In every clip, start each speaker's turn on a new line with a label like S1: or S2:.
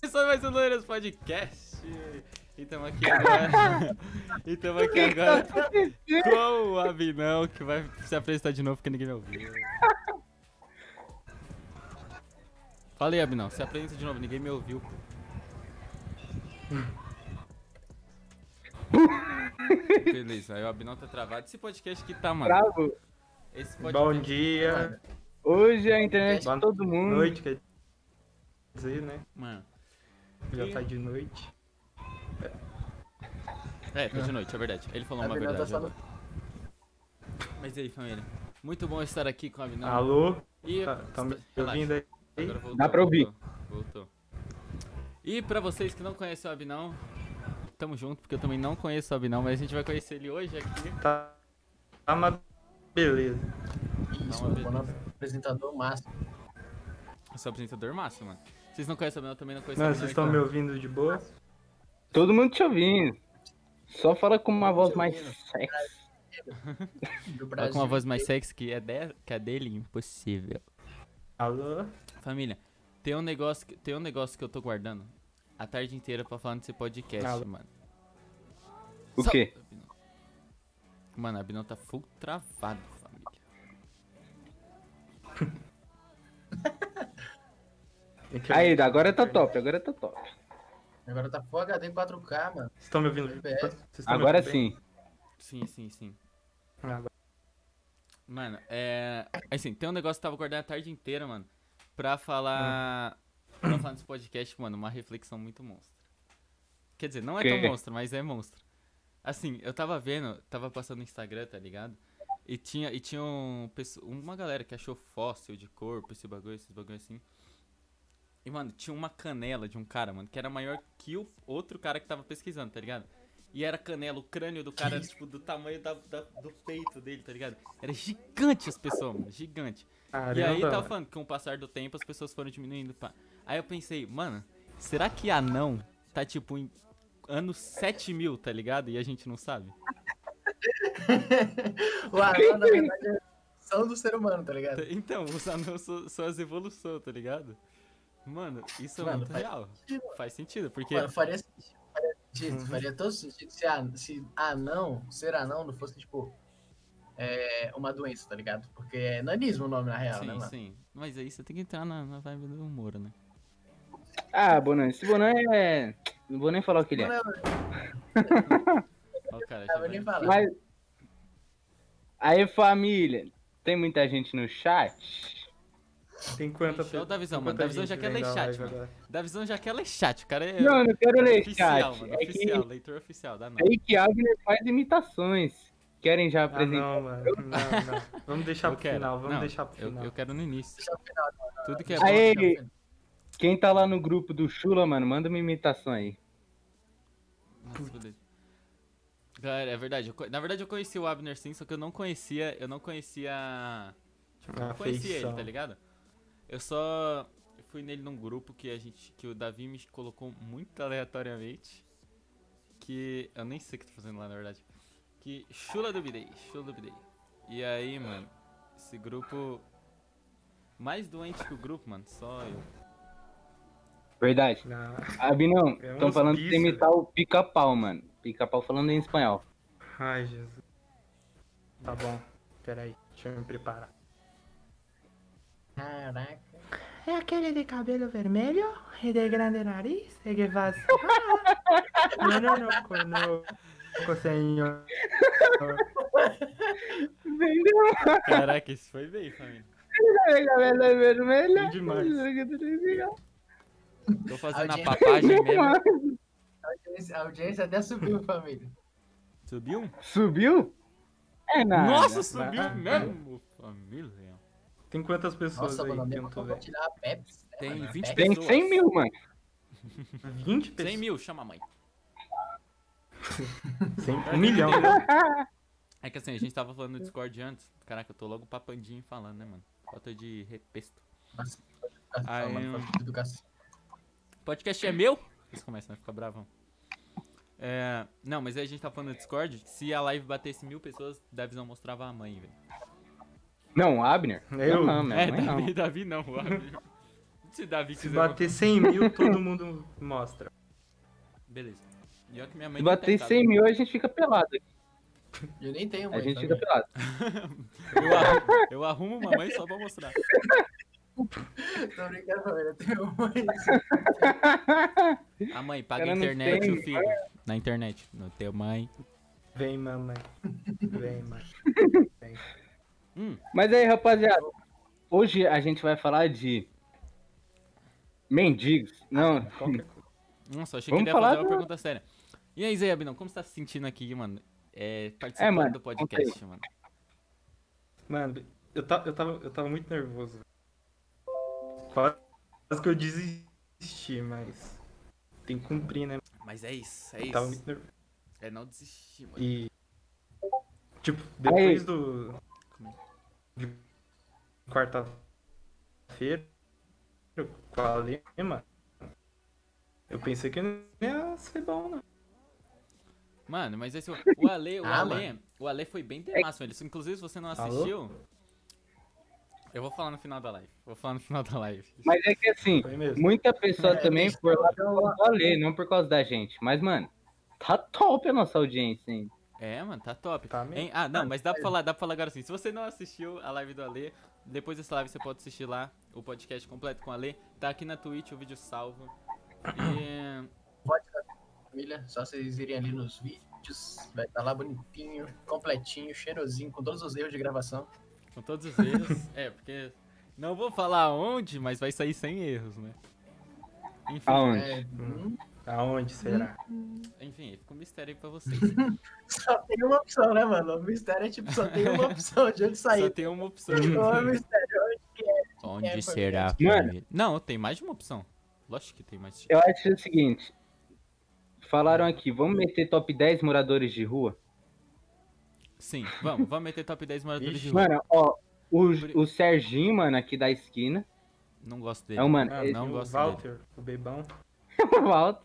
S1: começando mais um Loiras Podcast. E estamos aqui agora. e estamos aqui agora com o Abinão, que vai se apresentar de novo porque ninguém me ouviu. Fala aí, Abinão, se apresenta de novo, ninguém me ouviu. Beleza, aí o Abinão tá travado. Esse podcast que tá, mano.
S2: Bravo.
S1: Esse
S3: Bom
S1: podcast.
S3: dia,
S2: Hoje é a internet
S3: Boa
S2: de todo mundo.
S3: noite, quer dizer, né?
S1: Mano.
S3: Já tá de noite.
S1: É, foi de noite, é verdade. Ele falou
S3: A
S1: uma
S3: Bernarda
S1: verdade.
S3: tá
S1: agora. Mas e aí, família? Muito bom estar aqui com o Abinão.
S3: Alô?
S1: E
S3: Tá, tá me
S1: relaxa,
S3: ouvindo aí?
S1: agora voltou,
S2: Dá pra ouvir.
S1: Voltou, voltou. E pra vocês que não conhecem o Abinão, tamo junto, porque eu também não conheço o Abinão, mas a gente vai conhecer ele hoje aqui.
S3: Tá, tá uma beleza.
S1: Dá
S4: Isso,
S1: uma
S4: mano.
S1: beleza.
S4: Mano, apresentador máximo.
S1: Eu sou apresentador máximo, mano. Vocês não conhecem o Abinão, eu também não conheço
S3: Não,
S1: o Abinão.
S3: vocês estão me
S1: então.
S3: ouvindo de boa?
S2: Todo mundo te ouvindo. Só fala com uma voz mais sexy.
S4: Do
S1: Fala
S4: Brasil.
S1: Tá com uma voz mais sexy que é, de... que é dele, impossível.
S3: Alô?
S1: Família, tem um negócio que, tem um negócio que eu tô guardando a tarde inteira pra falar nesse podcast,
S3: Fala.
S1: mano.
S2: O
S1: Só-
S2: quê?
S1: Abinão. Mano, a Abinão tá full travado, família.
S3: É
S2: Aí, agora tá top, agora tá top.
S4: Agora tá Full HD em 4K, mano.
S3: Vocês estão me ouvindo?
S1: É.
S4: FPS.
S3: Vocês estão tá me
S2: Agora
S3: ouvindo bem?
S1: Sim,
S2: sim.
S1: sim, sim.
S3: Agora-
S1: Mano, é. Assim, tem um negócio que eu tava guardando a tarde inteira, mano. Pra falar. Pra falar nesse podcast, mano, uma reflexão muito monstra. Quer dizer, não é tão
S2: Quê?
S1: monstro, mas é monstro. Assim, eu tava vendo, tava passando no Instagram, tá ligado? E tinha, e tinha um, pesso- uma galera que achou fóssil de corpo, esse bagulho, esses bagulho assim. E, mano, tinha uma canela de um cara, mano, que era maior que o outro cara que tava pesquisando, tá ligado? E era canela, o crânio do cara, era, tipo, do tamanho da- da- do peito dele, tá ligado? Era gigante as pessoas, mano, gigante. E aí
S3: Caramba,
S4: né?
S1: tava falando que com o passar do tempo as pessoas foram diminuindo, pá. Aí eu pensei, mano, será que anão tá, tipo, em anos 7000, tá ligado? E a gente não sabe?
S4: O anão, na verdade, é a evolução do ser humano, tá ligado?
S1: Então, os anões são, são as evoluções, tá ligado? Mano, isso é
S4: Mano,
S1: muito
S4: faz
S1: real. Faz sentido, porque...
S4: Mano, faria sentido. Faria,
S1: Uhum.
S4: sentido, faria todo sentido se, a, se anão, ser anão, não fosse, tipo, é, uma doença, tá ligado? Porque é nanismo o nome, na real,
S1: sim,
S4: né, mano?
S1: sim. Mas aí você tem que entrar na, na vibe do humor, né?
S2: Ah, Bonan, esse Bonan é. Não vou nem falar o que ele é.
S4: Mano, eu
S1: Ó, o cara,
S4: não
S1: já
S4: tava nem
S1: vai...
S4: falando.
S2: Mas. Aí, família. Tem muita gente no chat.
S3: tem quanta
S1: Deixa eu dar visão,
S3: tem
S1: mano. Da
S3: quanta
S1: visão já
S3: gente
S1: quer
S3: vendo a
S1: ler chat,
S3: live
S1: mano.
S3: agora?
S1: Da visão já quer ler chat, o cara é
S2: Não, eu não quero ler
S1: oficial,
S2: chat.
S1: mano.
S2: É que,
S1: Oficial, leitor oficial, dá não.
S2: é que Abner faz imitações. Querem já
S3: Ah,
S2: apresentar?
S3: não, mano. Não, não. Vamos deixar
S1: Eu
S3: pro
S1: quero.
S3: final, vamos
S1: Não,
S3: deixar pro
S1: Eu,
S3: final.
S1: eu quero no início.
S4: Deixa o final,
S1: Tudo que é
S2: Aê!
S1: bom.
S4: deixa o final.
S2: Quem tá lá no grupo do Chula, mano, manda uma imitação aí.
S1: Nossa, beleza. Galera, é verdade. eu co- na verdade, eu conheci o Abner sim, só que eu não conhecia. Eu não conhecia. Tipo, eu
S3: A
S1: não conhecia ele,
S3: feição.
S1: tá ligado? Eu só fui nele num grupo que a gente. que o Davi me colocou muito aleatoriamente. Que. Eu nem sei o que eu tô fazendo lá, na verdade. Que. Chula duvidei, chula duvidei. E aí, mano, esse grupo. Mais doente que o grupo, mano, só eu.
S2: Verdade.
S3: Não.
S2: Abinão,
S3: É um
S2: estão falando pra você
S3: hospício,
S2: imitar o pica-pau, mano. Pica-pau falando em espanhol.
S3: Ai, Jesus. Tá bom. Peraí, deixa eu me preparar.
S4: Caraca.
S5: É aquele de cabelo vermelho e de grande nariz e que faz. Ah!
S3: No, no, no, no, no, senhor.
S1: Caraca, isso foi bem, família.
S3: Bem demais.
S1: Tô fazendo a
S4: Alguém-
S1: papagem mesmo.
S4: A audiência, a audiência até subiu, família.
S1: Subiu?
S2: Subiu? É nada.
S1: Nossa, subiu
S3: Nada.
S1: mesmo, família.
S3: Tem quantas pessoas
S4: Nossa,
S3: aí
S4: mano,
S3: que
S4: mesmo
S3: eu tô vendo?
S4: compartilhar a Pepsi. né,
S1: Tem
S4: mano? A
S1: 20
S4: Pepsi.
S2: Tem
S1: pessoas.
S2: 100 mil, mano.
S3: 20 pessoas?
S1: 100 mil, chama a mãe.
S3: Um milhão.
S1: É que assim, a gente tava falando no Discord antes. Caraca, eu tô logo papandinho falando, né, mano? Falta de repesto.
S4: Nossa, educação,
S1: Aí,
S4: mano,
S1: eu-
S4: falta de educação.
S1: Podcast é meu? Eles começam a ficar bravão. É, não, mas aí a gente tava falando no Discord. Se a live batesse mil pessoas, Davi não mostrava a mãe, velho.
S2: Não, Abner.
S3: Eu?
S2: Não, não, minha
S1: É,
S2: mãe não.
S1: Davi, Davi não. o Abner. Se Davi
S3: Se
S1: quiser. uma-
S3: bater 100 mil, todo mundo mostra.
S1: Beleza. E olha que minha mãe
S2: Se
S1: não tem
S2: bater
S1: casa.
S2: 100 mil, a gente fica pelado. aqui.
S4: Eu nem tenho
S2: A
S4: mãe.
S2: gente
S4: tá
S2: fica
S4: ligado?
S2: pelado.
S1: Eu arrumo, eu arrumo uma mãe só pra mostrar.
S4: Tô brincando, família. Eu tenho mãe.
S1: A mãe, paga a
S2: Cara, não
S1: internet e
S2: tem,
S1: o filho. Na internet. Não tem mãe.
S3: Vem, mamãe. Vem, mãe. Vem.
S1: Hum,
S2: Mas aí, rapaziada, hoje a gente vai falar de mendigos. Não,
S3: Qualquer coisa.
S1: nossa, achei
S2: Vamos
S1: que ele ia fazer
S2: falar
S1: uma
S2: do-
S1: pergunta séria. E aí, Zé Abinão, como você tá se sentindo aqui, mano? É, participando
S2: É, mano,
S1: do podcast, mano.
S3: Mano, eu, ta- eu, tava, eu tava muito nervoso. Quase que eu desisti, mas. Tem que cumprir, né?
S1: Mas é isso, é
S3: Eu tava
S1: isso.
S3: muito nervoso.
S1: É não desistir, mano.
S3: E. Tipo, depois
S2: Aí.
S3: do. é de Quarta-feira. Com a Lema. Eu pensei que não ia ser bom, não.
S1: Mano, mas esse. O Ale, o
S4: Ah,
S1: Ale, o Ale foi bem temático. Ele, inclusive, se você não
S3: Alô?
S1: assistiu. Eu vou falar no final da live. Vou falar no final da live.
S2: mas é que assim,
S3: Foi mesmo.
S2: muita pessoa
S4: É,
S2: também
S4: tem
S2: foi lá
S4: que-
S2: por causa do Ale, não por causa da gente. Mas, mano, tá top a nossa audiência, hein?
S1: É, mano, tá top.
S3: Tá mesmo.
S1: Hein? Ah, não, mas dá pra falar, dá pra falar agora assim. Se você não assistiu a live do Ale, depois dessa live você pode assistir lá o podcast completo com o Ale. Tá aqui na Twitch o vídeo salvo. E,
S4: família. Só vocês irem ali nos vídeos. Vai estar lá bonitinho, completinho, cheirosinho, com todos os erros de gravação.
S1: com todos os erros. é, porque. Não vou falar onde, mas vai sair sem erros, né? Enfim,
S2: Aonde?
S4: É, hum,
S3: Aonde será?
S1: enfim, fica um mistério aí pra vocês.
S4: só tem uma opção, né, mano? O mistério é tipo, só tem uma opção de onde
S1: Só
S4: sair.
S1: tem uma opção.
S4: Não é mistério.
S1: Onde
S4: É, foi
S1: será?
S2: mesmo.
S1: família? Não, tem mais de uma opção. Lógico que tem mais. de-
S2: Eu acho o seguinte. Falaram aqui, vamos meter top 10 moradores de rua?
S1: Sim, vamos, vamos meter top 10 moradores
S3: Ixi,
S1: de rua.
S2: Mano, ó, o, o Serginho, mano, aqui da esquina.
S1: Não gosto dele.
S2: É o mano.
S3: Ah,
S2: ele-
S1: não
S3: tem o
S1: gosto
S3: Walter, o bebão.
S2: o Walter.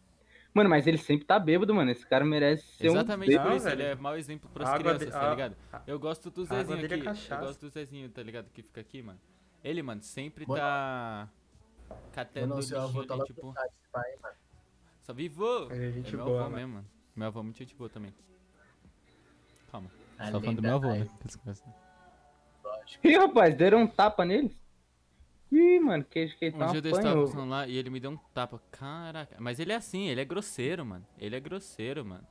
S2: Mano, mas ele sempre tá bêbado, mano. Esse cara merece ser
S1: Exatamente
S2: um.
S1: por
S3: Não,
S1: isso, ele
S3: velho.
S1: é mau exemplo pras
S3: A água
S1: crianças,
S3: de-
S1: tá
S3: a-
S1: ligado? Eu gosto do
S3: água
S1: Zezinho
S3: dele é
S1: aqui. eu
S3: cachaça.
S1: gosto do Zezinho, tá ligado? Que fica aqui, mano. Ele, mano, sempre
S4: Mano.
S1: tá. Catando
S4: Mano, seu avô
S1: lixo
S4: tá
S1: ali,
S4: lá
S1: tipo.
S4: pro chat, pai, mano.
S1: Só vivo!
S3: Ele é
S1: É
S3: gente
S1: meu
S3: boa,
S1: avô
S3: né?
S1: mesmo, mano. Meu avô é muito gente boa também. Calma. Só
S4: A
S1: falando do
S4: lenda
S1: meu avô,
S4: da
S1: né? Que eles conhecem.
S4: lógica.
S2: Ih, rapaz, deram um tapa neles? Ih, mano, queijo que ele
S1: Um
S2: tá
S1: dia eu estava
S2: apanhou.
S1: passando lá e ele me deu um tapa. Caraca. Mas ele é assim, ele é grosseiro, mano. Ele é grosseiro, mano.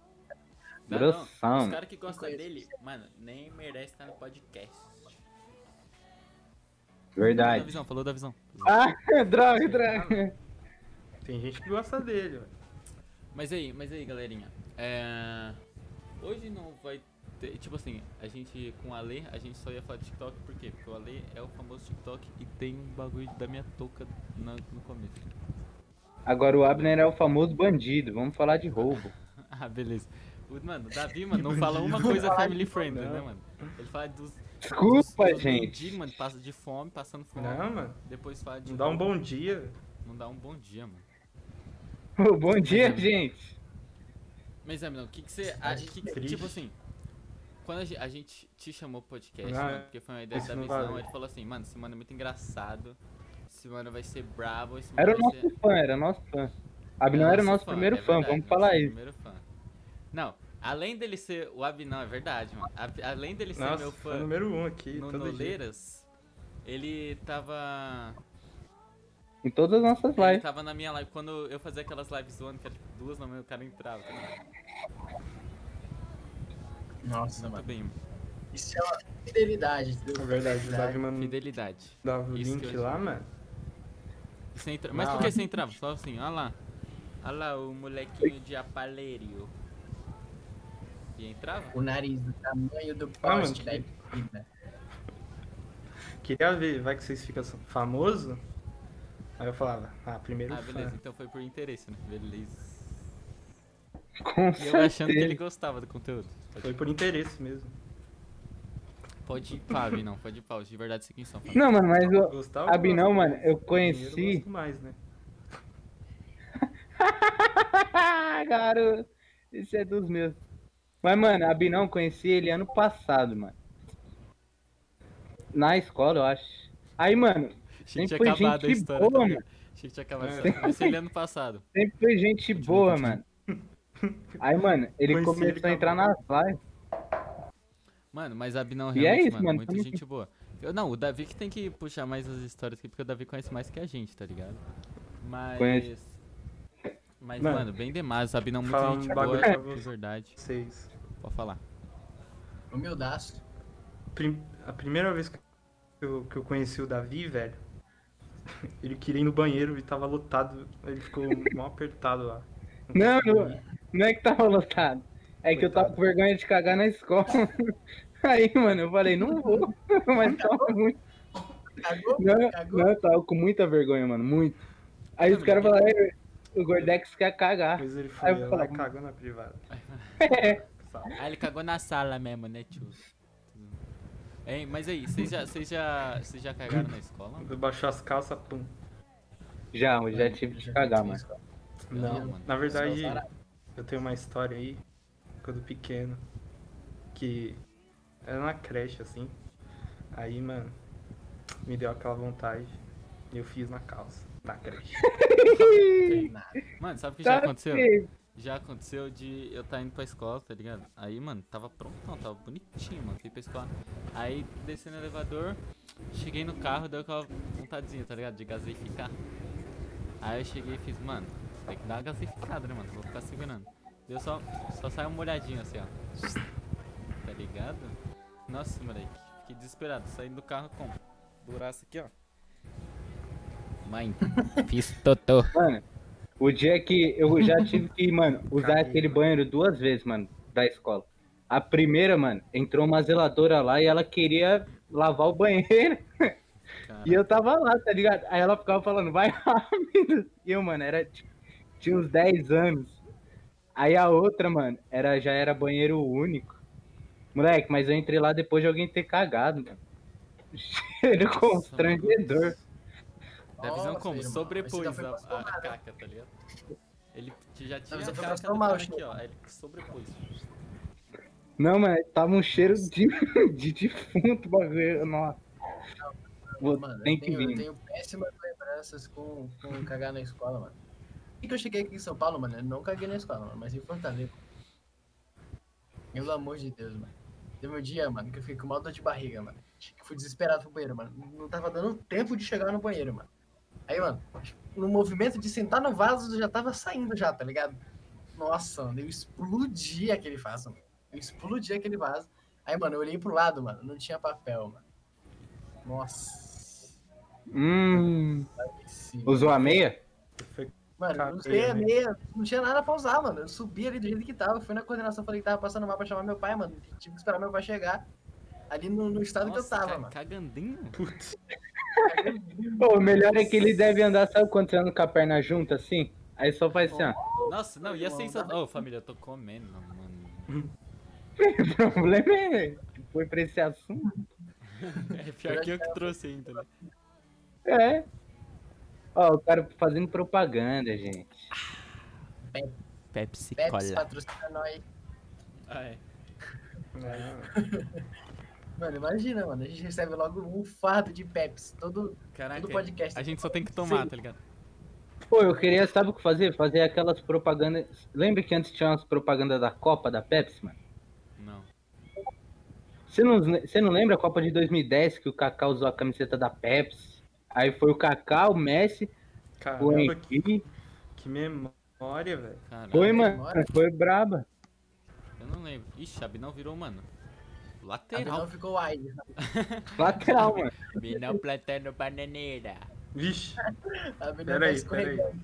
S1: Dá não.
S2: Grossão.
S1: Os caras que gostam
S4: conheço.
S1: dele, mano, nem merece estar no podcast. Falou da
S2: Verdade.
S1: visão, falou da visão.
S2: Ah, droga, droga.
S3: Tem gente que gosta dele, velho.
S1: Tipo, Mas aí, mas aí, galerinha. É... Hoje não vai ter. Tipo assim, a gente com o Ale, a gente só ia falar de TikTok, por quê? Porque o Ale é o famoso TikTok e tem um bagulho da minha touca na- no começo.
S2: Agora o Abner é o famoso bandido. Vamos falar de roubo.
S1: ah, beleza. O- Mano, o Davi, mano, não fala uma coisa family friendly, né, mano? Ele fala dos.
S2: Desculpa,
S1: dos- dos
S2: gente.
S1: mendigos, mano, passa de fome, passando fome.
S3: Não, mano.
S1: Depois fala de.
S3: Não dá um
S1: roubo.
S3: bom dia.
S1: Não dá um bom dia, mano.
S2: Bom dia, gente.
S1: Mas, Amilão, o que, que você acha? que- que-
S3: Tá triste.
S1: tipo assim, quando a ge- a gente, te chamou pro podcast,
S3: Ah,
S1: mano, porque foi uma ideia
S3: isso
S1: da
S3: não
S1: visão,
S3: vale.
S1: ele falou assim, mano, esse mano é muito engraçado, esse mano vai ser brabo, esse mano
S2: Era o
S1: vai ser...
S2: nosso fã, era o nosso fã. Abinão era o nosso primeiro
S1: é
S2: fã,
S1: verdade,
S2: vamos
S1: nosso
S2: falar isso.
S1: primeiro fã. Não, além dele ser o Abinão, é verdade, mano. A- além dele ser
S3: Nossa,
S1: é meu
S3: foi o
S1: fã
S3: número um aqui.
S1: no
S3: todo dia.
S1: Noleiras, ele tava.
S2: Em todas as nossas
S1: Ele
S2: lives.
S1: tava na minha live. Quando eu fazia aquelas lives do ano, que era tipo duas na manhã, o cara entrava. tá ligado?
S4: Nossa,
S1: Muito
S4: mano.
S1: bem,
S4: Isso é uma fidelidade,
S3: É
S4: entendeu?
S3: verdade, o Davi mandava
S1: fidelidade.
S3: o
S1: Isso que
S3: link
S1: eu
S3: lá, mano.
S1: Você entra- Mas
S3: Não.
S1: por que você entrava? Só assim, olha lá. Olha lá o molequinho de apalerio. E entrava?
S4: O nariz do tamanho do poste
S3: mano,
S4: da
S3: que-
S4: esquina.
S3: Queria ver, vai que vocês ficam so- famoso. Aí eu falava, ah, primeiro
S1: Ah,
S3: fã.
S1: beleza. Então foi por interesse, né? Beleza.
S2: Com
S1: E tá eu achando que ele
S2: certeza.
S1: gostava do conteúdo. Pode,
S3: Foi por interesse mesmo.
S1: pode ir pá, não. Pode ir pá. Os de verdade seguem são.
S2: Não, mano, mas o,
S3: Gostava?
S2: Abinão,
S3: gosto,
S2: mano,
S3: mas
S2: eu
S3: Dinheiro eu
S2: conheci.
S3: gosto mais, né?
S2: Garoto, isso é dos meus. Mas, mano, Abinão, conheci ele ano passado, mano. Na escola, eu acho. Aí, mano,
S1: Tinha
S2: sempre foi
S1: acabado a
S2: gente
S1: história. tá
S2: boa,
S1: ligado? Achei que tinha acabado essa frase. Mas ele é ano passado.
S2: Sempre foi gente boa, mano. Aí, mano, ele
S3: Conheci
S2: começou
S3: ele
S2: a entrar nas lives.
S1: Mano, mas Abi não,
S2: E é
S1: realmente,
S2: isso,
S1: mano,
S2: mano,
S1: muita
S2: tamo
S1: gente boa. Eu, não, o Davi que tem que puxar mais as histórias aqui, porque o Davi conhece mais que a gente, tá ligado? Mas.
S2: Conhece.
S1: Mas,
S3: Mano,
S1: mano, bem demais, o Abi não, muita
S3: falar um
S1: gente
S3: bagulho
S1: boa,
S3: pra
S1: de
S3: você.
S1: verdade.
S3: Vocês.
S1: Pode falar.
S4: Humildaço.
S3: Prim- A primeira vez que eu, que eu conheci o Davi, velho, ele queria ir no banheiro e tava lotado. Ele ficou mal apertado lá.
S2: Não, não, não é que tava lotado. É que eu tava
S3: Coitado.
S2: com vergonha de cagar na escola. Aí, mano, eu falei, não vou. Mas tava muito.
S4: Cagou?
S2: Não,
S4: Cagou?
S2: não, eu tava com muita vergonha, mano, muito. Aí os caras falaram, "Ei, o Gordex quer cagar.
S3: Depois ele foi
S2: Aí eu
S3: lá e
S2: falava-
S3: cagou na privada. Sabe?
S1: Ah, ele cagou na sala mesmo, né, tio? Hein, mas aí, vocês já, vocês já, vocês já cagaram na escola?
S3: Eu baixou as calças, pum.
S2: Já, eu já tive de cagar, mano.
S1: Eu não, mano.
S3: Na verdade,
S4: Só usar-
S3: eu tenho uma história aí, quando pequeno, que era na creche, assim. Aí, mano, me deu aquela vontade e eu fiz na calça, na creche.
S4: Treinado.
S1: Mano, sabe o que já
S2: Tá
S1: aconteceu?
S2: feio.
S1: Já aconteceu de eu tá indo pra escola, tá ligado? Aí, mano, tava prontão, tava bonitinho, mano. Fui pra escola. Aí, desci no elevador, cheguei no carro, deu aquela vontadezinha, tá ligado? De gaseificar. Aí eu cheguei e fiz, mano, tem que dar uma gaseificada, né, mano? Vou ficar segurando. Deu só, só saiu uma olhadinha assim, ó. Tá ligado? Nossa, moleque, fiquei desesperado. Saindo do carro com buraço aqui, ó. Mãe, fiz totô.
S2: Mano, o dia que eu já tive que, mano, usar
S3: Caguei,
S2: aquele
S3: mano.
S2: banheiro duas vezes, mano, da escola. A primeira, mano, entrou uma zeladora lá e ela queria lavar o banheiro.
S1: Cara,
S2: E eu tava lá, tá ligado? Aí ela ficava falando, vai rápido. E eu, mano, era ti- tinha uns 10 anos. Aí a outra, mano, era, já era banheiro único. Moleque, mas eu entrei lá depois de alguém ter cagado, mano. Cheiro
S1: Nossa,
S2: constrangedor.
S1: Da visão
S4: Nossa,
S1: como?
S4: irmão,
S1: Sobrepôs
S4: esse já foi
S1: a,
S4: pra
S1: a caca, tá ligado? Ele t- já tinha a
S4: já foi pra
S1: caca do
S4: tomar,
S1: cara
S4: acho.
S1: aqui, ó. Aí ele sobrepôs.
S2: Não, mano, tava um cheiro de, de defunto o bagulho. Nossa. Vou-
S4: Mano,
S2: tem
S4: eu
S2: que
S4: tenho, eu
S2: vir.
S4: tenho péssimas lembranças com, com cagar na escola, mano. E que eu cheguei aqui em São Paulo, mano, eu não caguei na escola, mano, mas em Fortaleza. Pelo amor de Deus, mano. Teve um dia, mano, que eu fiquei com uma dor de barriga, mano. Que fui desesperado pro banheiro, mano. Não tava dando tempo de chegar no banheiro, mano. Aí, mano, no movimento de sentar no vaso, eu já tava saindo já, tá ligado? Nossa, mano, eu explodi aquele vaso, mano. Eu explodi aquele vaso. Aí, mano, eu olhei pro lado, mano, não tinha papel, mano. Nossa.
S2: Hum.
S4: Sim.
S2: Usou a meia?
S3: Foi
S4: Mano, eu usei
S3: Cadeia,
S4: a
S3: né?
S4: meia, não tinha nada pra usar, mano. Eu subi ali do jeito que tava, fui na coordenação, falei que tava passando mal pra chamar meu pai, mano. Tive que esperar meu pai chegar ali no, no estado que eu
S1: Nossa,
S4: tava,
S1: ca-
S4: mano.
S1: cagandinho?
S3: Putz, tá
S2: Pô, o melhor é que ele deve andar, sabe quantos anos com a perna junta assim? Aí só faz assim, ó.
S1: Nossa, não, e a
S4: irmão,
S1: sensação... Ô, família, eu tô comendo, mano.
S2: O problema é. Foi pra esse assunto.
S1: É pior que eu que trouxe ainda, né?
S2: É. Ó, o cara fazendo propaganda, gente.
S1: Pepsi
S4: Pepsi patrocina nós.
S1: Ah, é.
S3: né?
S4: Mano, imagina, mano. A gente recebe logo um fardo de Pepsi. Todo.
S1: Caraca,
S4: Todo podcast
S1: a
S4: tem
S1: gente só tem que tomar, tá ligado?
S2: Pô, eu queria, sabe o que fazer? Fazer aquelas propagandas. Lembra que antes tinha umas propagandas da Copa da Pepsi, mano?
S1: Não.
S2: Você não, você não lembra a Copa de 2010 que o Kaká usou a camiseta da Pepsi? Aí foi o Kaká, o Messi, o
S3: Caramba, que,
S2: Henrique.
S3: que memória, velho.
S1: Caralho,
S2: Foi, mano. Foi braba.
S1: eu não lembro. Ixi, a Binão virou, mano.
S4: Não
S1: Lateral.
S4: ficou né? wide.
S2: Lateral, mano.
S1: Binão plantando bananeira.
S3: Vixe,
S4: A mina tá
S3: peraí, peraí.
S4: escorregando.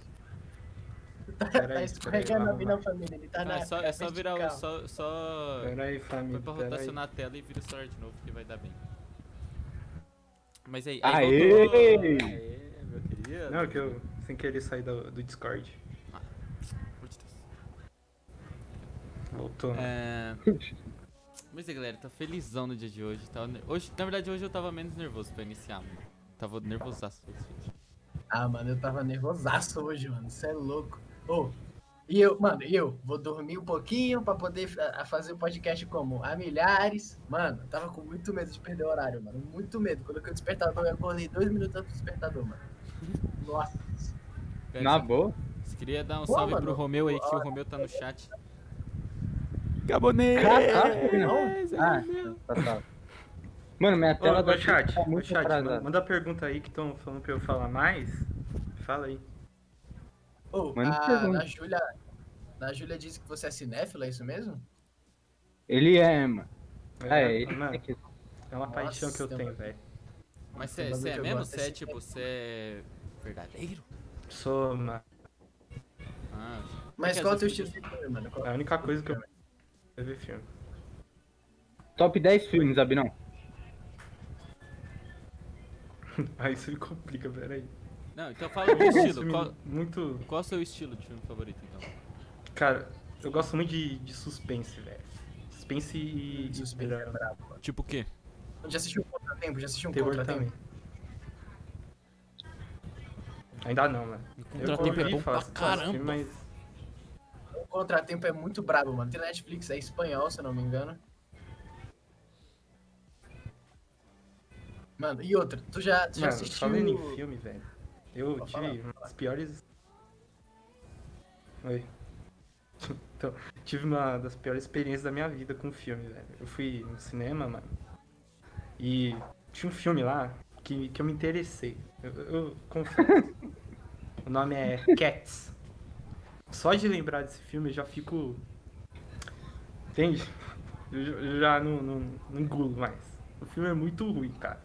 S4: Tá
S3: Peraí,
S4: escorregando a
S3: vamos lá.
S4: mina família. Ele tá
S1: Ah,
S4: na.
S1: é só, é só
S4: frente de
S1: virar o...
S4: carro.
S1: Só, só...
S3: Peraí,
S1: Foi
S3: família.
S1: pra
S3: peraí.
S1: rotacionar a tela e vira o celular de novo, que vai dar bem. Mas aí,
S2: Aê!
S1: voltou- Aê, meu querido.
S3: Não, que eu sem querer sair do, do Discord.
S1: Por de Deus.
S3: Voltou. né?
S1: É, Mas aí, galera, tá felizão no dia de hoje. Tá... hoje na verdade, hoje eu tava menos nervoso pra iniciar, mano. Tava nervosaço. pra esse vídeo.
S4: Ah, mano, eu tava nervosaço hoje, mano. Você é louco. Ô, e eu, mano, e eu vou dormir um pouquinho pra poder fa- fazer o podcast como a milhares. Mano, eu tava com muito medo de perder o horário, mano. Muito medo. Coloquei o despertador, eu acordei dois minutos antes do despertador, mano. Nossa.
S1: Pera,
S2: Na
S1: só-
S2: boa.
S1: Só queria dar um
S4: Pô,
S1: salve
S4: mano.
S1: pro Romeu aí, que o Romeu tá no chat. Gabonês!
S2: Caraca, não.
S1: é,
S2: Ah,
S1: Romeu.
S2: tá, tá. Mano, minha
S3: Ô,
S2: tela
S3: ô,
S2: do
S3: chat,
S2: tá
S3: ô,
S2: muito
S3: chat, manda-
S2: atrasada.
S3: manda pergunta aí que estão falando pra eu falar mais. Fala aí.
S4: Ô,
S2: Manda
S4: a,
S2: pergunta.
S4: na Júlia. Na Júlia disse que você é cinéfila, é isso mesmo?
S2: Ele é, mano. É, ele
S3: mano,
S2: é que-
S3: é uma paixão que eu
S4: Nossa,
S3: tenho,
S4: mano.
S3: velho.
S1: Mas
S4: Tem
S1: você
S4: um bagulho
S1: é
S4: que eu
S1: mesmo?
S4: gosto,
S1: Você é
S4: esse-
S1: tipo, você é verdadeiro?
S3: Sou, mano.
S1: Ah,
S4: Mas
S1: que
S4: qual é o
S1: às
S4: teu
S1: vezes
S4: estilo de filme, mano? Qual-
S3: A única coisa que eu. É ver filme.
S2: Top 10 filmes, Abinão.
S3: Aí isso me complica, peraí.
S1: não, então fala do estilo.
S3: Filme
S1: Qual,
S3: Muito.
S1: qual é o seu estilo de filme favorito, então?
S3: Cara, eu gosto muito de, de suspense, velho. Suspense e.
S4: Suspense é brabo.
S1: Tipo o quê?
S4: Já assistiu um contratempo? Já assistiu um
S3: Terror
S4: contratempo?
S3: também. Ainda não, mano.
S1: Contratempo é
S3: ouvi
S1: bom
S3: falar
S1: pra
S3: desse filme,
S1: caramba.
S3: mas
S4: O contratempo é muito brabo, mano. Tem na Netflix, é espanhol, se eu não me engano. Mano, e outra, tu já, tu já
S3: Mano,
S4: assistiu.
S3: falando em filme, velho. Eu
S4: Pode falar,
S3: tive uma das piores. Oi. Então, tive uma das piores experiências da minha vida com filme, velho. Eu fui no cinema, mano. E tinha um filme lá que, que eu me interessei. Eu, eu confesso. o nome é Cats. Só de lembrar desse filme eu já fico. Entende? Eu, já- eu já não, não, não engulo mais. O filme é muito ruim, cara.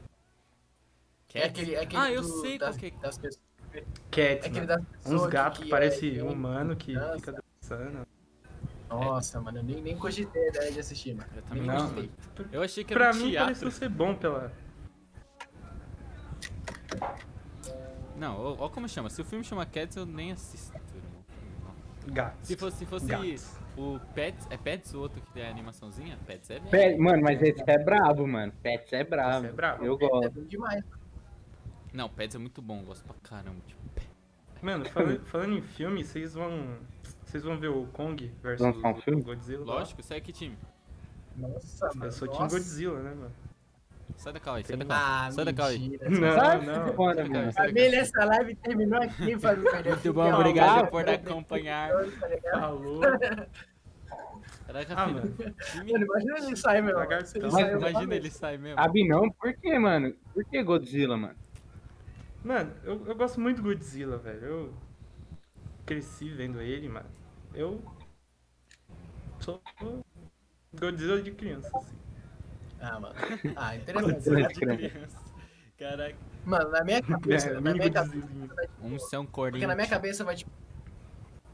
S4: É aquele, é aquele
S1: Ah, eu
S4: do-
S1: sei
S4: das,
S1: qual que é.
S4: das pessoas. É
S3: Cats,
S4: aquele
S3: mano.
S4: das pessoas.
S3: Uns
S4: que-
S3: gatos
S4: que
S3: que parece um
S4: é-
S3: humano que
S4: Nossa.
S3: fica dançando.
S4: Nossa, mano, eu nem, nem cogitei a ideia de assistir, mano.
S1: Eu também
S3: Não,
S1: gostei.
S3: mano.
S1: Eu achei que era
S3: Pra
S1: um
S3: mim
S1: teatro.
S3: pareceu ser bom pela. um
S1: Não, ó, ó como chama. Se o filme chama Cats, eu nem assisto, irmão.
S3: Gatos.
S1: Se fosse, assim, se fosse
S3: Gatos.
S1: o Pets, é Pets o outro que tem a animaçãozinha? Pets é bem.
S2: Pet, mano, mas esse é brabo, mano. Pets é brabo.
S3: Esse é brabo.
S2: Eu
S4: É
S2: gosto.
S4: bom demais.
S1: Não, Pets é muito bom, eu gosto pra caramba. Tipo, Pets.
S3: Mano, fala- falando em filme, vocês vão. Vocês vão ver o Kong versus
S2: Lançar um filme?
S3: Godzilla?
S1: Lógico, sai que time.
S4: Nossa, mano.
S3: Eu sou Team
S4: nossa.
S3: Godzilla, né, mano?
S1: Sai da Cauê, sai da
S3: Tem-
S1: Cauê.
S4: Ah,
S1: sai da Cauê.
S4: mentira.
S3: Não,
S2: Sabe?
S3: não.
S2: Bora,
S1: Sai da Cauê, sai
S2: mano.
S1: da Cauê.
S4: Família, essa live terminou aqui, família.
S3: Ah,
S1: Muito
S4: Fiquem
S1: bom,
S4: ao
S1: obrigado
S4: vivo,
S1: por
S4: obrigado.
S1: acompanhar.
S4: Tá
S1: Tá
S3: Falou.
S1: Caraca,
S3: Ah,
S1: filho,
S3: mano.
S1: time-
S4: Mano, imagina ele sair, meu.
S3: Lagarto.
S4: Se ele
S3: Mas Ah.
S4: sair, eu falo,
S1: Imagina ele sair mesmo.
S2: Abinão, por que, mano? Por que Godzilla, mano?
S3: Mano, eu, eu gosto muito do Godzilla, velho. Eu cresci vendo ele, mano. Eu sou Godzilla de criança, assim.
S4: Ah, mano. Ah,
S2: Godzilla.
S4: interessante.
S1: Tá de criança. Caraca.
S4: Mano, na minha cabeça,
S3: É,
S4: na
S3: mini
S4: minha cabeça,
S3: Godzilla.
S1: Um são
S4: porque
S1: corinho.
S4: na minha cabeça vai te,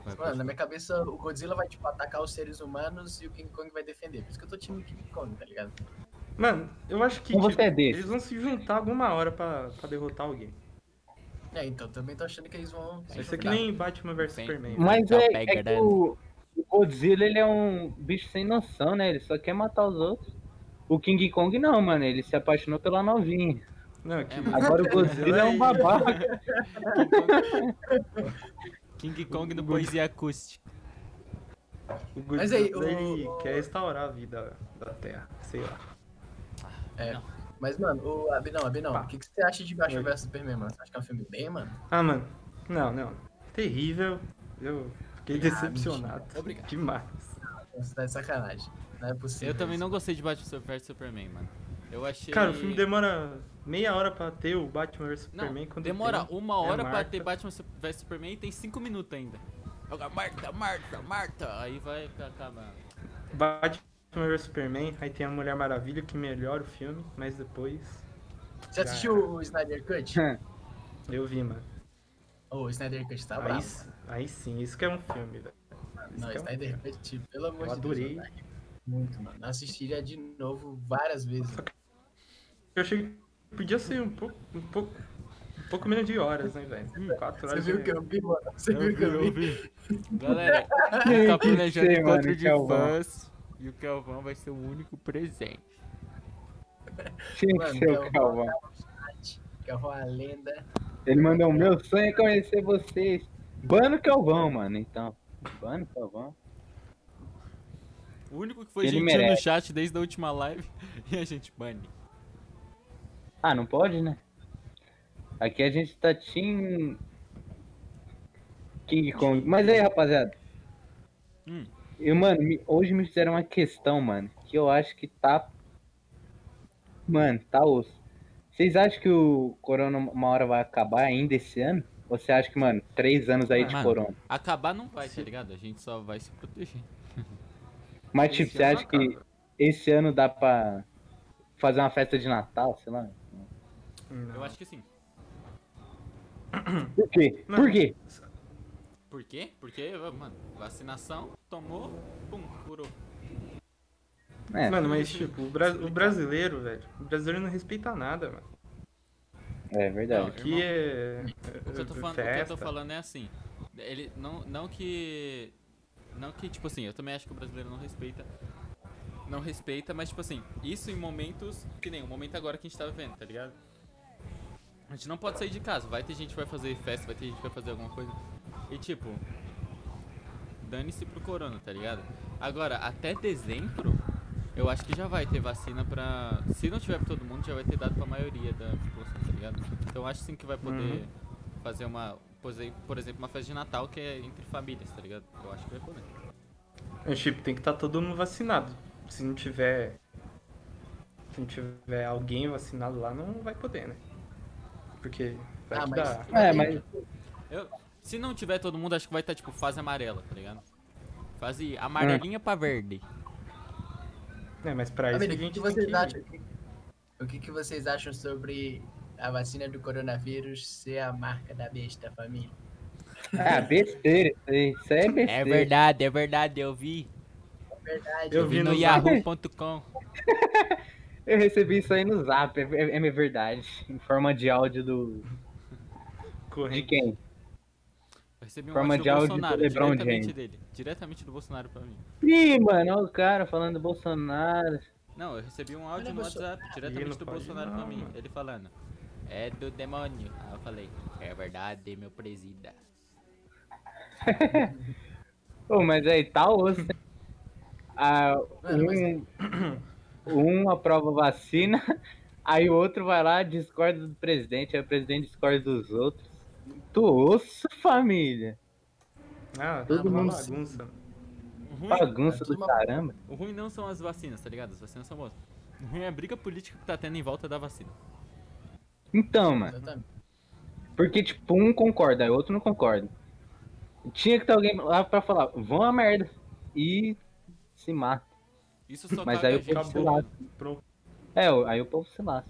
S1: Vai,
S4: mano,
S1: pode-
S4: na minha cabeça o Godzilla vai tipo atacar os seres humanos e o King Kong vai defender. Por isso que eu tô time King Kong, tá ligado?
S3: Mano, eu acho que
S2: Então você
S3: tipo,
S2: é desse.
S3: eles vão se juntar alguma hora pra, pra derrotar alguém.
S4: É, então também tô achando que eles vão.
S1: Vai
S3: Vai ser que
S1: jogar.
S3: nem Batman vs
S1: Bem.
S3: Superman.
S2: Mas
S1: Então,
S2: é,
S1: pega,
S2: é que
S1: né?
S2: o, o Godzilla, ele é um bicho sem noção, né? Ele só quer matar os outros. O King Kong não, mano. Ele se apaixonou pela novinha.
S3: Não, é que...
S1: É, mas-
S2: Agora o Godzilla é um babaca.
S1: King Kong do Poesia Acústica.
S3: o
S4: Mas aí,
S3: Godzilla ele
S4: o-
S3: quer restaurar a vida da Terra, sei lá.
S4: É.
S1: Não.
S4: Mas, mano, o Abinão, Abinão,
S3: Pá.
S4: o que, que você acha de Batman
S3: Oi.
S4: vs Superman, mano? Você acha que é um filme bem, mano?
S3: Ah, mano, não, não. Terrível. Eu fiquei decepcionado.
S1: Obrigado.
S3: Demais.
S4: Você tá de sacanagem. Não é possível.
S1: Eu também
S4: isso.
S1: não gostei de Batman vs Superman, mano. Eu achei.
S3: Cara, o filme demora meia hora pra ter o Batman vs
S1: Não,
S3: Superman. quando
S1: demora
S3: tem,
S1: uma hora
S3: é
S1: pra
S3: Marta.
S1: ter Batman vs Superman e tem cinco minutos ainda. Joga Marta, Marta, Marta. Aí vai acabar.
S3: Batman vs Superman, aí tem a Mulher Maravilha que melhora o filme, mas depois
S4: Você assistiu o Snyder Cut?
S3: eu vi, mano.
S4: Ô, o Snyder Cut tá
S3: aí,
S4: bravo.
S3: s- aí sim, isso que é um filme, velho. Isso
S4: Não,
S3: que é um
S4: Snyder Cut, pelo amor
S3: Eu
S4: de Deus.
S3: adorei.
S4: mano, tá Muito, mano. Eu Assistiria de novo várias vezes.
S3: Eu achei que podia ser um pouco, um pouco, um pouco menos de horas, né, velho? Hum, quatro
S4: Você
S3: horas.
S4: viu
S3: é-
S4: o que eu vi, mano? Você viu o que eu vi?
S1: Galera, tá planejando
S2: sei, mano,
S1: encontro de
S2: Kelvão.
S1: fãs. E o Kelvão vai ser o único presente.
S2: Tinha que
S4: Mano,
S2: ser o
S4: Kelvão.
S2: Calvão.
S4: Que é uma lenda.
S2: Ele mandou, meu sonho é conhecer vocês. Bano Calvão, mano, então. Bano Calvão.
S1: O único que foi
S2: Ele
S1: gentil no
S2: merece.
S1: chat desde a última live. E a gente bane.
S2: Ah, não pode, né? Aqui a gente tá team... King Kong. Mas aí, rapaziada.
S1: Hum.
S2: E, mano, me- hoje me fizeram uma questão, mano, que eu acho que tá. Mano, tá osso. Vocês acham que o corona uma hora vai acabar ainda esse ano? Ou você acha que, mano, três anos aí de
S1: Mano.
S2: corona?
S1: Acabar não vai, tá ligado? A gente só vai se proteger.
S2: Mas, tipo,
S3: Esse
S2: você
S3: ano
S2: acha que
S3: acaba.
S2: esse ano dá pra fazer uma festa de Natal, sei lá?
S3: Não.
S1: Eu acho que sim.
S2: Por quê?
S3: Mano.
S2: Por quê?
S1: Por quê? Porque, mano, vacinação, tomou, pum, curou.
S2: É,
S3: Mano, mas tipo, o, bra- o brasileiro, velho, o brasileiro não respeita nada, mano.
S2: é verdade.
S1: Irmão,
S3: Aqui é.
S1: O que eu tô falando, o que eu
S3: festa.
S1: tô falando é assim. Ele não, não que. Não que, tipo assim, eu também acho que o brasileiro não respeita. Não respeita, mas tipo assim, isso em momentos. Que nem o momento agora que a gente tá vivendo, tá ligado? A gente não pode sair de casa. Vai ter gente que vai fazer festa, vai ter gente que vai fazer alguma coisa. E tipo. Dane-se pro corona, tá ligado? Agora, até dezembro, eu acho que já vai ter vacina pra. Se não tiver pra todo mundo, já vai ter dado pra maioria da população, tá ligado? Então eu acho sim que vai poder fazer uma. Por exemplo, por exemplo, uma festa de Natal que é entre famílias, tá ligado? Eu acho que vai poder.
S3: É, tipo, tem que estar todo mundo vacinado. Se não tiver. Se não tiver alguém vacinado lá, não vai poder, né? Porque vai
S4: Ah,
S3: que
S4: mas-
S3: dá.
S2: É, mas.
S1: Eu, se não tiver todo mundo, acho que vai estar tipo fase amarela, tá ligado? Fase amarelinha pra verde.
S3: É, mas pra isso
S4: Amigo,
S3: a
S4: o que,
S3: gente
S4: que
S3: tem
S4: vocês
S3: que...
S4: acham? O que, que vocês acham sobre a vacina do coronavírus ser a marca da besta, família?
S2: Ah, besteira isso aí. Isso aí é
S1: É
S2: besteira.
S1: verdade, é verdade, eu vi.
S4: Verdade.
S3: Eu
S1: Eu vi no
S3: Zap.
S1: yahoo.com.
S2: Eu recebi isso aí no zap, é, é, é verdade. Em forma de áudio do. De
S3: Correndo.
S2: quem?
S1: Eu Recebi um
S2: Forma
S1: áudio
S2: de
S1: do
S2: áudio do
S1: Bolsonaro,
S2: LeBron
S1: diretamente
S2: James.
S1: dele. Diretamente do Bolsonaro pra mim.
S2: Ih, mano, olha o cara falando do Bolsonaro.
S1: Não, eu recebi um áudio
S4: Olha,
S1: no
S4: Bolsonaro.
S1: WhatsApp diretamente
S3: não
S1: do
S3: pode
S1: Bolsonaro
S3: não,
S1: pra mim.
S3: mano.
S1: Ele falando. É do demônio. Aí eu falei, é verdade, meu presida.
S2: Pô, mas aí tá osso. hein? Ah,
S4: Mano, mas-
S2: um, um aprova vacina, aí o outro vai lá, discorda do presidente, aí o presidente discorda dos outros. Tu osso, família.
S3: Ah,
S2: Todo
S3: tá uma
S2: mundo-
S3: bagunça.
S1: O ruim,
S2: Bagunça do
S4: uma-
S2: caramba.
S1: o ruim não são as vacinas, tá ligado? As vacinas são boas. O ruim é a briga política que tá tendo em volta da vacina.
S2: Então, mano.
S4: Exatamente.
S2: Porque, tipo, um concorda, o outro não concorda. Tinha que ter alguém lá pra falar, vão a merda. E se mata.
S1: Isso só
S2: Mas
S1: cabe
S2: aí
S1: a
S2: o
S1: gente,
S2: povo se
S1: tá
S2: lasca.
S1: ligado?
S3: Pro...
S2: É, o- aí o povo se lasca.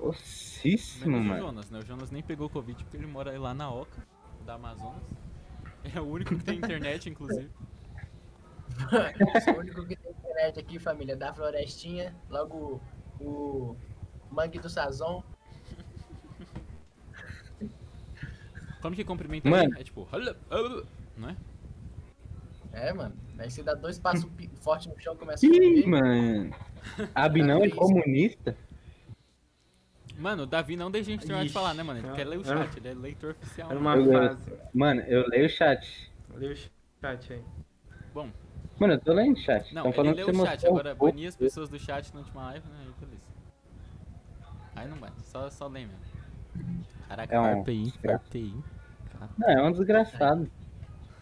S2: Ossíssimo,
S1: Menos o
S2: mano.
S1: Jonas, né? O Jonas nem pegou Covid porque ele mora lá na Oca, da Amazonas. É o único que tem internet, inclusive.
S4: Eu sou o único que tem internet aqui, família, da Florestinha, logo o Mangue do Sazon.
S1: Como que cumprimenta
S2: Mano.
S1: alguém? É tipo, "Hello, hello", não é?
S4: É, mano. Aí você dá dois passos pi- forte no chão, começa a
S2: Ih,
S4: correr.
S2: mano. Abinão é
S4: Isso.
S2: comunista?
S1: Mano, o Davi não deixa a gente terminar de
S3: Ixi,
S1: falar, né, mano? Ele
S3: não.
S1: quer ler o chat, ele é leitor oficial.
S3: Era
S1: né?
S3: uma
S2: Eu-
S3: fase.
S2: Mano, eu leio o chat.
S3: Lê o chat aí.
S1: Bom,
S2: Mano, eu tô lendo o chat.
S1: não,
S2: Tão
S1: ele
S2: falando que
S1: leu
S2: você
S1: o chat,
S2: mostrou um
S1: agora é
S2: pouco.
S1: banir as pessoas do chat na última live, né? Aí, beleza. Aí não vai, só, só lê mesmo. Caraca,
S2: É um
S1: farpei,
S2: desgraça.
S1: farpei.
S2: Não, é um desgraçado.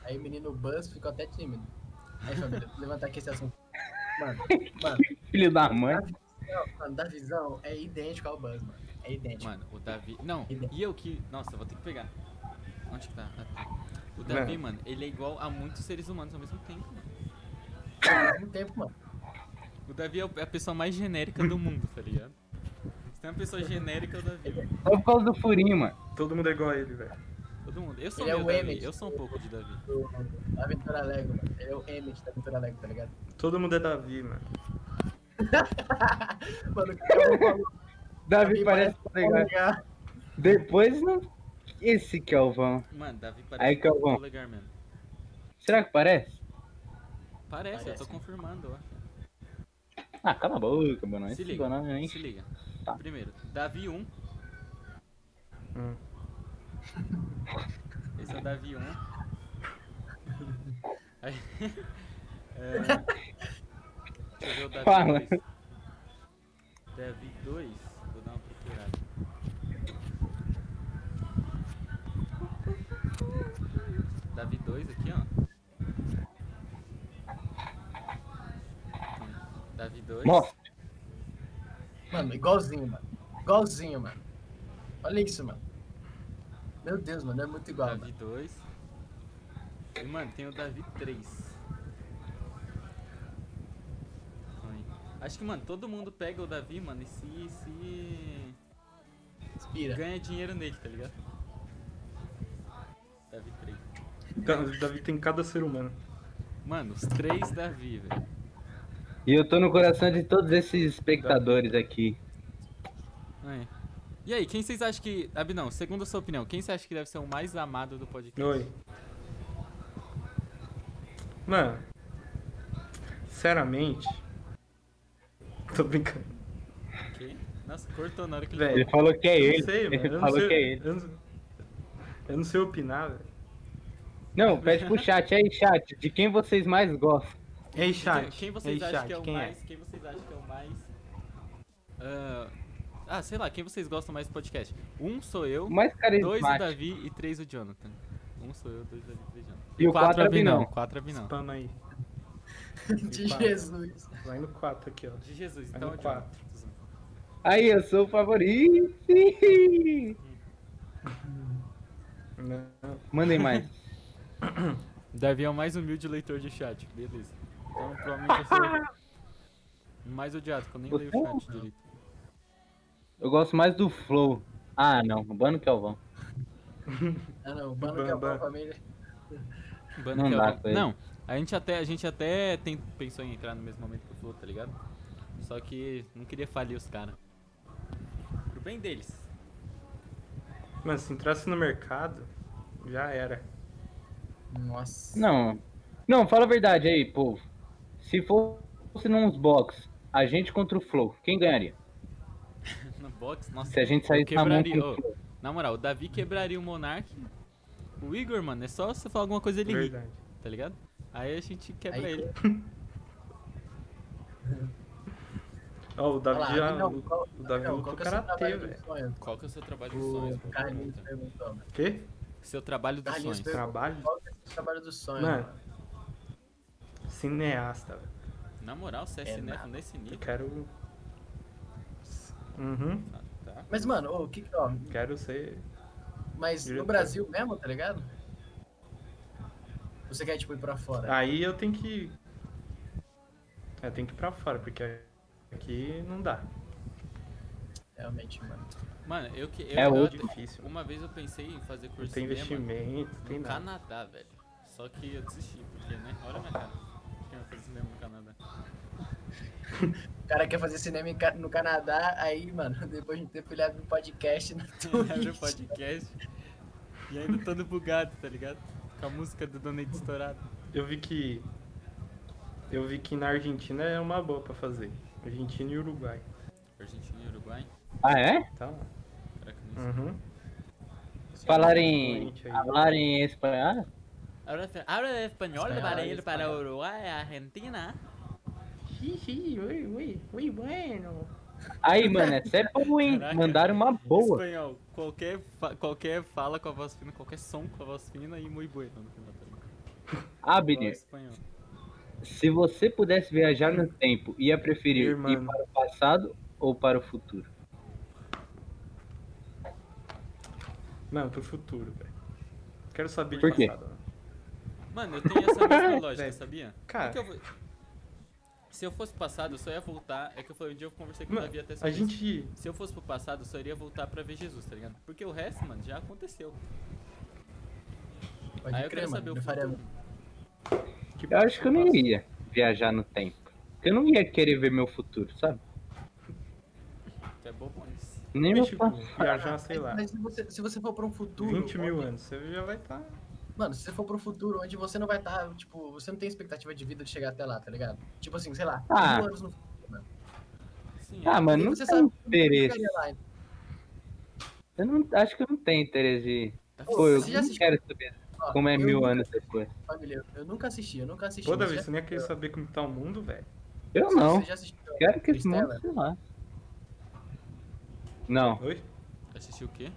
S4: Aí o menino Buzz ficou até tímido. Aí, família, vou levantar aqui esse assunto. Mano, mano,
S2: Filho da mãe. É
S4: não, mano, da visão é idêntico ao Buzz, mano. É idêntico.
S1: Mano, o Davi. Não, e eu que. Nossa, vou ter que pegar. Onde que tá? Ah, tá. O Davi, mano, ele é igual a muitos seres humanos ao mesmo tempo, mano.
S4: Ao mesmo tempo, mano.
S1: O Davi é o- é a pessoa mais genérica do mundo, tá ligado? Se tem uma pessoa genérica, é o Davi. mano.
S2: Só por causa do furinho, mano.
S3: Todo mundo é igual a ele, velho.
S1: Todo mundo. Eu sou
S4: Ele é
S1: meio
S4: o
S1: Davi,
S4: Emmett.
S1: eu sou um pouco de Davi.
S4: do da Aventura Lego, mano. Ele é o Emmett da Aventura Lego, tá ligado?
S3: Todo mundo é Davi, mano.
S4: Mano, o cara falou,
S2: Davi parece tá legal.
S4: "Olha,
S2: Depois não. Esse que é o vão.
S1: Mano, Davi
S2: Aí
S1: parece
S2: que eu
S1: um
S2: vou.
S1: polegar mesmo.
S2: Será que parece?
S1: Parece, eu
S4: Parece.
S1: tô confirmando, ó.
S2: Ah, cala a boca, mano.
S1: Se
S2: Esse
S1: liga,
S2: banana nem.
S1: se liga.
S2: Tá.
S1: Primeiro, Davi 1.
S3: Hum.
S1: Esse é o Davi 1. Aí... é... Deixa eu ver o Davi
S2: Fala.
S1: 2. Davi 2, vou dar uma procurada. dois?
S2: Mostra.
S4: Mano, igualzinho, mano. Igualzinho, mano. Olha isso, mano. Meu Deus, mano, é muito igual, mano.
S1: Davi 2. E, mano, tem o Davi 3. Acho que, mano, todo mundo pega o Davi, mano, e se, se
S4: Inspira.
S1: ganha dinheiro nele, tá ligado? Davi 3.
S3: Davi tem cada ser humano.
S1: Mano, os três Davi, velho.
S2: E eu tô no coração de todos esses espectadores aqui.
S1: Aí. E aí, quem vocês acham que. Abinão, segundo a sua opinião, quem você acha que deve ser o mais amado do podcast?
S3: Oi. Mano, sinceramente, tô brincando.
S1: Quem? Nossa, cortou na hora que ele
S3: Velho,
S2: Ele falou que é
S3: eu
S2: ele.
S3: não sei, mano.
S2: ele
S3: Eu não
S2: falou
S3: sei,
S2: que é ele.
S3: eu não, eu não sei opinar, velho.
S2: Não, pede pro chat. Aí, chat, de quem vocês mais gostam?
S3: Ei,
S1: Quem-
S3: chat.
S1: Quem vocês
S3: Ei,
S1: acham
S3: chat,
S1: que é o
S3: quem
S1: mais? Quem vocês acham que é o mais? Ah, ah, sei lá, quem vocês gostam mais do podcast? Um sou eu,
S2: O mais
S1: dois o
S2: carismático.
S1: Davi e três o Jonathan. Um sou eu, dois o Davi e três o Jonathan.
S2: E o quatro é Abinão.
S1: Quatro é Abinão.
S3: Spama aí.
S4: De Jesus.
S3: Vai no 4 aqui, ó.
S1: De Jesus,
S3: Vai
S1: então
S3: no
S1: é o
S3: quatro.
S1: Jonathan.
S2: Aí, eu sou o favorito.
S3: Não.
S2: Mandem mais.
S1: Davi é o mais humilde leitor de chat, beleza. Então provavelmente eu sou o mais odiado, porque eu nem leio
S2: é
S1: o
S2: um
S1: chat direito.
S2: Eu gosto mais do Flow. Ah, não. Bano que é o vão.
S4: Ah, não. O Bano que é
S3: Bambam.
S4: a família.
S1: Bando
S2: Não
S1: que é
S2: dá
S1: alguém-
S2: pra ele.
S1: Não, a gente até, a gente até tem- pensou em entrar no mesmo momento que o Flow, tá ligado? Só que não queria falir os caras. Pro bem deles.
S3: Mano, se entrasse no mercado, já era.
S4: Nossa.
S2: Não. Não, fala a verdade aí, povo. Se fosse nos box, a gente contra o Flow, quem ganharia?
S1: No box, nossa.
S2: Se a gente
S1: eu
S2: saísse na mão com
S1: quebraria.
S2: o
S1: ô,
S2: Flow.
S1: na moral, o Davi quebraria o Monark. O Igor, mano, é só você falar alguma coisa ele ri,
S3: Verdade.
S1: tá ligado? Aí a gente quebra
S4: Aí-
S1: ele.
S3: Ó, o Davi
S4: Olha lá,
S3: já.
S4: Abinão,
S3: o-
S4: qual-
S3: o Davi
S4: Abinão,
S3: luta
S4: qual
S3: o
S4: que é o seu
S3: karatê,
S4: trabalho dos
S3: velho.
S4: sonhos?
S1: Qual que é o seu trabalho dos sonhos?
S4: O
S1: boa
S4: Carlinhos
S1: pergunta.
S4: perguntou, mano.
S3: Quê?
S1: Seu trabalho dos
S4: Carlinhos
S1: sonhos.
S4: perguntou
S3: Trabalho?
S4: Qual que é o seu trabalho dos sonhos,
S3: Mano.
S4: mano?
S3: Cineasta, velho.
S1: Na moral, você é,
S4: É
S1: cinéfilo
S4: nada.
S1: nesse
S3: Eu
S1: nível.
S3: quero. Uhum.
S1: Ah, tá.
S4: Mas, mano, ô, o que que, ó,
S3: Quero ser.
S4: mas no
S3: Diretor.
S4: Brasil mesmo, tá ligado? Você quer, tipo, ir pra fora?
S3: Aí eu tenho que. Eu tenho que ir pra fora, porque aqui não dá.
S4: Realmente, mano.
S1: Mano, eu que. Eu,
S2: É
S1: eu-
S3: É
S2: outro.
S3: difícil. mano.
S1: Uma vez eu pensei em fazer
S3: Não
S1: curso
S3: tem
S1: de cinema
S3: investimento,
S1: no
S3: tem nada.
S1: Canadá, velho. Só que eu desisti, porque, né? Olha a minha cara. Quem vai fazer cinema no Canadá?
S4: O cara quer fazer cinema em Ca- no Canadá, aí, mano, depois de um tempo ele abre um podcast na
S1: Ele abre um o
S4: Twitch.
S1: podcast e ainda todo bugado, tá ligado? Com a música do Donate estourado.
S3: Eu vi que. Eu vi que na Argentina é uma boa pra fazer. Argentina e Uruguai.
S1: Argentina e Uruguai?
S2: Ah, é?
S3: Tá?
S1: Será que não sei?
S3: Uhum.
S2: Falarem,
S3: Gente, é aí.
S2: falarem Ah, espanhol?
S1: Habla espanhol
S3: Espanhol,
S1: para para
S3: espanhol.
S1: Uruguai e Argentina?
S5: ui, ui, ui, bueno.
S2: Aí, mano, é sério ou ruim?
S1: Caraca.
S2: Mandaram uma boa.
S1: Espanhol, qualquer, fa- qualquer fala com a voz fina, qualquer som com a voz fina e muito bueno no final. tá ligado? Fala
S2: Abner,
S1: Espanhol.
S2: Ah, se você pudesse viajar no tempo, ia preferir ir
S3: Irmão.
S2: para o passado ou para o futuro?
S3: Mano, pro futuro, velho. Quero saber
S2: Por
S3: de
S2: quê?
S3: passado. né?
S1: Mano, eu tenho essa mesma lógica,
S3: Véi,
S1: sabia?
S3: cara.
S1: É que eu vou- Se eu fosse pro passado, eu só ia voltar. É que eu falei, um dia eu conversei com o
S3: Mano,
S1: Davi até
S3: a
S1: sobre isso.
S3: gente.
S1: Se eu fosse pro passado, eu só iria voltar pra ver Jesus, tá ligado? Porque o resto, mano, já aconteceu.
S4: Pode
S1: Aí eu
S4: crer,
S1: quero
S4: mano.
S1: saber
S4: Eu
S1: o
S4: faria...
S1: futuro.
S3: Que
S2: Eu acho que eu não iria viajar no tempo. Porque Eu não ia querer ver meu futuro, sabe?
S1: Tu é bobões.
S2: Nem
S3: Mas,
S2: meu
S3: tipo,
S2: passado.
S3: viajar, sei lá,
S4: Mas se você, se você for pra um futuro.
S3: 20 mil
S4: onde-
S3: anos, você já vai tá. estar.
S4: Mano, se você for pro futuro, onde você não vai estar, tipo, você não tem expectativa de vida de chegar até lá, tá ligado? Tipo assim, sei lá,
S2: Ah.
S4: mil anos no futuro.
S1: Sim,
S2: Ah,
S1: é.
S2: mano,
S4: E
S2: não
S4: você
S2: tem
S4: sabe
S2: interesse.
S4: Chegaria lá, então.
S2: Eu não, acho que eu não tenho interesse de.
S1: Tá
S2: Pô, eu
S4: Você já
S2: não
S4: assistiu?
S2: quero saber
S4: Ó,
S2: como é
S4: eu
S2: mil
S4: nunca-
S2: anos depois.
S4: Família, eu nunca assisti, eu nunca assisti.
S3: Pô,
S4: mas
S3: Davi,
S4: já-
S3: você nem ia querer saber como tá o mundo, velho.
S2: Eu
S4: você-
S2: não.
S4: Você já assistiu?
S2: Quero que esse
S4: Interstellar?
S2: mundo, sei lá. Não.
S3: Oi?
S1: Assistiu o quê?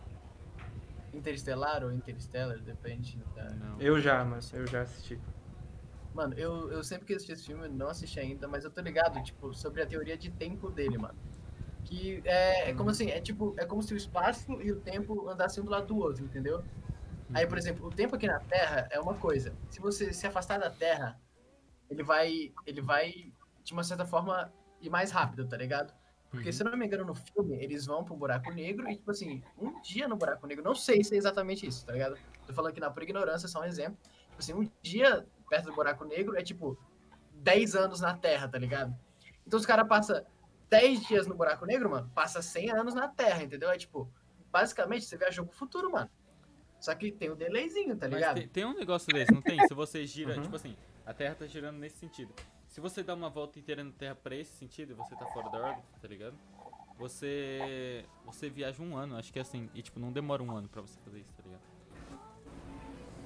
S4: Interestelar ou Interstellar, depende da.
S1: Não.
S3: Eu já, mas eu já assisti.
S4: Mano, eu, eu sempre que assisti esse filme, eu não assisti ainda, mas eu tô ligado, tipo, sobre a teoria de tempo dele, mano. Que é, é como assim, é tipo, é como se o espaço e o tempo andassem um do lado do outro, entendeu? Aí, por exemplo, o tempo aqui na Terra é uma coisa. Se você se afastar da Terra, ele vai, ele vai de uma certa forma ir mais rápido, tá ligado? Porque,
S1: Uhum.
S4: se eu não me engano, no filme, eles vão pro buraco negro e, tipo assim, um dia no buraco negro, não sei se é exatamente isso, tá ligado? Tô falando aqui na por ignorância, só um exemplo. Tipo assim, um dia perto do buraco negro é, tipo, 10 anos na Terra, tá ligado? Então os caras passam 10 dias no buraco negro, mano, passa 100 anos na Terra, entendeu? É tipo, basicamente, você viaja pro futuro, mano. Só que tem um delayzinho, tá
S1: Mas
S4: ligado?
S1: tem, tem um negócio desse, não tem? Se você gira,
S3: Uhum.
S1: tipo assim, a Terra tá girando nesse sentido. Se você dá uma volta inteira na Terra pra esse sentido, você tá fora da órbita, tá ligado? Você. Você viaja um ano, acho que é assim. E tipo, não demora um ano pra você fazer isso, tá ligado?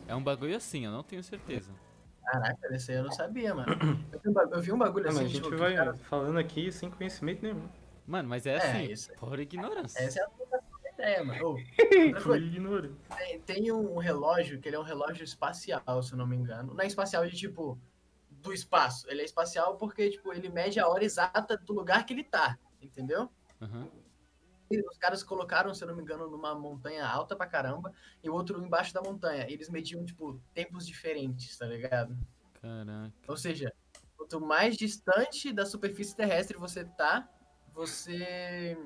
S1: É um bagulho assim, eu não tenho certeza.
S4: Caraca, esse aí eu não sabia, mano. Eu vi um bagulho, eu vi um bagulho
S3: Ah, mas
S4: assim,
S3: a gente
S4: tipo, que
S3: vai
S4: o cara-
S3: falando aqui sem conhecimento nenhum.
S1: Mano, mas é
S4: É,
S1: assim,
S4: isso
S1: por ignorância.
S4: essa é a puta ideia, mano. Ô, outra
S3: Fui
S4: coisa,
S3: ignorante.
S4: tem, tem um relógio que ele é um relógio espacial, se eu não me engano. Não é espacial de tipo do espaço. Ele é espacial porque tipo ele mede a hora exata do lugar que ele tá, entendeu?
S1: Aham.
S4: E os caras colocaram, se eu não me engano, numa montanha alta pra caramba e o outro embaixo da montanha. E Eles mediam tipo tempos diferentes, tá ligado?
S1: Caraca.
S4: Ou seja, quanto mais distante da superfície terrestre você tá, você.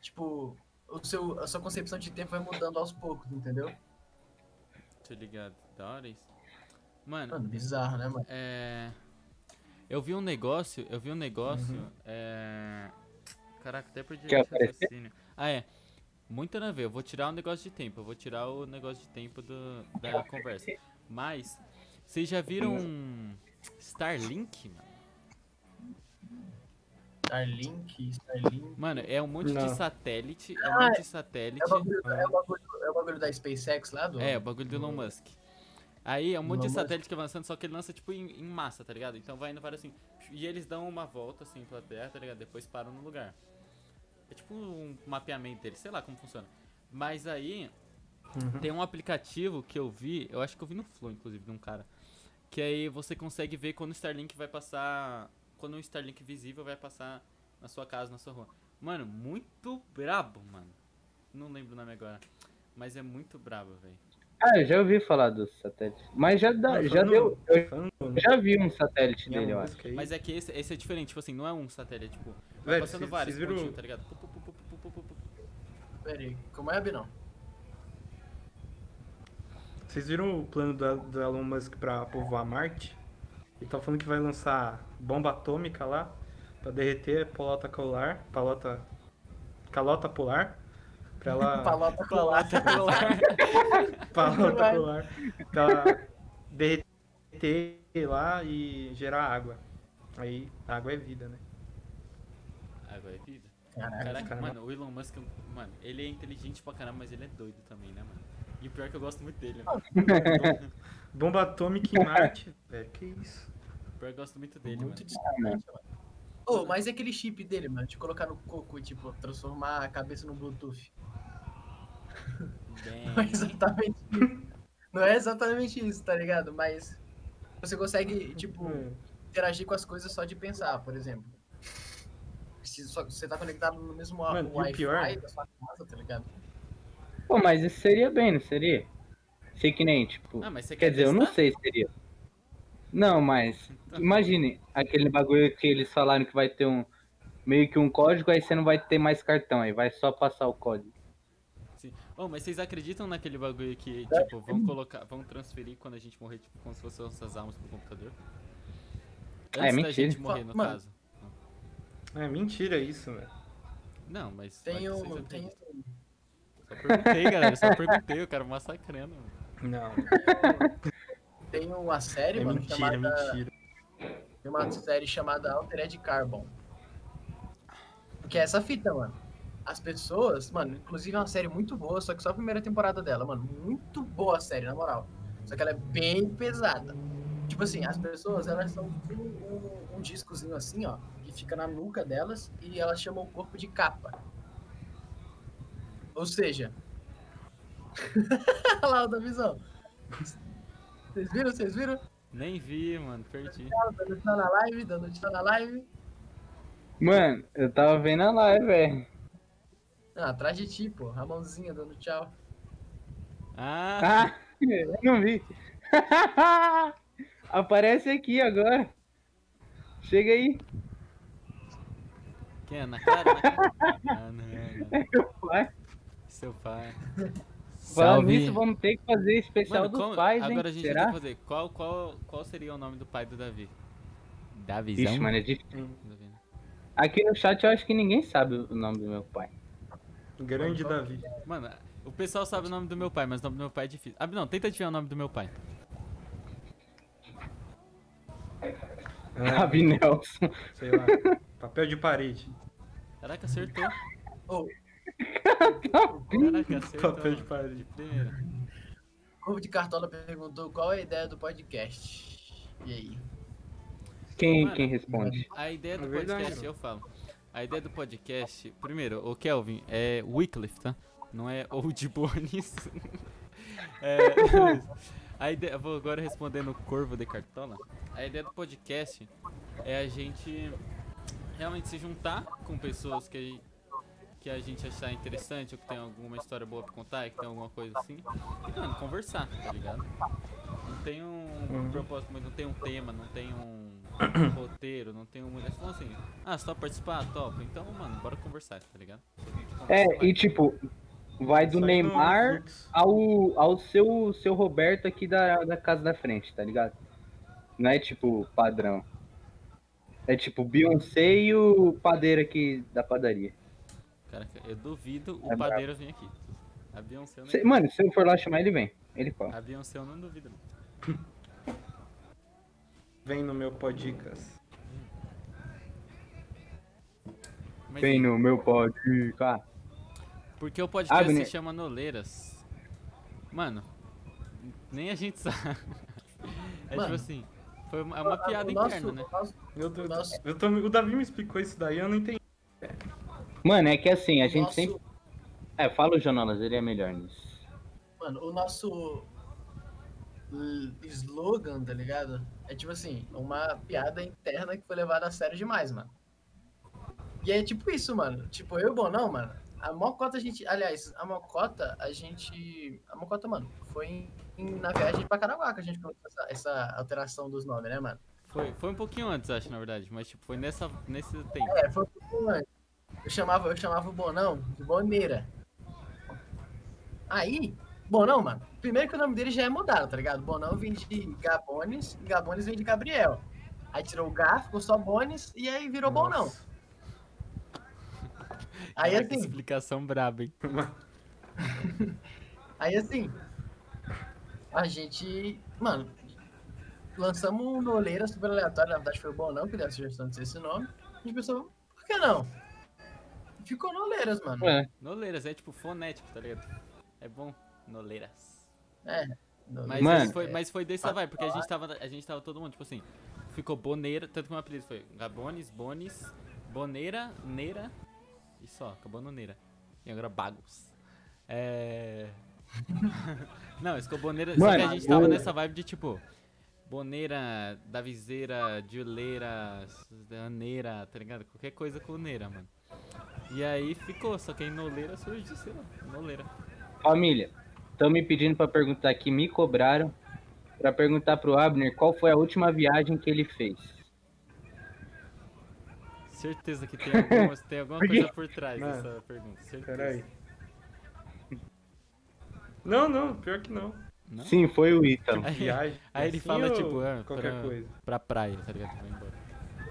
S4: Tipo, o seu, a sua concepção de tempo vai mudando aos poucos, entendeu?
S1: Tô ligado. Da hora isso. Mano,
S4: Mano, bizarro, né, mano?
S1: é. Eu vi um negócio, eu vi um negócio. É. Caraca, até perdi
S2: Quer
S1: esse
S2: aparecer?
S1: raciocínio. Ah, é. Muito nada a ver. Eu vou tirar o negócio de tempo. Eu vou tirar o negócio de tempo do, da conversa. Mas, vocês já viram Starlink, mano?
S4: Starlink, Starlink.
S1: Mano, é um monte
S3: Não.
S1: de satélite. É
S2: Ah,
S1: um monte de satélite.
S4: É o bagulho, é o bagulho, é o bagulho da SpaceX lá do.
S1: É, o bagulho do Elon Musk. Aí é um monte
S4: Elon
S1: de
S4: Musk.
S1: satélite que vai lançando, só que ele lança tipo em, em massa, tá ligado? Então vai indo para assim. E eles dão uma volta assim pela Terra, tá ligado? Depois param no lugar. É tipo um mapeamento dele, sei lá como funciona. Mas aí tem um aplicativo que eu vi, eu acho que eu vi no Flow, inclusive, de um cara. Que aí você consegue ver quando o Starlink vai passar. Quando o Starlink visível vai passar na sua casa, na sua rua. Mano, muito brabo, mano. Não lembro o nome agora. Mas é muito brabo, velho.
S2: Ah, eu já ouvi falar do satélite. Mas já, dá, já deu. Eu
S3: Falando,
S2: já vi um satélite dele, eu acho.
S1: Mas é que esse, esse é diferente, tipo assim, não é um satélite, tipo, vai
S3: Velho,
S1: passando
S3: vocês-
S1: vários,
S3: vocês viram-
S1: pontinho, tá ligado? Pu, pu, pu, pu, pu, pu, pu, pu.
S4: Pera aí, como é, Binão?
S3: Vocês viram o plano da- do Elon Musk pra povoar Marte? Ele tá falando que vai lançar bomba atômica lá pra derreter pelota colar, pelota calota polar, pra ela
S4: Palota colada.
S3: pelota
S4: Vai.
S3: polar, pra ela Tá, derreter lá e gerar água. Aí água é vida, né?
S1: Água é vida.
S4: Caraca.
S1: Caraca,
S3: cara,
S1: mano, o Elon Musk, mano, ele é inteligente pra caramba, mas ele é doido também, né, mano? E o pior é que eu gosto muito dele, mano.
S3: Bomba atômica em Marte, velho, que isso?
S1: O pior é que eu gosto muito dele,
S4: Muito
S1: mano.
S4: distante, mano. Ô, mas e aquele chip dele, mano? De colocar no coco e, tipo, transformar a cabeça no Bluetooth. Não é
S1: Bem,
S4: exatamente isso. Não é exatamente isso, tá ligado? Mas você consegue, tipo,
S3: Hum.
S4: interagir com as coisas só de pensar, por exemplo. Se só- você tá conectado no mesmo a-
S3: Mano, e o
S4: Wi-Fi
S3: pior?
S4: da sua casa, tá ligado?
S2: Pô, mas isso seria bem, não seria? Sei que nem, tipo.
S1: Ah, mas você
S2: Quer
S1: quer
S2: dizer, eu não
S1: testar?
S2: sei se seria. Não, mas imagine aquele bagulho que eles falaram que vai ter um meio que um código, aí você não vai ter mais cartão, aí vai só passar o código.
S1: Sim. Ô, mas vocês acreditam naquele bagulho que, tipo, vão colocar, vão transferir quando a gente morrer, tipo, como se fossem nossas almas pro computador?
S2: É,
S1: Antes da
S2: mentira.
S1: gente morrer, no
S4: Mano.
S1: caso.
S3: É mentira isso, velho.
S1: Não, mas. vai
S4: Tem
S1: que
S4: um.
S1: vocês
S4: Tem,
S1: acreditam. Só perguntei, galera, só perguntei, o cara massacrando, mano.
S3: Não,
S4: tem uma série,
S3: é
S4: mano,
S3: mentira, é
S4: chamada.
S3: mentira.
S4: Tem uma série chamada Altered Carbon. Que é essa fita, mano. As pessoas, mano, inclusive é uma série muito boa, só que só a primeira temporada dela, mano. Muito boa a série, na moral. Só que ela é bem pesada. Tipo assim, as pessoas, elas são tipo um, um discozinho assim, ó, que fica na nuca delas e elas chamam o corpo de capa. Ou seja. Olha lá o da visão. Vocês viram? Vocês viram?
S1: Nem vi, mano, perdi.
S4: Dando tchau na live, dando tchau na live.
S2: Mano, eu tava vendo a live, velho.
S4: Ah, atrás de ti, pô. A mãozinha dando tchau.
S1: Ah,
S2: Ah, eu não vi. Aparece aqui agora. Chega aí.
S1: quem é? Na cara? Na cara? Ah, não,
S2: É
S1: não.
S2: Vai.
S1: Seu pai.
S2: Falando nisso, vamos ter que fazer especial
S1: Mano,
S2: dos
S1: como-
S2: pais, hein?
S1: agora a gente vai
S2: Será?
S1: fazer. Qual, qual, qual seria o nome do pai do Davi? Davizão?
S2: Ixi, mano, é difícil.
S1: Davi, né?
S2: Aqui no chat eu acho que ninguém sabe o nome do meu pai.
S3: Grande Davi.
S1: Mano, o pessoal sabe o nome do meu pai, mas o nome do meu pai é difícil. Ah, não, tenta adivinhar o nome do meu pai.
S3: Ah, É.
S2: Gabi Nelson.
S3: sei lá. Papel de parede.
S1: Caraca, acertou.
S4: Ô,
S1: Caraca, acertou.
S3: Papel de
S1: mano.
S3: parede.
S1: Primeiro.
S4: o Corvo de Cartola perguntou qual é a ideia do podcast. E aí?
S2: Quem,
S1: Mano.
S2: quem responde?
S1: A ideia do
S3: É verdade,
S1: podcast,
S3: mano.
S1: eu falo. A ideia do podcast, primeiro, o Kelvin é Wycliffe, tá? Não é Old Bones. É, a ideia, vou agora respondendo o Corvo de Cartola. A ideia do podcast é a gente realmente se juntar com pessoas que a gente, que a gente achar interessante, ou que tem alguma história boa pra contar, que tem alguma coisa assim. E, mano, conversar, tá ligado? Não tem um
S3: Uhum.
S1: propósito, mas não tem um tema, não tem um roteiro, não tem um. É só assim, ah, só participar? Top. Então, mano, bora conversar, tá ligado?
S2: É, e tipo, vai do
S3: Sai no
S2: Neymar
S3: fluxo.
S2: ao, ao seu, seu Roberto aqui da, da casa da frente, tá ligado? Não é tipo padrão. É tipo Beyoncé e o padeiro aqui da padaria.
S1: Caraca, eu duvido o
S2: É brabo.
S1: padeiro vir aqui. A Beyoncé eu nem-
S2: Cê- mano, se eu for lá chamar ele, vem. Ele fala.
S1: A Beyoncé eu não duvido. não.
S3: Vem no meu podicas.
S1: Mas
S2: Vem
S1: e-
S2: no meu pódio, cara.
S1: Porque o podcast
S2: Abner.
S1: se chama Noleiras. Mano, nem a gente sabe. É tipo
S4: Mano.
S1: assim, foi uma, é uma piada
S4: O nosso-
S1: interna, né?
S4: o nosso-
S3: Meu Deus.
S4: Nossa.
S3: Eu tô, o Davi me explicou isso daí, eu não entendi.
S2: Mano, é que assim, a
S4: o
S2: gente
S4: nosso-
S2: sempre. É, fala o Jonas, ele é melhor nisso.
S4: Mano, o nosso l- slogan, tá ligado? É tipo assim, uma piada interna que foi levada a sério demais, mano. E é tipo isso, mano. Tipo, eu e o Bonão, mano. A Mocota a gente. Aliás, a Mocota a gente. A Mocota, mano, foi em- em- na viagem pra Caraguá que a gente colocou essa, essa alteração dos nomes, né, mano?
S1: Foi, foi um pouquinho antes, acho, na verdade. Mas tipo, foi nessa, nesse tempo.
S4: É, foi um pouco antes. Eu chamava, eu chamava o Bonão de Boneira. Aí, Bonão, mano, primeiro que o nome dele já é mudado, tá ligado? Bonão vem de Gabones e Gabones vem de Gabriel. Aí tirou o Gá, ficou só Bones e aí virou Bonão.
S3: Nossa.
S4: Aí
S1: Caraca,
S4: assim,
S1: explicação braba, hein?
S4: Aí assim, a gente, mano, lançamos um noleira super aleatório, na verdade foi o Bonão que deu a sugestão de ser esse nome. A gente pensou, por que não? Ficou noleiras, mano.
S2: É.
S1: Noleiras, é tipo fonético, tá ligado? É bom, Noleiras. Mas,
S4: É, Noleiras.
S2: Mano.
S1: esse foi, mas foi dessa vibe, porque a gente, tava, a gente tava todo mundo, tipo assim, ficou boneira, tanto que meu apelido foi Gabones, Bones, Boneira, Neira e só, acabou no Neira. E agora Bagos. É. Não, esse ficou boneira, só que a
S2: Mano,
S1: gente tava
S2: o-
S1: nessa vibe de tipo. Boneira, Daviseira, Diuleira, Aneira, tá ligado? Qualquer coisa com Neira, mano. E aí ficou, só que aí Noleira surgiu, sei lá, Noleira.
S2: Família, estão me pedindo para perguntar aqui, me cobraram para perguntar pro Abner qual foi a última viagem que ele fez.
S1: Certeza que tem, algumas, tem alguma
S2: Por quê?
S1: coisa por trás
S3: Mano,
S1: dessa pergunta. Certeza.
S3: Peraí. Não, não, pior que não.
S1: Não?
S2: Sim, foi o Ítalo.
S1: Aí-
S3: Viagem.
S1: Aí ele
S3: assim,
S1: fala,
S3: ou
S1: tipo, ah,
S3: qualquer
S1: pra,
S3: coisa.
S1: pra praia, tá ligado? Vai embora.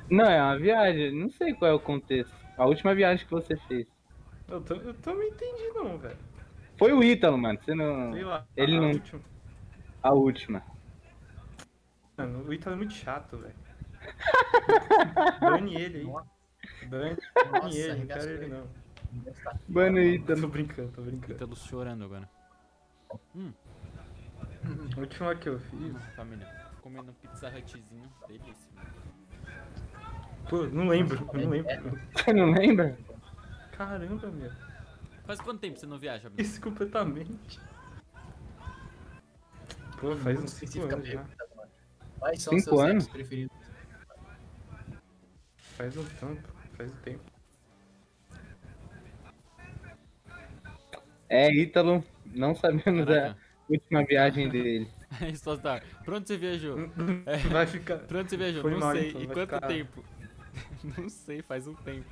S2: Não, é uma viagem, não sei qual é o contexto. A última viagem que você fez.
S3: Eu, tô, eu tô me entendi não, velho.
S2: Foi o Ítalo, mano, você não...
S3: Sei lá. tá
S2: Ele
S3: a
S2: não-
S3: última-
S2: A última.
S3: Mano, o Ítalo é muito chato, velho. Dane ele aí. Dane
S4: Nossa,
S3: ele, não quero
S4: arregaçou
S3: ele
S4: ele.
S3: não.
S2: Mano, Ítalo.
S3: Tô brincando, tô brincando.
S1: Ítalo chorando agora.
S3: A última que eu fiz.
S1: Família, comendo um pizza hutzinho. Delícia. mano.
S3: Pô, não lembro, não
S4: é.
S3: lembro.
S2: Você não lembra?
S3: Caramba, meu.
S1: Faz quanto tempo você não viaja, Bruno?
S3: Isso completamente. Pô, faz
S4: Muito
S3: uns 5
S4: específica
S3: anos já.
S4: mesmo, tá, mano. Quais são
S2: Cinco
S4: seus
S2: anos?
S4: apps preferidos?
S3: Faz um tempo, faz um tempo.
S2: É, Ítalo, não sabemos
S1: Caraca.
S2: a última viagem dele.
S1: A resposta tá. Pra onde você viajou?
S3: Vai ficar.
S1: Pra onde você viajou?
S3: Hum, Foi
S1: Não
S3: mal,
S1: sei.
S3: então,
S1: e
S3: vai
S1: quanto
S3: ficar-
S1: tempo? Não sei, faz um tempo.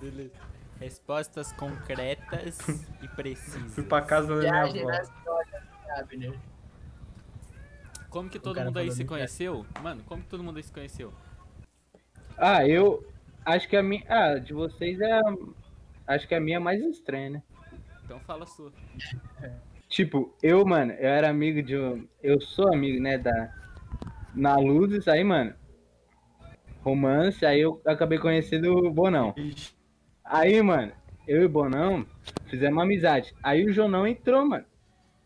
S1: Beleza. Respostas concretas e precisas.
S3: Fui pra
S1: né,
S3: casa da minha
S4: Viagem né?
S3: avó.
S4: nas drogas, sabe, né?
S1: Como que todo
S4: cara
S1: mundo aí
S4: falando
S1: se
S4: que-
S1: conheceu? Mano, como que todo mundo aí se conheceu?
S2: Ah, eu acho que a minha. Ah, de vocês é. a- Acho que a minha é mais estranha, né?
S1: Então fala a sua.
S2: Tipo, eu, mano, eu era amigo de. um- Eu sou amigo, né, da. Na Luzes, aí, mano. Romance, aí eu acabei conhecendo o Bonão.
S3: Ixi,
S2: Aí, mano, eu e o Bonão fizemos uma amizade. Aí o Jonão entrou, mano.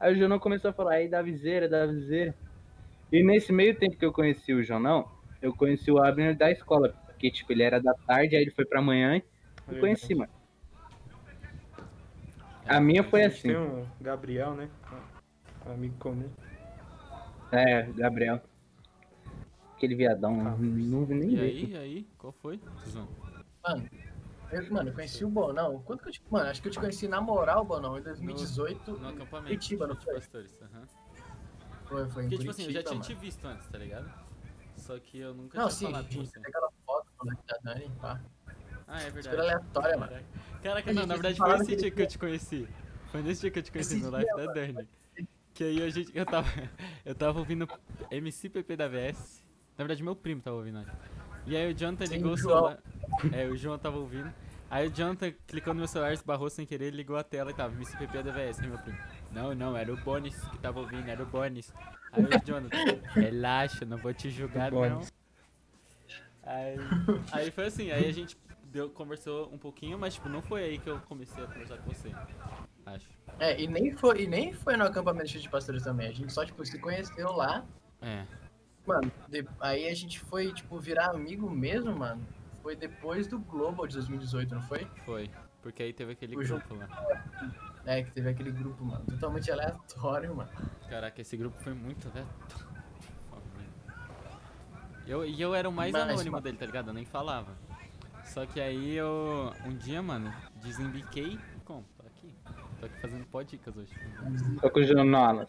S2: Aí o Jonão começou a falar, aí da viseira, da viseira. E nesse meio tempo que eu conheci o Jonão, eu conheci o Abner da escola. Porque, tipo, ele era da tarde, aí ele foi pra manhã e eu conheci, mano. A minha foi
S3: a gente
S2: assim.
S3: Tem um Gabriel, né? Um amigo comum.
S1: Tá
S2: É, Gabriel. Aquele viadão,
S3: Ah,
S2: não vi nem
S1: E
S2: ver.
S1: aí, e aí? Qual foi? Tô zoando.
S4: Mano, eu, mano, eu conheci o Bonão. Quando que eu te. Mano, acho que eu te conheci na moral, Bonão, em 2018.
S1: No acampamento.
S4: Curitiba, não
S1: de
S4: foi?
S1: pastores. aham.
S4: Foi, foi
S1: Porque,
S4: em
S1: tipo
S4: Curitiba,
S1: assim, eu já tinha
S4: mano.
S1: te visto antes, tá ligado? Só que eu nunca
S4: Não,
S1: tinha
S4: sim,
S1: falado com
S4: gente,
S1: você.
S4: aquela foto é moleque, da Dani, tá pá.
S1: Ah, é
S4: Super
S1: verdade.
S4: aleatória, mano.
S1: Caraca,
S4: A
S1: não,
S4: gente
S1: na
S4: se
S1: verdade
S4: fala
S1: foi esse
S4: naquele
S1: dia que eu te conheci. Foi nesse dia que eu te conheci
S4: Esse
S1: no
S4: dia,
S1: live da Dani. Que aí a gente. Eu tava, eu tava ouvindo MC PP da VS. Na verdade, meu primo tava ouvindo. acho. E aí o Jonathan
S4: Sim,
S1: ligou o
S4: o João.
S1: celular. É, o João tava ouvindo. Aí o Jonathan clicou no meu celular, esbarrou sem querer, ligou a tela e tava MC PP da VS, né, meu primo? Não, não, era o Bonis que tava ouvindo, era o Bonis. Aí o Jonathan, relaxa, não vou te julgar, não.
S3: Bonis.
S1: Aí, aí foi assim, aí a gente deu, conversou um pouquinho, mas tipo, não foi aí que eu comecei a conversar com você. Acho.
S4: É, e nem foi, e nem foi no acampamento de pastores também. A gente só, tipo, se conheceu lá.
S1: É.
S4: Mano, de- aí a gente foi, tipo, virar amigo mesmo, mano. Foi depois do Global de 2018, não foi?
S1: Foi. Porque aí teve aquele
S4: O Ju-
S1: grupo lá.
S4: É, que teve aquele grupo, mano. Totalmente aleatório, mano.
S1: Caraca, esse grupo foi muito aleatório. Eu, e eu era o mais
S4: Mas,
S1: anônimo
S4: mano-
S1: dele, tá ligado? Eu nem falava. Só que aí eu. Um dia, mano, desembiquei. Como? Tô aqui. Tô aqui fazendo podicas hoje.
S2: Tô com o Jonolas.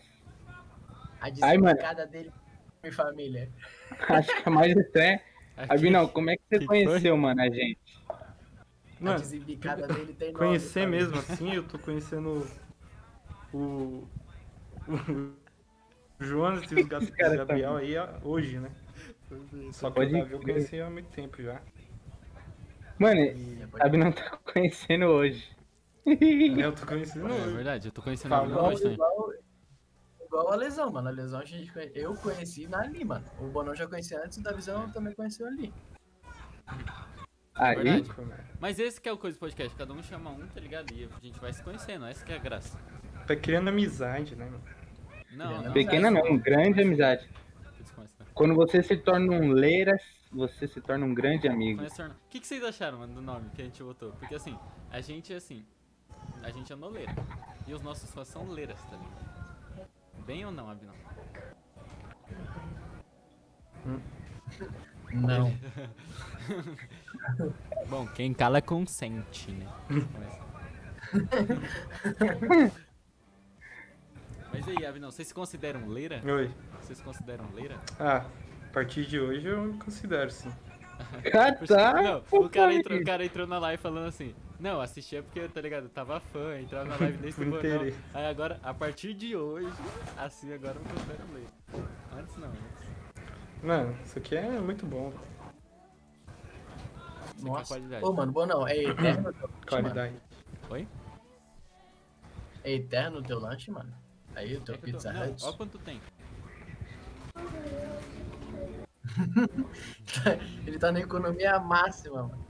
S4: A
S2: Ai, mano.
S4: desempregada dele, minha família.
S2: Acho que é mais estranho.
S1: Aqui.
S2: Abinão, como é que você
S1: que foi?
S2: conheceu, mano, a gente?
S4: A
S3: Mano,
S4: desembicada dele tem nome.
S3: conhecer
S4: sabe?
S1: tá
S3: mesmo assim, eu tô conhecendo o. o né? Jonas e os Gab- os
S2: cara tá
S3: Gabriel aí ó, hoje, né? Só que
S2: Pode
S3: o Davi eu
S2: crer.
S3: conheci há muito tempo já. né?
S2: Mano,
S3: E
S4: É, pode-
S2: Abinão tá conhecendo hoje.
S3: eu tô conhecendo
S1: É
S3: hoje.
S1: verdade, eu tô conhecendo
S3: Fala.
S1: a Bruna
S4: Igual,
S1: hoje também.
S4: igual, igual a lesão, mano. A lesão a gente, conhe- eu conheci na ali, mano. O Bonão já conhecia antes, o Davizão eu também conheceu ali.
S2: Aí,
S1: Verdade.
S3: mano.
S1: Mas esse que é o coisa do podcast, cada um chama um, tá ligado? E a gente vai se conhecendo, essa que é a graça.
S3: Tá criando amizade, né, mano?
S1: Não, não.
S2: pequena não, um grande amizade.
S1: Putz, começa, né?
S2: Quando você se torna um leiras, você se torna um grande amigo.
S1: Começa a tornar- O que, que vocês acharam, mano, do nome que a gente botou? Porque assim, a gente é assim, a gente é noleira. E os nossos fãs são leiras, tá ligado? Bem ou não, Abinão?
S4: Não.
S1: Bom, quem cala é consente, né? Mas aí, Abinão, vocês se consideram leira?
S3: Oi.
S1: Vocês se consideram leira?
S3: Ah, a partir de hoje eu me considero sim.
S1: Não,
S2: Catar,
S1: o cara, entrou, o cara entrou na live falando assim, não, assistia porque, tá ligado, eu tava fã, entrava na live desde
S3: Por
S1: o Bonão.
S3: interesse.
S1: Aí agora, a partir de hoje, assim, agora eu me considero ler. Antes não, antes.
S3: Mano, isso aqui é muito bom.
S1: Sem
S4: Nossa.
S1: qualidade.
S4: Ô, mano, Bonão, é eterno o teu lanche, mano?
S3: Qualidade.
S1: Oi?
S4: É eterno o teu lanche, mano? Aí o
S1: É
S4: teu
S1: que eu tô-
S4: Pizza
S1: Não,
S4: Hut.
S1: ó quanto tem.
S4: Ele tá na economia máxima, mano.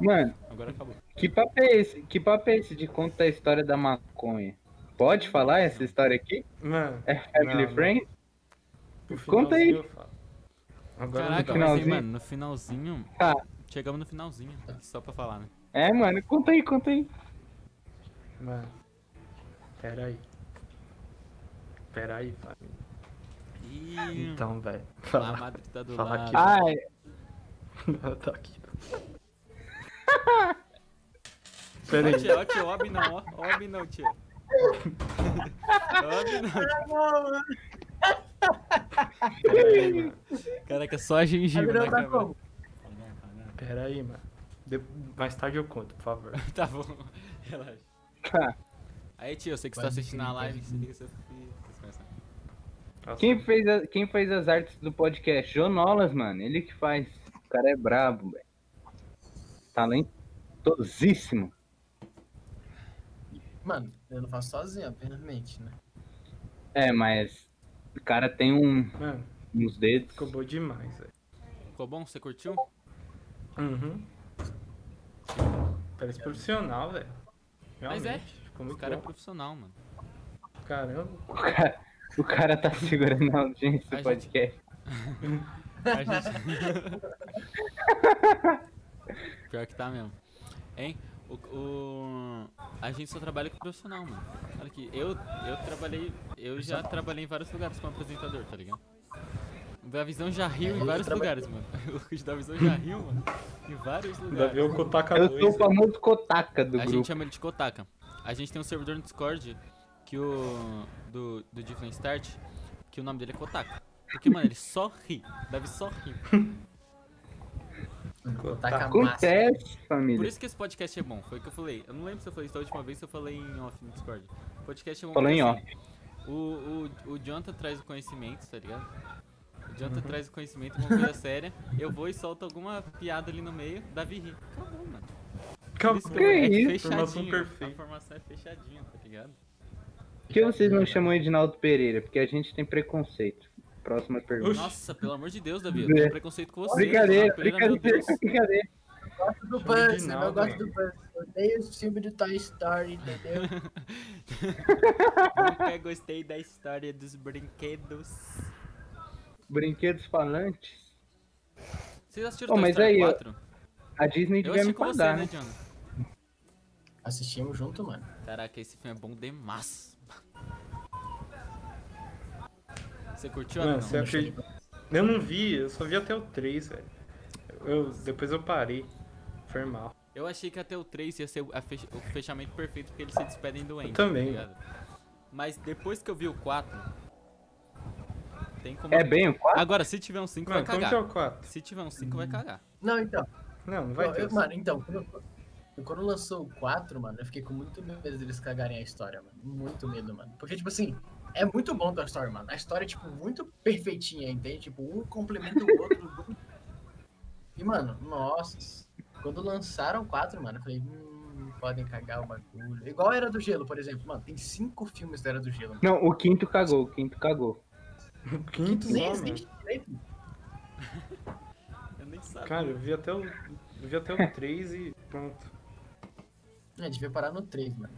S2: Mano,
S1: Agora acabou.
S2: que papo é esse? Que papo é esse de conta a história da maconha? Pode falar essa história aqui?
S3: Mano,
S2: É Family
S3: Não, não.
S2: Friend?
S3: no
S2: Conta aí.
S3: finalzinho eu falo. Agora
S1: Caraca,
S3: não dá.
S1: mas aí,
S2: finalzinho.
S1: mano, no finalzinho...
S2: Tá.
S1: Chegamos no finalzinho, só pra falar, né?
S2: É, mano, conta aí, conta aí.
S3: Mano. Pera aí. Pera aí, família.
S1: Ih,
S3: Então, velho.
S1: A Madre tá do
S3: Fala
S1: lado.
S3: aqui.
S2: Ai,
S3: tá aqui. Pera aí.
S1: Ó, tia, ó, tia, ob não, ó. Ob não, tia. ob não, tia.
S3: Pera aí, mano.
S1: Caraca, só a gengiva,
S4: Adriano
S1: né,
S4: tá
S1: cara? tá
S4: como?
S3: Pera aí, mano. De- Mais tarde eu conto, por favor.
S1: Tá bom, relaxa.
S2: tá.
S1: Aí, tia, eu sei que você tá
S4: Quase
S1: assistindo
S4: que
S1: a
S4: não
S1: live,
S4: faz
S1: se liga, você fica- vocês conhecem.
S3: Nossa,
S2: Quem fez, a- quem fez as artes do podcast? Jonolas, mano. Ele que faz. O cara é brabo, velho. Talentosíssimo.
S4: Mano, eu não faço sozinho, apenas mente, né?
S2: É, mas. O cara tem um,
S3: Mano,
S2: uns dedos.
S3: ficou bom demais, velho.
S1: Ficou bom? Você curtiu?
S3: Uhum. Parece profissional, velho.
S1: Mas
S3: Realmente.
S1: é. O
S3: Ficou muito
S1: cara é
S3: bom.
S1: profissional, mano.
S3: Caramba.
S2: O cara, o cara tá segurando a audiência
S1: A
S2: do
S1: gente-
S2: podcast.
S1: A gente- Pior que tá mesmo. Hein? O, o- A gente só trabalha com profissional, mano. Olha aqui, eu, eu trabalhei. Eu já trabalhei em vários lugares como apresentador, tá ligado? O da visão já riu em
S4: Eu
S1: vários
S4: trabalhei-
S1: lugares, mano. O da visão já riu, mano. Em vários
S3: Ainda
S1: lugares.
S3: veio o é um Kotaka
S2: Eu sou o
S3: 2. velho.
S2: famoso Kotaka do
S1: a gente
S2: grupo.
S1: chama ele de Kotaka. A gente tem um servidor no Discord que o. do, do Different Start, que o nome dele é Kotaka. Porque, mano, ele só ri. Deve só rir.
S4: Taca a massa.
S2: Acontece, família.
S1: é Por isso que esse podcast é bom, foi o que eu falei. Eu não lembro se eu falei isso da última vez, se eu falei em off no Discord. O podcast é bom.
S2: Falou
S1: porque,
S2: em
S1: assim, O, o, o Jonathan traz o conhecimento, tá ligado? O Jonathan
S2: Uhum.
S1: traz o conhecimento, uma coisa séria. Eu vou e solto alguma piada ali no meio, Davi ri. Acabou, mano. Por
S3: Acabou.
S1: isso
S2: Que
S1: eu- é
S2: isso?
S3: Formação
S1: fechadinho.
S3: perfeita.
S1: A formação é fechadinha, tá ligado?
S2: Por que vocês
S1: é
S2: não
S4: né?
S2: chamam Edinaldo Pereira? Porque a gente tem preconceito. Próxima pergunta.
S3: Oxi.
S1: Nossa, pelo amor de Deus, Davi, eu tenho
S2: É.
S1: preconceito com você.
S2: brincadeira,
S1: Jonathan Pereira, meu
S2: brincadeira,
S1: Deus.
S2: brincadeira.
S4: do
S3: Chama de
S4: Buzz, né? eu não
S3: Naldo, mano.
S4: gosto do Buzz. Eu odeio o filme do Toy Story, entendeu?
S1: Nunca gostei da história dos brinquedos.
S2: Brinquedos falantes.
S1: Vocês assistiram
S2: Ô,
S1: Toy
S2: mas
S1: Story
S2: aí, ó,
S1: 4?
S2: A Disney
S1: Eu
S2: devia
S1: assisti
S2: me
S1: com você,
S2: pagar,
S1: né,
S2: né?
S1: Jonathan?
S4: Assistimos junto, mano.
S1: Caraca, esse filme é bom demais. Você curtiu ou
S3: Mano,
S1: não?
S3: você acredita? Eu não vi, eu só vi até o 3, velho. Eu, depois eu parei. Foi mal.
S1: Eu achei que até o 3 ia ser a fech- o fechamento perfeito porque eles se despedem do Andy.
S3: também.
S1: tá ligado? Mas depois que eu vi o 4, tem como.
S2: É bem então o quadro?
S1: Agora, se tiver um 5, vai
S3: Mano, como que é
S1: cagar.
S3: o 4?
S1: Se tiver um 5, vai cagar.
S4: Não, então.
S3: Não, não vai
S4: eu-
S3: ter.
S4: eu-
S3: o
S4: mano, então, quando, quando lançou o 4, mano, eu fiquei com muito medo deles cagarem a história, mano. Muito medo, mano. Porque, tipo assim, é muito bom Toy Story, mano. A história é, tipo, muito perfeitinha, entende? Tipo, um complementa o outro. e, mano, nossa. Quando lançaram o 4, mano, eu falei, hum, podem cagar o bagulho. Igual a Era do Gelo, por exemplo. Mano, tem cinco filmes da Era do Gelo.
S2: Não, o quinto cagou, o quinto cagou.
S3: O quinto
S4: Nem
S3: não, mano.
S4: existe direito.
S1: Eu nem sabia.
S3: Cara, eu vi até o. Eu vi até o 3 e pronto.
S4: É, devia parar no 3, mano.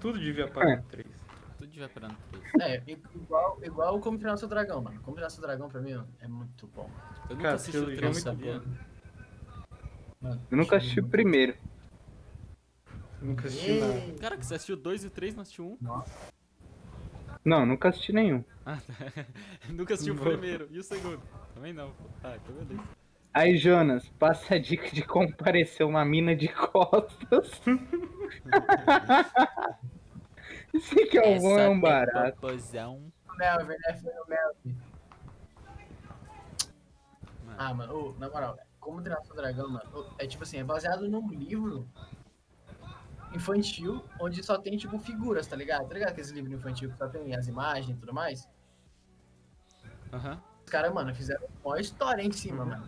S3: Tudo devia parar
S2: É.
S3: no 3.
S1: Tudo tiver parando no 3.
S4: É, i- igual, igual o Como Treinar Seu Dragão, mano. Como Treinar Seu Dragão, pra mim, é muito bom.
S1: Eu nunca
S3: Cara,
S1: assisti o
S3: trilogia
S1: 3,
S3: é muito
S1: sabia?
S4: Mano,
S2: Eu nunca assisti o primeiro.
S3: Nunca assisti nada.
S4: Ei,
S1: Caraca, você assistiu 2 e o 3, não assistiu 1?
S2: Não, nunca assisti nenhum.
S1: Ah, tá. Nunca assistiu o
S3: Não.
S1: primeiro. E o segundo? Também não. pô. Ah, então beleza.
S2: Aí, Jonas, passa a dica de como parecer uma mina de costas. Esse que é o bom, é um barato.
S1: popozão.
S4: Melvin, né? Foi o Melvin.
S1: Mano.
S4: Ah, mano, ô, na moral, Como Treinar Seu Dragão, mano, ô, é tipo assim, é baseado num livro infantil, onde só tem, tipo, figuras, tá ligado? Tá ligado aqueles livros infantil que só tem as imagens e tudo mais?
S1: Aham.
S4: Os caras, mano, fizeram uma história em cima,
S3: Uhum.
S4: mano.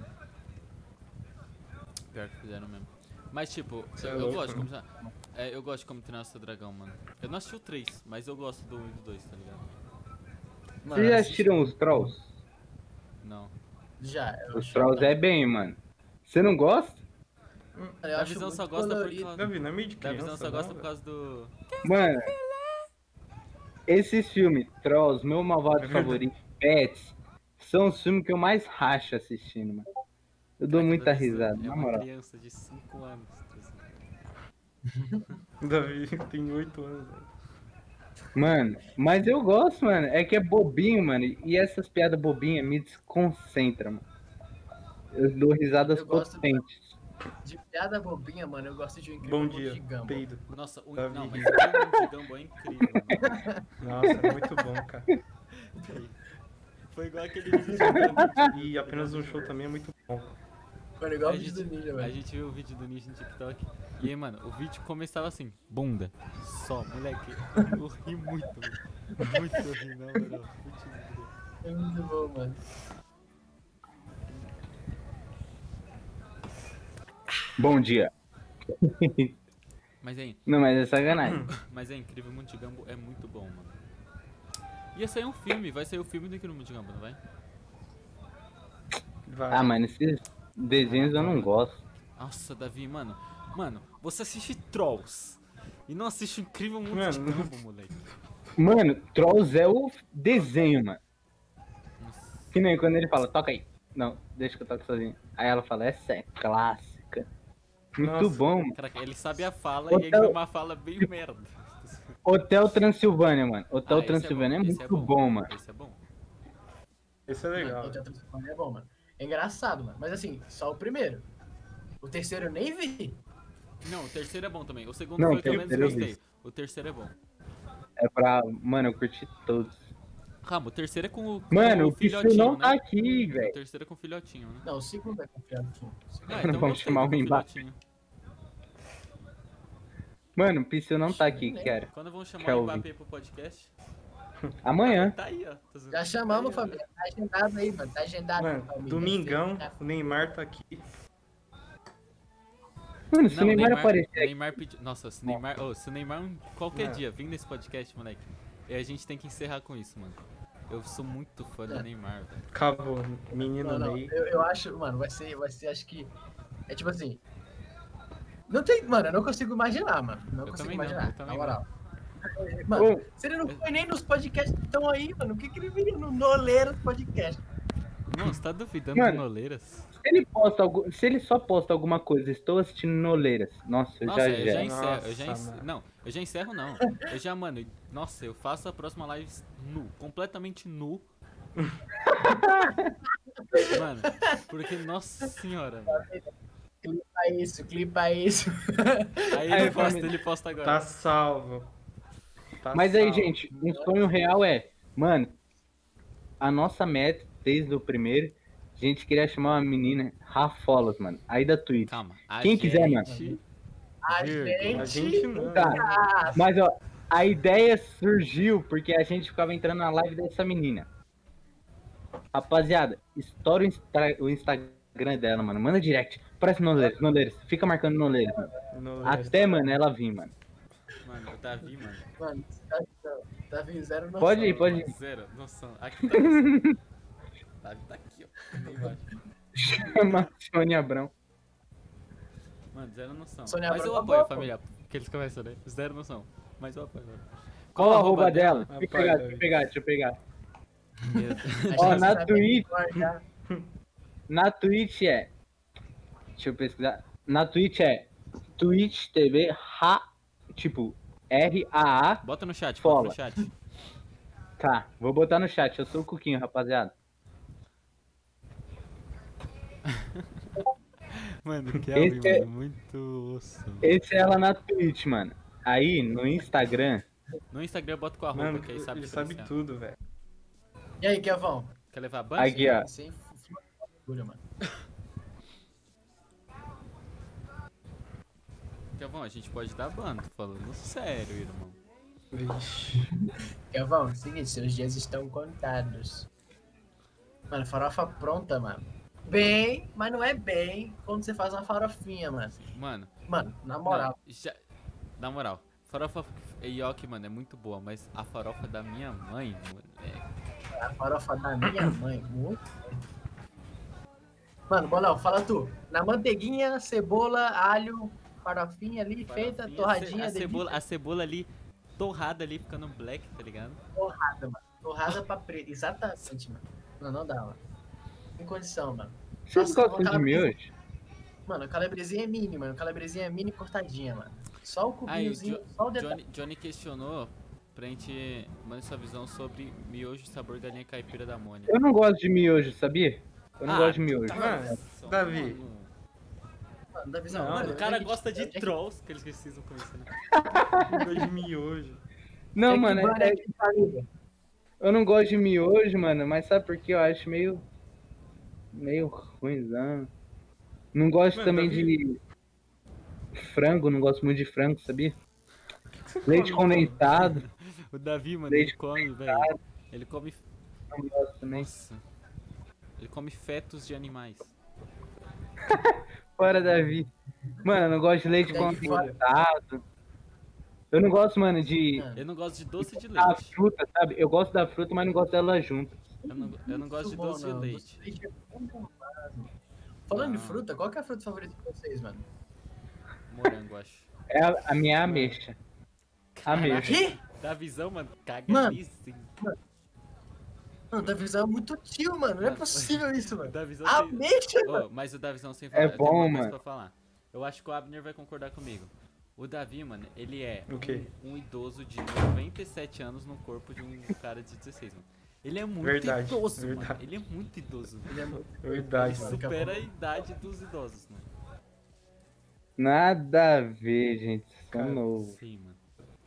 S1: Pior que fizeram mesmo. Mas tipo,
S3: Você
S1: eu,
S3: é
S1: eu
S3: louco,
S1: gosto de
S3: né?
S1: como. É, eu gosto de como treinar o seu dragão, mano. Eu não assisti o 3, mas eu gosto do 1 e do 2, tá ligado?
S4: Mano,
S2: Vocês já
S4: assiste-
S2: assistiram os Trolls?
S1: Não.
S4: Já. eu
S2: Os
S4: achei-
S2: Trolls é bem, mano. Você não gosta?
S4: Mano, eu
S1: A
S4: acho
S1: visão só
S4: muito
S1: gosta por
S4: colorido.
S1: causa.
S3: Davi, não é meio de
S1: Da
S3: criança.
S1: visão só
S3: não,
S1: gosta por
S3: velho?
S1: causa do.
S2: Mano, esses filmes, Trolls, Meu Malvado
S3: É verdade.
S2: Favorito, Pets, são os filmes que eu mais racho assistindo, mano. Eu dou
S1: Caraca,
S2: muita
S1: Davi,
S2: risada,
S1: É
S2: na
S1: uma
S2: moral.
S1: criança de 5 anos. tá assim.
S3: Davi tem 8 anos, velho.
S2: Mano, mas eu gosto, mano. É que é bobinho, mano. E essas piadas bobinhas me desconcentra, mano. Eu dou risadas
S4: Eu gosto
S2: potentes.
S4: De piada bobinha, mano, eu gosto de um incrível
S3: Bom
S4: mundo
S3: dia,
S4: de Gumball.
S3: peido.
S1: Nossa, o...
S3: Davi.
S1: não, mas o Mundo de Gumball é incrível. mano.
S3: Nossa, é muito bom, cara.
S1: Foi igual aquele vídeo de Gumball.
S3: E apenas um show também é muito bom.
S4: Mano, igual
S1: A
S4: o vídeo do
S1: gente-
S4: Ninja,
S1: A
S4: velho. É
S1: gente viu o vídeo do Ninja no TikTok. E aí, mano, o vídeo começava assim, bunda. Só, moleque. Eu ri muito, mano. Muito eu ri, não, mano. Putz, grilo.
S4: É muito bom, mano.
S2: Bom dia.
S1: Mas é,
S2: Não, mas é sacanagem.
S1: mas é incrível, o Mundo de Gumball é muito bom, mano. Ia sair um filme, vai sair o filme do Incrível Mundo de Gumball, não vai?
S3: Vai.
S2: Ah, mano, esses desenhos eu não gosto.
S1: Nossa, Davi, mano. Mano, você assiste Trolls. E não assiste o Incrível Mundo de
S3: Mano.
S1: Gumball, moleque.
S2: Mano, Trolls é o desenho, mano.
S1: Nossa.
S2: Que nem quando ele fala, toca aí. Não, deixa que eu toque sozinho. Aí ela fala, essa é clássica. Muito
S3: Nossa.
S2: bom, mano.
S1: Caraca, ele sabe a fala e
S2: Hotel-
S1: ele é uma fala bem merda.
S2: Hotel Transilvânia, mano. Hotel
S1: Ah, esse é
S2: Transilvânia é,
S1: bom, esse
S2: muito bom. mano.
S1: Esse é bom.
S3: Esse é legal.
S4: Mano, o Teatro Transformers é bom, mano. É engraçado, mano. Mas assim, só o primeiro. O terceiro eu nem vi.
S1: Não, o terceiro é bom também. O segundo
S2: Não,
S1: foi
S2: o
S1: o que eu menos
S2: terceiro eu
S1: gostei. O terceiro é bom.
S2: É pra. Mano, eu curti todos.
S1: Calma, o terceiro é com o, com
S2: Mano,
S1: o
S2: o Pichu
S1: filhotinho,
S2: não
S1: né?
S2: tá aqui,
S1: O
S2: velho.
S1: terceiro é com o filhotinho, né?
S4: Não, o segundo é confiável. sim. O segundo
S1: Ah,
S4: é
S1: então
S2: Vamos
S1: gostei,
S2: chamar né?
S1: com
S2: o Mbappé.
S1: filhotinho.
S2: Mano, o Pichu não tá aqui, cara.
S1: Quando vão chamar o
S2: Kelvin.
S1: Mbappé pro podcast?
S2: Amanhã.
S1: Tá aí, ó. Tô zoando.
S4: Já chamamos,
S1: Tá aí, ó.
S4: família. Tá agendado aí, mano. Tá agendado.
S3: Mano,
S4: família.
S3: domingão,
S4: né?
S3: o Neymar tá aqui.
S2: Mano, se
S1: Não,
S2: o Neymar
S1: Neymar,
S2: aparecer aqui. É.
S1: Neymar pediu... Nossa, se o Neymar... ô, se o Neymar um- qualquer
S3: Não.
S1: dia vir nesse podcast, moleque, e a gente tem que encerrar com isso, mano. Eu sou muito fã
S4: É.
S1: do Neymar, velho.
S3: Acabou, menino
S4: Não, não.
S3: Ney.
S4: Eu, eu acho, mano, vai ser, vai ser, acho que. É tipo assim. Não tem. Mano, eu não consigo imaginar, mano. Não
S1: Eu
S4: consigo
S1: também não,
S4: imaginar.
S1: eu também
S4: na
S1: não.
S4: moral. Mano,
S2: Ô,
S4: se ele não foi nem nos podcasts que estão aí, mano, o que, que ele veio no noleiro do podcast?
S1: Não, você tá duvidando
S2: Mano.
S1: do Noleiras?
S2: se ele posta algu- se ele só posta alguma coisa, estou assistindo Noleiras. Nossa, eu
S1: Nossa,
S2: já
S1: eu já é
S2: já.
S1: encerro. eu já
S3: Nossa,
S1: encerro
S3: mano.
S1: não, eu já encerro não. Eu já, mano, nossa, eu faço a próxima live nu, completamente nu. mano, porque, nossa senhora, mano.
S4: Clipa isso, clipa isso.
S1: Aí
S2: Aí,
S1: ele posta,
S2: família.
S1: ele posta agora.
S3: Tá salvo. Tá
S2: Mas aí,
S3: salvo.
S2: gente,
S1: né?
S2: um sonho real é, mano, a nossa meta desde o primeiro, a gente queria chamar uma menina Rafolas, mano, aí da Twitch.
S1: Calma. a
S2: Quem quiser, mano.
S1: gente-
S4: A
S1: Vírgula.
S3: A
S4: gente.
S3: gente não.
S2: Tá. Mas ó, a ideia surgiu porque a gente ficava entrando na live dessa menina. Rapaziada, estoura o, instra- o Instagram dela, mano. Manda direct. Parece Noleiros, Noleiros. Fica marcando Noleiros, mano.
S3: no-
S2: Até, mano, ela vir, mano.
S1: Mano, o Davi, mano.
S4: Mano, tá, tá, tá vindo zero noção.
S2: Pode ir, pode ir.
S1: Mano, Zero, noção. Aqui tá. noção. Davi tá aqui, ó. Lá embaixo.
S2: Chama Sônia Abrão.
S1: Mano, zero noção.
S4: Sônia
S1: Mas
S4: Abrão
S1: eu
S4: tá
S1: apoio,
S4: boa, pô.
S1: família. Porque eles começam, né? Zero noção. Mas eu apoio. mano.
S2: Qual a arroba dela?
S3: dela?
S2: Deixa eu pegar, deixa eu pegar, deixa eu pegar. Ó, na Twitch. Na Twitch é. Deixa eu pesquisar. Na Twitch é Twitch TV Ra. Tipo, R-A-A.
S1: Bota no chat,
S2: Fala.
S1: bota no chat.
S2: Tá, vou botar no chat. Eu sou o Cuquinho, rapaziada.
S1: Mano,
S2: Kelvin, Esse é- mano,
S1: muito osso.
S2: Esse é ela na Twitch, mano. Aí, no Instagram.
S1: No Instagram bota com a roupa,
S3: Mano,
S1: que Tá aí sabe
S3: ele sabe
S1: diferenciar.
S3: tudo, velho.
S4: E aí, Kevão?
S1: Quer levar banho?
S2: Aqui, ó.
S4: Sem figura, mano.
S1: Kelvin, Então, a gente pode dar ban, tô falando sério, irmão.
S3: Vixe.
S4: Kevão, é seguinte, seus dias estão contados. Mano, farofa pronta, mano. Bem, mas não é bem quando você faz uma farofinha, mano.
S1: Mano,
S4: Mano, na moral.
S1: não, já- na moral, farofa e nhoque, mano, é muito boa, mas a farofa da minha mãe, mano, é...
S4: A farofa da minha mãe, muito. Mano, bolão, fala tu. Na manteiguinha, cebola, alho, farofinha ali feita,
S1: farofinha,
S4: torradinha,
S1: a, ce- a
S4: delícia,
S1: cebola, a cebola ali, torrada ali, ficando black, tá ligado?
S4: torrada, mano. Torrada pra preto. Exatamente, mano. Não, não dá, mano. Sem condição, mano.
S2: Vocês
S4: Nossa,
S2: gostam é de
S4: colocar-
S2: miojo?
S4: Mano, a calabresinha é mini, mano. A calabresinha é mini cortadinha, mano. Só o
S1: Aí, o
S4: cubinhozinho,
S1: Jo-
S4: só o detalhe.
S1: Johnny, Johnny questionou pra gente mandar sua visão sobre miojo sabor galinha caipira da Mônica.
S2: Eu não gosto de miojo, sabia? Eu não
S1: Ah,
S2: gosto de
S3: tá.
S2: miojo.
S1: Nossa,
S3: Davi.
S1: mano.
S4: Mano, dá visão.
S1: Mano,
S4: olha,
S1: o cara
S4: onde é que-
S1: gosta de
S4: onde é que-
S1: trolls, que eles precisam conhecer. né?
S3: Dois miojo.
S2: Não,
S5: que
S2: mano,
S5: bar
S2: é-
S5: é que família?
S2: eu não gosto de miojo, mano, mas sabe por que eu acho meio. meio ruimzão. Não gosto
S3: Mano,
S2: também
S3: Davi-
S2: de. frango, não gosto muito de frango, sabia?
S3: O que você
S2: Leite
S3: come, mano?
S2: condensado,
S1: O Davi, mano,
S2: Leite
S1: ele come, velho. Ele come.
S2: não gosto também.
S1: Nossa. Ele come fetos de animais.
S2: Fora, Davi. Mano, eu não gosto de leite
S4: Daí fora.
S2: condensado. Eu não gosto, mano, de.
S4: Mano,
S1: Eu não gosto de doce de
S2: da
S1: Ah, leite.
S2: fruta, sabe? Eu gosto da fruta, mas não gosto dela junto.
S1: Eu não, eu não gosto de
S4: muito bom,
S1: doce de
S4: não.
S1: leite. Ah.
S4: Doce de leite é bom demais, mano. Falando de
S1: Não.
S4: fruta, qual que é a fruta favorita de vocês, mano?
S1: Morango, acho.
S2: É a, a minha ameixa. Ameixa.
S4: Quê?
S1: Da visão, mano, caga
S4: Mano.
S1: nisso, hein?
S4: Mano, da visão é muito tio, mano. Não é
S1: Mano,
S4: possível isso,
S1: O
S4: mano.
S1: Da visão
S3: ah,
S4: A
S1: sem...
S4: mexa,
S2: é
S4: mano.
S1: Ô, mas o da visão sem falar, eu tenho
S2: bom,
S1: uma coisa
S2: mano.
S1: pra falar. Eu acho que o Abner vai concordar comigo. O Davi, mano, ele é
S3: O quê?
S1: um, um idoso de 97 anos no corpo de um cara de 16, mano. Ele é muito
S3: Verdade,
S1: idoso, mano.
S3: verdade.
S1: Ele é muito idoso. Mano.
S4: Ele é muito-
S1: Ele
S3: Verdade, mano.
S1: supera a idade dos idosos, mano.
S2: Nada a ver, gente. Sou
S3: Cara,
S2: novo.
S1: Sim, mano.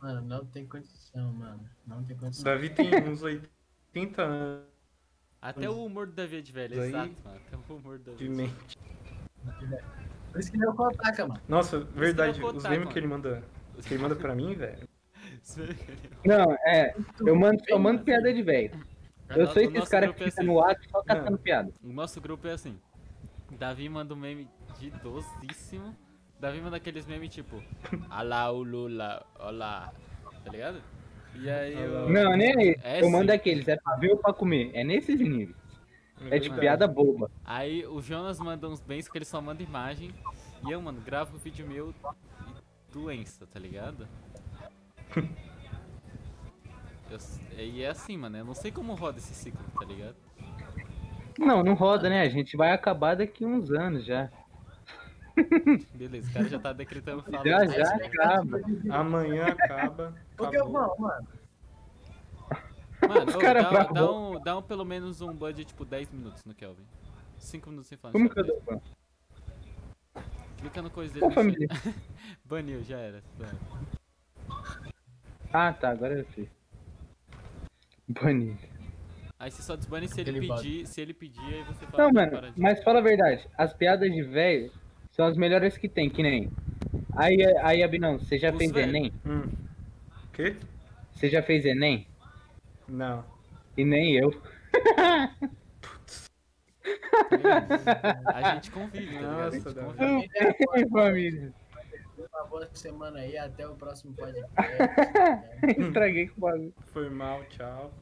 S4: Mano, não tem condição, mano. Não tem
S3: O
S4: condição.
S3: Davi tem uns 80 anos
S1: Até o humor do Davi é de velho,
S3: Daí-
S1: exato, mano. Até o humor do Davi.
S3: de
S1: é de velho.
S3: mente.
S4: Por isso que ele é o Kotaka, mano.
S3: Nossa, verdade,
S1: eu vou
S3: os
S1: botar,
S3: memes
S1: mano.
S3: que ele manda. Que ele manda pra mim, velho.
S2: Não, é. Eu mando, eu mando
S1: Bem,
S2: piada de velho. Eu
S1: O
S2: sei
S1: nosso
S2: esses caras
S1: grupo
S2: que
S1: é
S2: ficam
S1: assim.
S2: no ato só tá catando
S3: Não.
S2: piada.
S1: O nosso grupo é assim. Davi manda um meme de idosíssimo. Davi manda aqueles memes tipo. Alá, o Lula, olá. Tá ligado? E aí eu.
S2: Não, nem é isso.
S1: É
S2: eu mando
S1: sim.
S2: aqueles, é pra ver ou pra comer. É nesses níveis. É de
S3: Verdade.
S2: piada boba.
S1: Aí o Jonas manda uns bens que ele só manda imagem. E eu, mano, gravo um vídeo meu e doença, tá ligado? Eu s- e é assim, mano. Eu não sei como roda esse ciclo, tá ligado?
S2: Não, não roda, né? A gente vai acabar daqui uns anos já.
S1: Beleza, o cara já tá decretando né? fala.
S2: Já,
S4: É
S1: Aí,
S2: já acaba.
S3: Amanhã acaba.
S4: Porque,
S3: acabou.
S4: mano, mano,
S1: Mano,
S2: Os
S1: ô,
S2: cara
S1: dá,
S2: brabo.
S1: dá um, dá um pelo menos um budget tipo 10 minutos no Kelvin. 5 minutos sem falar. no
S2: Como que eu
S1: Kelvin.
S2: dou? ban?
S1: Clica no coisa dele.
S2: Ô,
S1: não sei.
S2: família.
S1: Baniu, já era. já era.
S2: Ah, tá, agora eu sei. Banido.
S1: Aí você só desbane se ele
S4: Aquele bug.
S1: pedir, se ele pedir, aí você fala.
S2: Não,
S1: que
S2: mano,
S1: para de-
S2: mas fala a verdade. As piadas de velho são as melhores que tem, que nem. Aí, aí Abinão, você já
S1: Os
S2: fez
S1: velho.
S2: Enem?
S3: Hum. Quê?
S2: Você já fez Enem?
S3: Não.
S2: E nem eu.
S1: Tá A gente convive, tá ligado? A gente
S3: Nossa, Davi.
S1: convive.
S2: Não tem família.
S4: uma boa semana aí. Até o próximo podcast.
S2: Estraguei com o bagulho.
S3: Foi mal, tchau.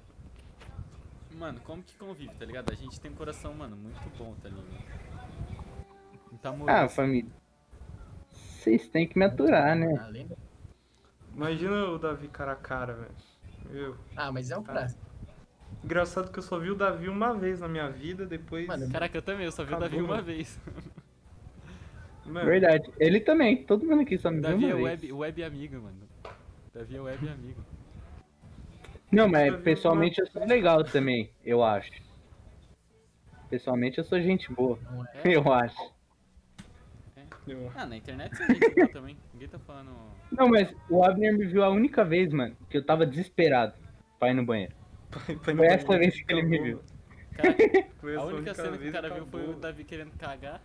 S1: Mano, como que convive, tá ligado? A gente tem um coração, mano, muito bom, tá ligado? Tá
S2: Ah,
S1: morando.
S2: família. Vocês têm que me aturar, né?
S4: Além do-
S3: Imagina o Davi cara a cara, velho. Eu.
S4: Ah, mas é um prazo.
S3: Engraçado que eu só vi o Davi uma vez na minha vida, depois.
S4: Mano,
S1: Caraca, eu também, eu só vi o
S3: Acabou,
S1: Davi uma
S3: mano.
S1: vez.
S3: Mano,
S2: Verdade. Ele também. Todo mundo aqui só me viu
S1: Davi é
S2: uma vez.
S1: web, web amigo, mano. Davi é web amigo.
S2: Não, mas
S1: um
S3: Davi é
S2: pessoalmente eu
S3: uma-
S2: sou legal também, eu acho. Pessoalmente eu sou gente boa,
S4: Não é.
S1: É?
S2: eu acho.
S3: eu-
S1: Ah, na internet você é gente boa também. Ninguém tá falando.
S2: Não, mas o Abner me viu a única vez, mano, que eu tava desesperado pra ir no banheiro.
S3: Foi
S2: Foi essa vez que ele me viu.
S1: Caraca,
S3: Foi
S1: A
S3: essa
S1: única cena que o
S3: vez
S1: cara viu
S3: um acabou.
S1: foi o Davi querendo cagar.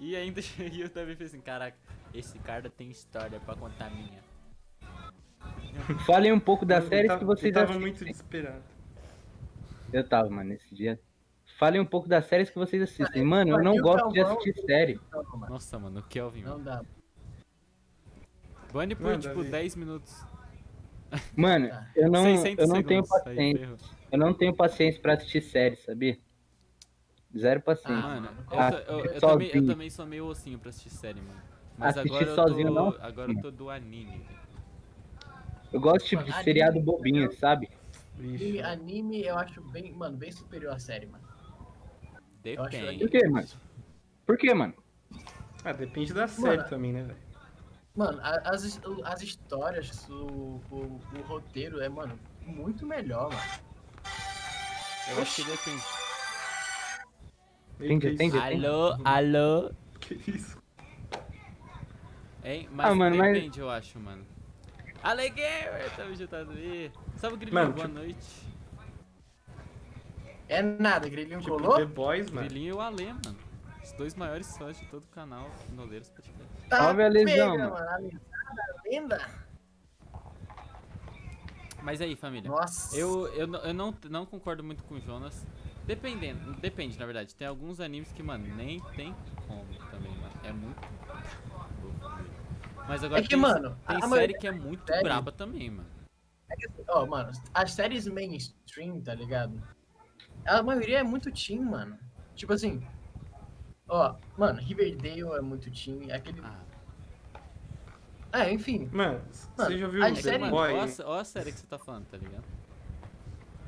S1: E ainda e o Davi fez assim, caraca, esse cara tem história pra contar minha.
S2: Falem um pouco das
S3: Eu
S2: séries
S3: tava-
S2: que vocês
S3: Eu tava
S2: assistem.
S3: muito desesperado.
S2: Eu tava, mano, nesse dia. Falem um pouco das séries que vocês assistem. Mano, eu
S4: mas
S2: não
S4: e o
S2: gosto de
S4: Galvão?
S2: assistir série.
S4: Não, então, mano.
S1: Nossa, mano, o Kelvin.
S4: Não
S1: mano.
S4: dá.
S1: Bane por
S3: Mano,
S1: tipo
S3: Davi.
S1: 10 minutos.
S2: Mano,
S4: Ah,
S2: eu não,
S1: 600
S2: eu não tenho
S1: segundos. Aí
S2: paciência.
S1: ferrou.
S2: Eu não tenho paciência pra assistir série, sabia? Zero paciência.
S1: Mano, eu,
S2: Ah,
S1: sou- eu- eu
S2: sozinho.
S1: também, eu também sou meio ossinho pra assistir série, mano. Mas
S2: Assistir
S1: agora eu,
S2: sozinho,
S1: tô,
S2: não?
S1: agora eu tô do anime. velho.
S3: Ah,
S2: eu gosto tipo, de
S4: Mano,
S2: seriado
S4: anime,
S2: bobinho,
S4: eu-
S2: sabe?
S4: Anime,
S3: Vixe.
S4: anime eu acho bem, mano, bem superior à série, mano. Eu acho
S1: Depende.
S2: Por quê, mano? Por quê, mano?
S3: Ah, depende da série
S4: Mano.
S3: também, né, velho?
S4: Mano, a- as, his- o- as histórias, o, o, o roteiro é, mano, muito melhor, mano.
S1: Eu acho que depende.
S3: Meio que
S2: Entendi,
S3: isso.
S2: entendi.
S1: Alô, alô.
S3: Que isso?
S1: Hein? Mas
S2: Ah, mano, mas-
S1: depende, eu acho, mano. Ale Gamer, tamo juntado aí. Sabe o grilinho?
S3: Mano,
S1: Boa
S3: tipo-
S1: noite.
S4: É nada, Grilinho
S3: Tipo,
S4: colou?
S3: The Boys, mano.
S1: Grilinho e o Ale, mano. Os dois maiores fãs de todo o canal Noleiros Podcast.
S4: Tá
S2: Salve a lesão,
S4: pega,
S2: mano.
S4: mano. A lesada, a lenda.
S1: Mas aí, família.
S4: Nossa.
S1: Eu, eu, não- eu não, não concordo muito com o Jonas. Dependendo, depende, na verdade. Tem alguns animes que, mano, nem tem como também, mano. É muito. Mas agora
S4: É que,
S1: tem,
S4: mano,
S1: tem
S4: a
S1: série
S4: maioria
S1: que é muito
S4: série-
S1: braba também, mano.
S4: Ó, mano, as séries mainstream, tá ligado? A maioria é muito teen, mano. Tipo assim, ó, mano, Riverdale é muito teen, aquele...
S1: Ah,
S4: Ah, enfim,
S3: Mano, c-
S4: Mano,
S3: você já viu
S4: a
S1: é
S3: o
S1: que,
S4: série-
S3: The
S1: mano,
S3: Boy?
S1: ó, a sé- ó a série que você tá falando, tá ligado?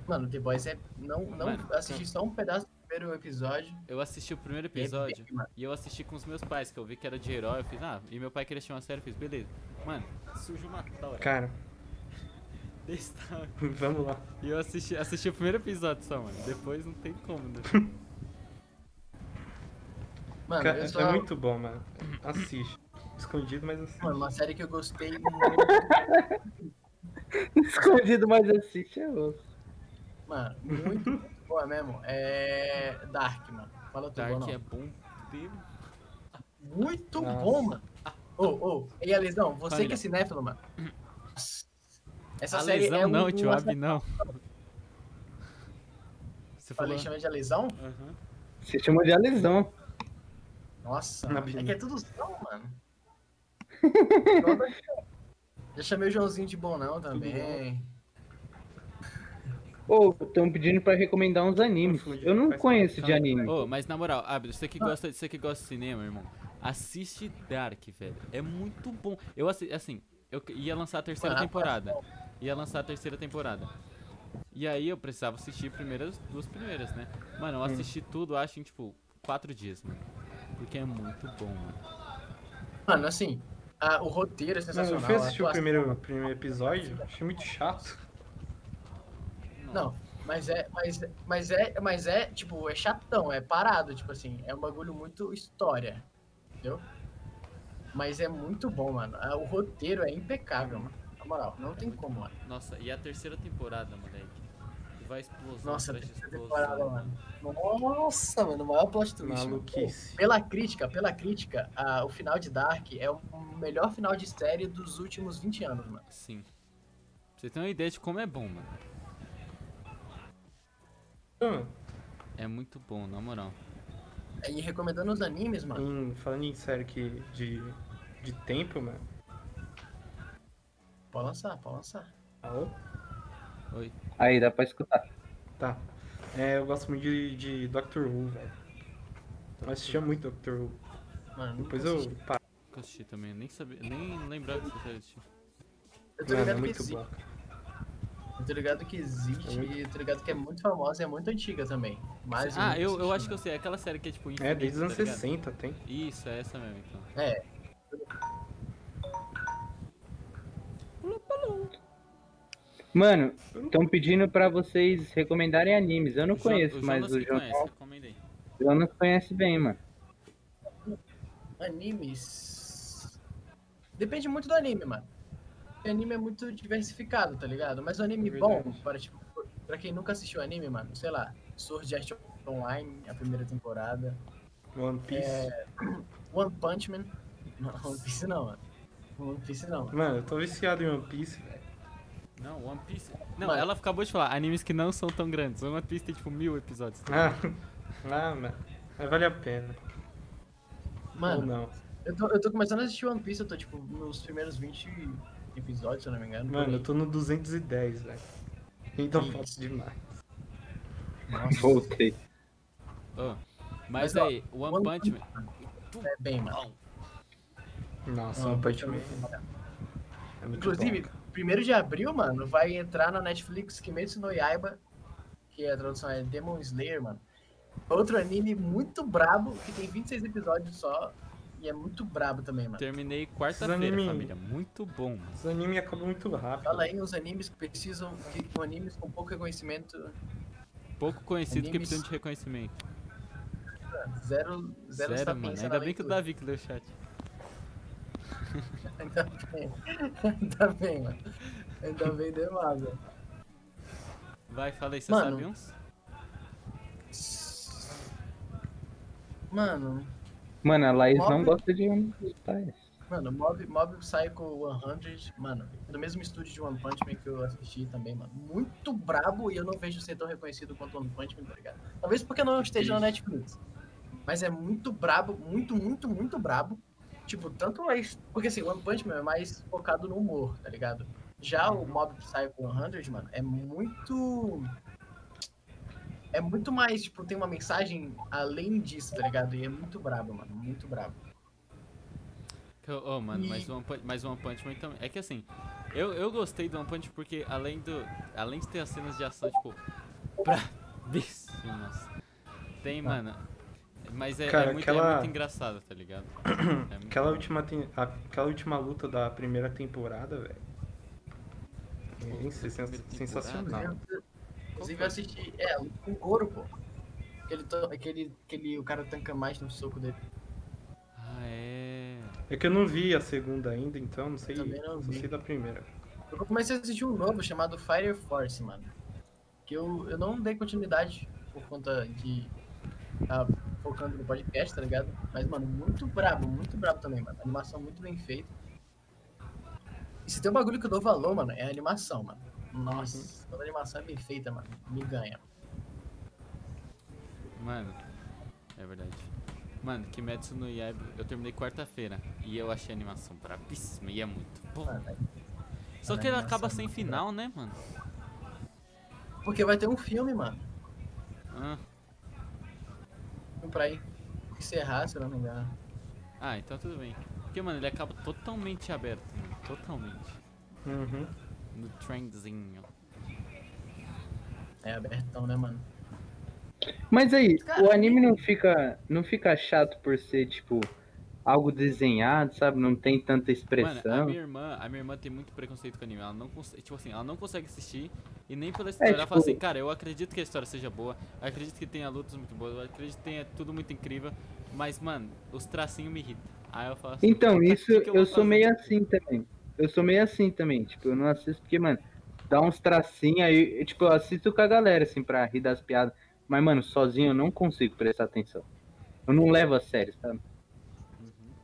S4: mano, The Boys é... Não, não
S1: Mano,
S4: assisti só um pedaço do primeiro episódio.
S1: Eu assisti o primeiro
S4: e é
S1: episódio
S4: bem, mano.
S1: e eu assisti com os meus pais, que eu vi que era de herói. Eu fiz, ah, e meu pai queria assistir uma série, eu fiz, beleza. Mano, surge uma taura.
S3: Cara,
S1: desse tamanho.
S3: vamos lá.
S1: E eu assisti, assisti o primeiro episódio só, mano. Depois não tem como, né?
S4: Mano,
S3: Cara,
S4: eu só...
S3: É muito bom, mano. Assiste. Escondido, mas assim. assiste.
S4: Mano, uma série que eu gostei muito,
S2: Escondido, mas assiste é louco.
S4: mano, muito boa mesmo, é Dark, mano. Fala tu,
S1: Dark
S4: não.
S1: é bom demais.
S4: Muito
S3: Nossa.
S4: bom, mano. Ô, ô, e a lesão, você
S1: Família.
S4: que é cinéfilo, mano. Essa
S1: a
S4: série
S1: lesão
S4: é um-
S1: não,
S4: uma
S1: tio Abi, não. Você falou...
S4: Falei, chama de lesão?
S1: Aham.
S2: Se chamou de alisão.
S4: Nossa,
S3: Na
S4: mano, é
S3: piscina.
S4: que é tudo são, mano. Já chamei o Joãozinho de bom não também.
S2: Ô, estão pedindo pra recomendar uns animes. Eu não conheço de
S4: né,
S2: anime.
S4: então.
S1: Ô, mas na moral, Abi, você que
S4: Ah.
S1: gosta, você que gosta de cinema, irmão, assiste Dark, velho. É muito bom. Eu assi- assim, eu que- ia lançar a terceira
S4: Mano,
S1: temporada.
S4: tá.
S1: Ia lançar a terceira temporada. E aí eu precisava assistir primeiras duas primeiras, né? Mano, eu assisti tudo, acho, em tipo, quatro dias, mano. Porque é muito bom, mano.
S4: Mano, assim, a- o roteiro é
S3: Mano,
S4: sensacional.
S3: eu fui
S4: a
S3: assistir o
S4: atuação-
S3: primeiro, primeiro episódio, achei muito chato.
S4: Não, mas é, mas, mas é, mas é, tipo, é chatão, é parado, tipo assim, é um bagulho muito história, entendeu? Mas é muito bom, mano. Ah, O roteiro é impecável, mano. Na moral, não
S3: É
S4: tem como, mano.
S1: Nossa, e a terceira temporada, moleque. Vai explosão,
S4: Nossa,
S1: atrás de
S4: terceira
S1: explosão.
S4: temporada, mano. Nossa, mano, o maior plot twist. mano.
S3: né? Maluquice.
S4: Pela crítica, pela crítica, ah, o final de Dark é o melhor final de série dos últimos 20 anos, mano.
S1: Sim. Pra você ter uma ideia de como é bom, mano.
S3: Mano,
S1: É muito bom, na moral.
S4: E recomendando os animes, mano.
S3: em- falando em sério que de, de tempo, mano.
S4: Pode lançar, pode lançar.
S3: Alô?
S1: Oi.
S2: Aí, dá pra escutar.
S3: Tá. É, eu gosto muito de, de Doctor Who, velho. Eu assistia muito Doctor Who.
S4: Mano, nunca
S3: Depois eu
S4: assisti.
S3: parei,
S1: Nunca assisti também, nem sabia, nem lembrava que você já assistiu.
S4: Eu tô
S3: mano, é
S4: ligado que
S3: muito
S4: existe.
S3: bom.
S4: Eu tô ligado que existe
S3: É muito-
S4: e eu tô ligado que é muito famosa e é muito antiga também. Mas
S1: Ah,
S4: nunca
S1: eu, eu
S4: assisti,
S1: acho que eu
S4: mano.
S1: sei, é aquela série que é tipo infinito,
S3: É, desde os anos
S1: tá ligado?
S3: 60 tem.
S1: Isso, é essa mesmo então.
S4: É.
S2: Mano, estão pedindo pra vocês recomendarem animes. Eu não
S1: Jo-
S2: conheço,
S1: o
S2: mas
S1: Jonas
S2: o
S1: que
S2: Jonas,
S1: conhece, recomendei.
S2: Jonas conhece bem, mano.
S4: Animes. Depende muito do anime, mano. O anime é muito diversificado, tá ligado? Mas o anime
S3: É
S4: bom,
S3: verdade.
S4: para, tipo, pra quem nunca assistiu anime, mano, sei lá, Sword Art Online, a primeira temporada. É.
S3: One Piece.
S4: One Punch Man. Não, One Piece não, mano. One Piece não. mano.
S3: Mano, eu tô viciado em One Piece, velho.
S1: Não, One Piece. Não,
S4: Mano.
S1: ela acabou de falar, animes que não são tão grandes. One Piece tem tipo mil episódios.
S3: Ah, ah, mano. Mas vale a pena. Ou
S4: Mano,
S3: não.
S4: eu tô, eu tô começando a assistir One Piece, eu tô, tipo, nos primeiros 20 episódios, se eu não me engano. por
S3: Mano,
S4: aí.
S3: eu tô no 210, velho. Então falta demais.
S4: Nossa,
S2: Voltei.
S1: Ó, mas,
S4: Mas, ó,
S1: aí, One,
S4: One
S1: Punch Man.
S4: é bem, mano.
S3: Nossa,
S4: Não,
S3: One Punch Man
S4: eu-
S3: é muito
S4: Ah, Inclusive,
S3: bom.
S4: primeiro de abril, mano, vai entrar na Netflix Kimetsu no Yaiba, que a tradução é Demon Slayer, mano. Outro anime muito brabo, que tem 26 episódios só, e é muito brabo também, mano.
S1: Terminei quarta-feira,
S3: anime.
S1: família. Muito bom, mano.
S3: Os animes acabam muito rápido.
S4: Fala aí uns animes que precisam, que, que animes com pouco reconhecimento,
S1: Pouco conhecido que
S4: Animes.
S1: precisam de reconhecimento.
S4: zero, zero,
S1: Zero,
S4: sapência
S1: mano.
S4: na
S1: Ainda bem que o
S4: leitura.
S1: Davi que deu chat.
S4: Ainda bem, ainda bem, mano. Ainda bem deu água.
S1: Vai, fala aí, você
S4: Mano.
S1: sabe uns?
S4: Mano,
S2: Mano, a Laís
S4: Mob?
S2: não gosta de um dos pais.
S4: mano, Mob, Mob Psycho 100, mano, do mesmo estúdio de One Punch Man que eu assisti também, mano. Muito brabo e eu não vejo ser tão reconhecido quanto One Punch Man, tá ligado? Talvez porque não esteja na Netflix. Mas é muito brabo, muito, muito, muito brabo. Tipo, tanto é. his- Porque assim, One Punch Man é mais focado no humor, tá ligado? Já o Mob Psycho 100, mano, é muito. É muito mais, tipo, tem uma mensagem além disso, tá ligado? E é muito brabo, mano. Muito brabo.
S1: Que eu- Oh, mano,
S4: E-
S1: mas One, Punch, mas One Punch Man também. É que assim, eu, eu gostei do One Punch porque além do. Além de ter as cenas de ação, tipo, brabíssimas.
S4: Ah.
S1: Tem, mano. Mas é, é
S3: Cara,
S1: muito, é
S3: aquela-
S1: muito engraçado, tá ligado? É muito-
S3: Aquela última, tem- aquela última luta da primeira temporada, velho.
S1: Pô,
S3: Isso é
S1: da
S3: sens-
S1: primeira
S3: sensacional.
S1: temporada?
S4: Inclusive eu assisti. É, o Goro, pô. Aquele, aquele, aquele, o cara tanca mais no soco dele.
S1: Ah, é.
S3: É que eu não vi a segunda ainda, então não sei.
S4: Também não
S3: só
S4: vi.
S3: sei da primeira.
S4: Eu comecei a assistir um novo chamado Fire Force, mano. Que eu, eu não dei continuidade por conta de. Tá focando no podcast, tá ligado? Mas, mano, muito brabo, muito brabo também, mano. Animação muito bem feita. E se tem um bagulho que eu dou valor, mano, é a animação, mano. Nossa, quando a animação é bem feita, mano, me ganha.
S1: Mano, é verdade. Mano, Kimetsu no Yaiba, eu terminei quarta-feira e eu achei a animação brabíssima e é muito bom.
S4: Mano, é-
S1: Só
S4: mano,
S1: que ele
S4: a animação
S1: acaba
S4: é
S1: sem
S4: muito
S1: final, né, mano?
S4: Porque vai ter um filme, mano.
S1: Ah,
S4: Pra ir encerrar, se eu não me engano.
S1: ah, então tudo bem. Porque, mano, ele acaba totalmente aberto, mano, totalmente.
S3: Uhum.
S1: No trendzinho.
S4: É abertão, né, mano?
S2: Mas aí,
S4: Cara,
S2: o anime não fica, não fica chato por ser, tipo, algo desenhado, sabe? Não tem tanta
S1: Mano, a
S2: expressão.
S1: minha irmã, a minha irmã tem muito preconceito com anime. Ela não consegue, tipo assim, ela não consegue assistir e nem pela história. Ela fala
S2: tipo-
S1: assim, cara, eu acredito que a história seja boa, eu acredito que tenha lutas muito boas, eu acredito que tenha tudo muito incrível, mas, mano, os tracinhos me irritam. Aí eu falo assim,
S2: Então,
S1: "Pra
S2: isso
S1: que que
S2: eu,
S1: vou
S2: sou
S1: fazer?"
S2: meio assim também. Eu sou meio assim também. Tipo, eu não assisto porque, mano, dá uns tracinhos aí. eu, Tipo, eu assisto com a galera, assim, pra rir das piadas. Mas, mano, sozinho eu não consigo prestar atenção. Eu não levo a sério, sabe?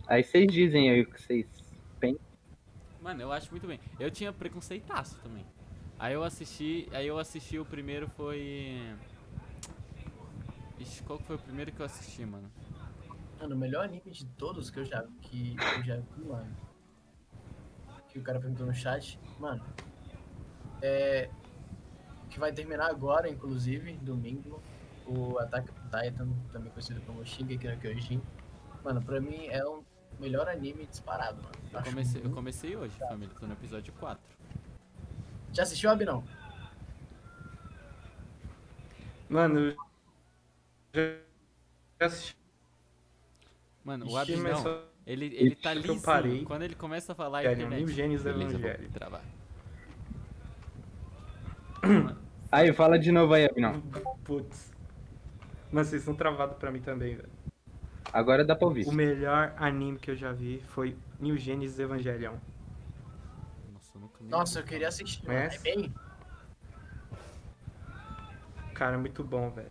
S2: Aí vocês dizem aí o que vocês pensam.
S1: Mano, eu acho muito bem. Eu tinha preconceitaço também. Aí eu assisti, aí eu assisti o primeiro foi. Ixi, qual que foi o primeiro que eu assisti, mano?
S4: Mano, o melhor anime de todos que eu já, que eu já vi, mano. Que o cara perguntou no chat. Mano, é. Que vai terminar agora, inclusive, domingo. O Ataque do Titan, também conhecido como Shingeki no Kyojin. Mano, pra mim é o melhor anime disparado, mano.
S1: Eu
S4: acho
S1: comecei, eu
S4: muito-
S1: comecei hoje, família, tô no episódio 4.
S4: Já assistiu, Abinão?
S3: Mano, eu já já assisti,
S1: Mano, o
S3: mas
S1: Abinão,
S3: só-
S1: ele, ele tá
S3: Acho que eu
S1: lisinho.
S3: parei.
S1: Quando ele começa a falar,
S3: Velho,
S1: a internet.
S3: mil genes do
S1: Beleza, vou
S3: evangelho.
S1: travar.
S2: Aí, fala de novo aí, Abinão.
S3: Putz. Mas vocês são travados pra mim também, velho.
S2: Agora dá pra ouvir.
S3: O melhor anime que eu já vi foi New Genesis Evangelion.
S1: Nossa, eu nunca nem
S4: Nossa, eu
S1: ouvi
S4: queria
S1: falar.
S4: assistir, mano. É
S3: Conhece?
S4: bem.
S3: Cara, muito bom, velho.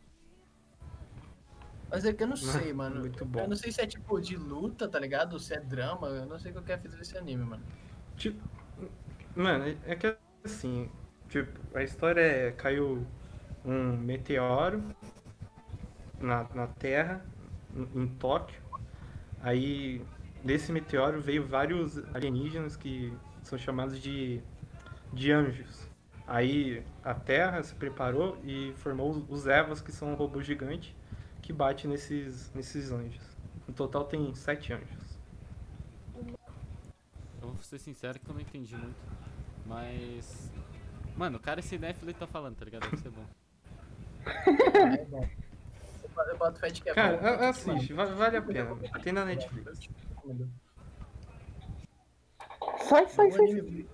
S4: Mas é que eu não
S3: Mano,
S4: sei, mano.
S3: muito
S4: Eu
S3: bom.
S4: não sei se é tipo de luta, tá ligado? Ou se é drama. Eu não sei o que eu quero fazer desse anime, mano.
S3: Tipo, mano, é- é que assim, tipo, a história é, caiu um meteoro na, na Terra, em- em Tóquio. Aí desse meteoro veio vários alienígenas que são chamados de, de anjos. Aí a Terra se preparou e formou os- os Evas, que são um robô gigante que bate nesses, nesses anjos. No total tem sete anjos.
S1: Eu vou ser sincero que eu não entendi muito. Mas. Mano, o cara esse ele tá falando, tá ligado? Deve ser bom.
S4: É bom. Eu boto fé de que é
S3: Cara, é assim,
S4: bom.
S3: a- assiste, va- vale a pena. Tem na Netflix.
S4: Eu te recomendou.
S2: Sai, sai,
S3: um
S4: Bom
S2: sai.
S4: anime.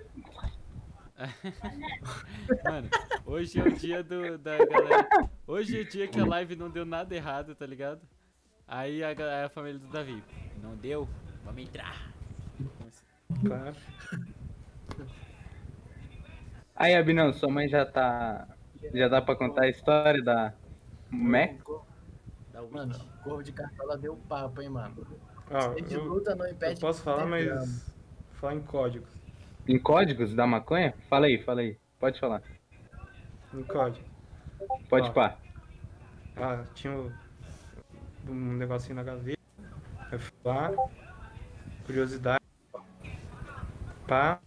S1: Mano, hoje é o dia do, da galera. Hoje é o dia que a live não deu nada errado, tá ligado? Aí a, ga- a família do Davi. Não deu? Vamos entrar.
S3: Claro.
S2: Aí, Abinão, sua mãe já tá. Já dá pra contar a história da.
S3: é
S2: Mac?
S3: um
S1: Dá o
S4: Mano,
S1: win.
S4: o Corvo né? de Cartola deu papo, hein, mano.
S3: Ó,
S4: Ele
S3: eu,
S4: luta não
S3: eu
S4: impede.
S3: posso falar, mas.
S4: Telegrama.
S3: Falar em códigos.
S2: Em códigos da maconha? Fala aí, fala aí. Pode falar.
S3: Em código.
S2: Pode
S3: Ó.
S2: pá.
S3: Ah, tinha um- um negocinho na gaveta. Eu fui lá. Curiosidade. Pá.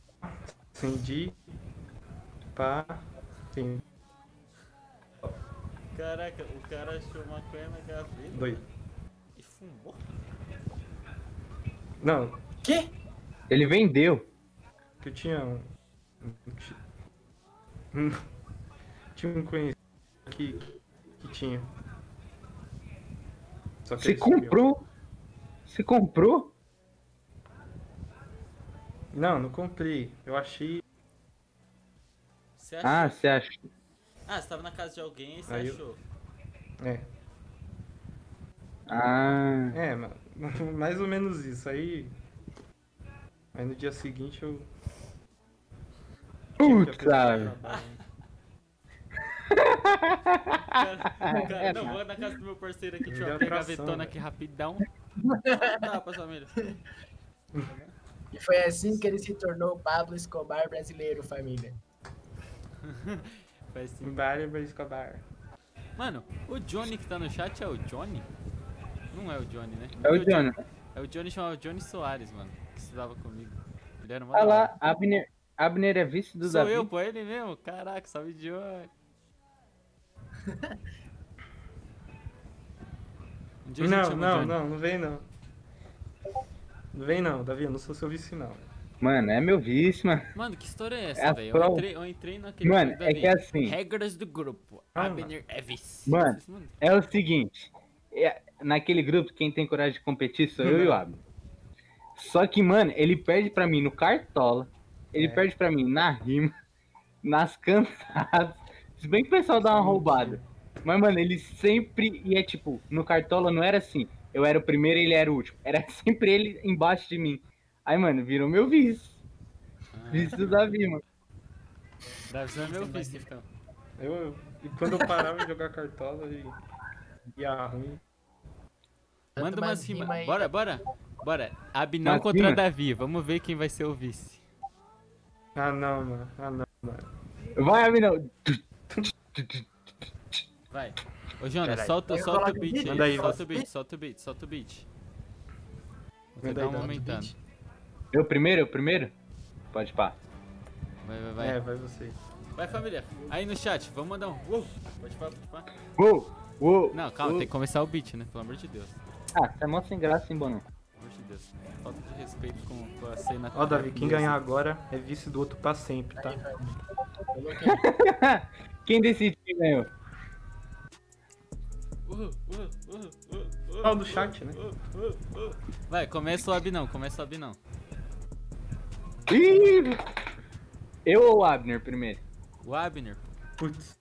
S3: Acendi. Pá. Acendi.
S1: Caraca, o cara achou maconha na gaveta
S3: Doido.
S1: e fumou.
S3: Não,
S4: Quê?
S2: Ele vendeu.
S3: que eu tinha um. um- tinha um conhecido que, que tinha. Só que
S2: Você
S3: ele sumiu.
S2: comprou? Você comprou?
S3: Não, não comprei. Eu achei.
S1: Você achou?
S2: Ah,
S1: Ah,
S2: você acha?
S1: você tava na casa de alguém e você
S3: Aí eu-
S1: achou.
S3: É.
S2: Ah.
S3: É, ma- mais ou menos isso. Aí. Aí no dia seguinte eu.
S2: é
S3: tive que
S2: Putz,
S3: apresentar
S2: sabe?
S3: trabalho, né?
S1: O cara, o cara, não, vou na casa do meu parceiro aqui, deixa eu
S3: Deu
S1: abrir a
S3: atração,
S1: gavetona
S3: velho.
S1: aqui rapidão. Tá, pessoal, família.
S4: E foi assim que ele se tornou o Pablo Escobar brasileiro, família.
S1: Foi assim.
S3: Bárbara Escobar.
S1: Mano, o Johnny que tá no chat é o Johnny? Não é o Johnny, né? Porque
S2: É o Johnny.
S1: É o Johnny chamava Johnny Soares, mano. Que estudava comigo. Ele era uma
S2: Olha
S1: da hora.
S2: lá, Abner, Abner é vice do
S1: Sou
S2: Davi.
S1: eu, pô, é ele mesmo? Caraca, salve Johnny. Um dia a gente
S3: Não,
S1: chama o
S3: não,
S1: Johnny.
S3: não, não vem não. Não vem não, Davi, eu não sou seu vice não.
S2: Mano, é meu vice, mano.
S1: Mano, que história é essa,
S2: É a
S1: velho? Eu
S2: prova.
S1: entrei, eu entrei naquele
S2: Mano,
S1: grupo
S2: é
S1: da
S2: que é
S1: vida.
S2: assim.
S1: Regras do grupo.
S3: Ah,
S1: Abner Evis.
S2: Mano. É o seguinte, é, naquele grupo, quem tem coragem de competir sou eu e o Abner. Só que, mano, ele perde pra mim no Cartola, ele
S3: É.
S2: perde pra mim na rima, nas cantadas. Se bem que o pessoal dá uma
S3: Isso é
S2: roubada. Mas, mano, ele sempre ia, tipo, no Cartola não era assim. Eu era o primeiro ele era o último. Era sempre ele embaixo de mim. Aí, mano, virou meu vice. Vice do Davi, mano.
S1: Davi, você é meu
S4: Você vai
S1: vice,
S4: ser-
S1: então.
S3: Eu, e quando eu parava de jogar cartola e ia ruim.
S1: Manda
S4: Tanto
S1: umas
S4: mais
S1: rimas.
S4: rima aí.
S1: Bora, bora. Bora. Abinão
S2: Umas
S1: contra
S2: Tá, rima?
S1: Davi. Vamos ver quem vai ser o vice.
S3: Ah não, mano. Ah não, mano.
S2: Vai, Abinão.
S1: Vai. Ô, Jonas,
S3: Peraí.
S1: solta,
S4: Eu
S1: solta o
S4: coloco
S1: beat
S4: vídeo?
S1: aí.
S3: Manda aí,
S1: solta
S3: vai.
S1: o beat, solta o beat, solta o beat. Você
S3: Manda
S1: dá
S3: aí,
S1: um
S3: dá.
S1: aumentando.
S2: Eu primeiro, eu primeiro? Pode pá.
S1: Vai, vai, vai.
S3: É, vai você.
S1: Vai, família. Aí no chat, vamos mandar um. Uou. Pode falar, pode falar.
S2: Uou, uou.
S1: Não, calma,
S2: uou.
S1: tem que começar o beat, né? Pelo amor de Deus. Pelo
S2: Ah, você é mó sem graça, hein, Bonão?
S1: amor de Deus. Falta de respeito com, com a cena.
S3: Ó, Davi, quem ganhar agora é vice do outro pra sempre, tá?
S4: Coloquei.
S2: Quem decide quem ganhou?
S1: Uh, uh, uh, uh, uh,
S3: Ó, do chat, né?
S1: uh, uh, uh. Vai, começa o Abinão, começa o Abinão.
S2: Ih! Eu ou o Abner primeiro?
S1: O Abner.
S3: Putz.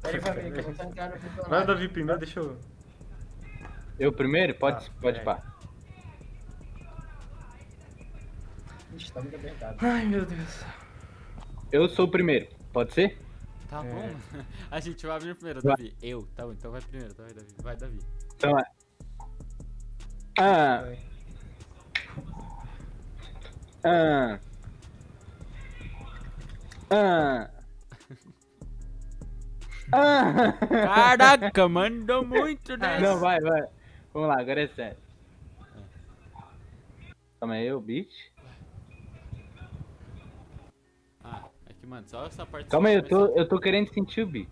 S4: Peraí, família, que é eu vou tancar o
S3: Vai,
S4: campeonato.
S3: Davi, primeiro, deixa eu.
S2: Eu primeiro? Pode,
S3: Ah,
S2: pode
S1: é.
S3: peraí.
S2: pá.
S4: Ixi, tá muito apertado.
S3: Ai, meu Deus.
S2: Eu sou o primeiro, pode ser?
S1: Tá
S3: É.
S1: bom? A gente, o Abner primeiro,
S2: Vai.
S1: Davi. Eu, tá bom, então vai primeiro, tá, vai, Davi. Vai, Davi.
S2: Então é. Ah,
S3: Vai.
S2: ah. Ah. Ah.
S1: Caraca, mandou muito né?
S2: Não, vai, vai. Vamos lá, agora é sério. Calma aí, o beat.
S1: Ah, é que, mano, só essa parte.
S2: Calma aí,
S1: só
S2: eu tô, eu tô querendo sentir o beat.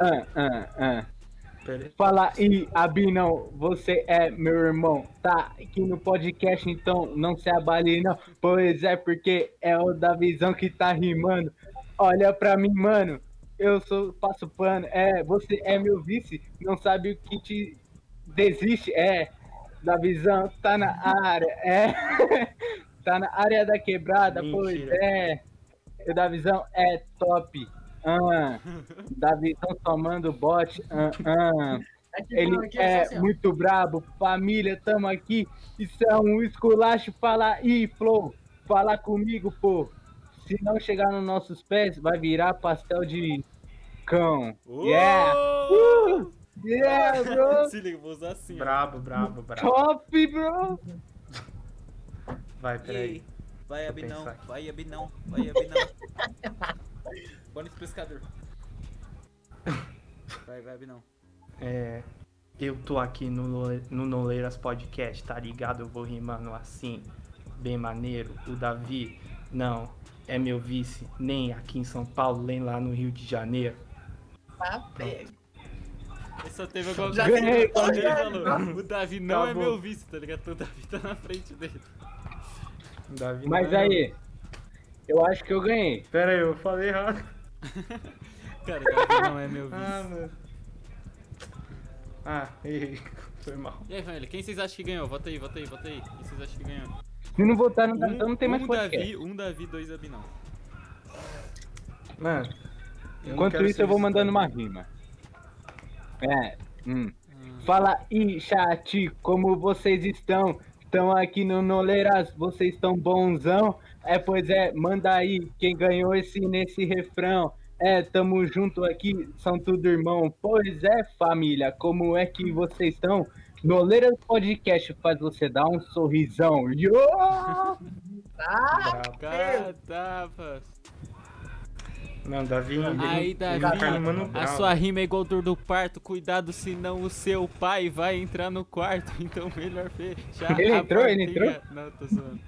S2: Ah, ah, ah.
S3: Pera aí.
S2: Fala aí, Abinão, você é meu irmão. Tá aqui no podcast, então não se abale não. Pois é, porque é o da visão que tá rimando. Olha pra mim, mano. eu sou passo pano. É, você é meu vice, não sabe o que te desiste. É, da visão, tá na área. É, tá na área da quebrada, pois
S3: Mentira.
S2: é. E da visão é top. Ah, da visão tomando bot. Ah, ah.
S4: É que
S2: Ele
S4: mano, aqui
S2: é
S4: só assim, ó.
S2: muito brabo, família, tamo aqui. Isso é um esculacho, fala aí, Flow. Fala comigo, pô. Se não chegar nos nossos pés, vai virar pastel de cão. Yeah! Uh!
S1: Oh!
S2: Yeah, bro!
S1: Se liga, vou usar assim. ó.
S3: Brabo, brabo, brabo.
S2: Top, bro!
S3: Vai, peraí.
S1: Ei, vai,
S3: Deixa eu
S1: Abinão.
S3: pensar.
S1: Vai, Abinão. Vai, Abinão. Bora nesse pescador. Vai, vai, Abinão.
S3: É, eu tô aqui no, Lole- no Noleiras Podcast, tá ligado? Eu vou rimando assim, bem maneiro. O Davi, não, é meu vice, nem aqui em São Paulo, nem lá no Rio de Janeiro.
S4: Tá pego.
S1: Eu só teve alguma
S4: Já
S1: coisa
S2: ganhei, tá
S1: que o Davi falou. O Davi não é
S3: Acabou.
S1: meu vice, tá ligado? O Davi tá na frente dele.
S3: O Davi
S2: Mas
S3: não é-
S2: aí, eu acho que eu ganhei.
S3: Pera aí, eu falei errado.
S1: Cara, o Davi não é meu vice.
S3: Ah, mano. Ah, errei. Foi mal.
S1: E aí, família, quem vocês acham que ganhou? Vota aí, vota aí, vota aí. Quem vocês acham que ganhou?
S2: Se não votar, não, tá- então não tem mais
S1: um
S2: podcast.
S1: Davi, um Davi, dois Abinão.
S3: Mano. eu não
S2: Enquanto
S3: quero
S2: isso, eu vou
S3: ser
S2: mandando uma
S3: vice
S2: rima. É, hum. Fala aí, chat, como vocês estão? Estão aqui no Noleiras, vocês estão bonzão? É, pois é, manda aí quem ganhou esse nesse refrão. É, tamo junto aqui, são tudo irmão. Pois é, família, como é que vocês estão? Noleiras Podcast faz você dar um sorrisão. Yo!
S3: brabo.
S1: Catapa.
S3: Não, Davi.
S1: Aí,
S3: ele-
S1: Davi,
S3: ele tá rimando
S1: a
S3: brabo.
S1: sua rima é igual dor do parto. Cuidado, senão o seu pai vai entrar no quarto. Então, melhor fechar.
S2: Ele
S1: a
S2: entrou? Ele
S1: portinha. Não, tô zoando.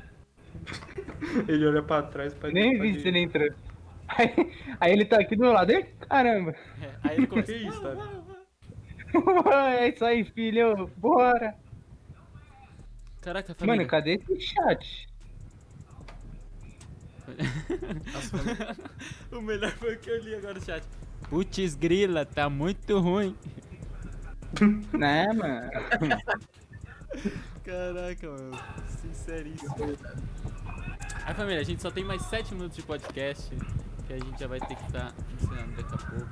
S3: Ele olha pra trás pra
S2: Nem
S3: pra
S2: vi se ele entrou. Aí, aí ele tá aqui do meu lado. Ih, Caramba!
S1: É, aí ele começa.
S3: Que isso, tá Davi?
S2: é isso aí, filho, bora!
S1: Caraca, família.
S2: Mano, cadê esse chat?
S1: o melhor foi o que eu li agora no chat. Putz grila, tá muito ruim.
S2: Né, mano?
S1: Caraca, mano. Sinceríssimo. Aí, família, a gente só tem mais 7 minutos de podcast. Que a gente já vai ter que estar ensinando daqui a pouco.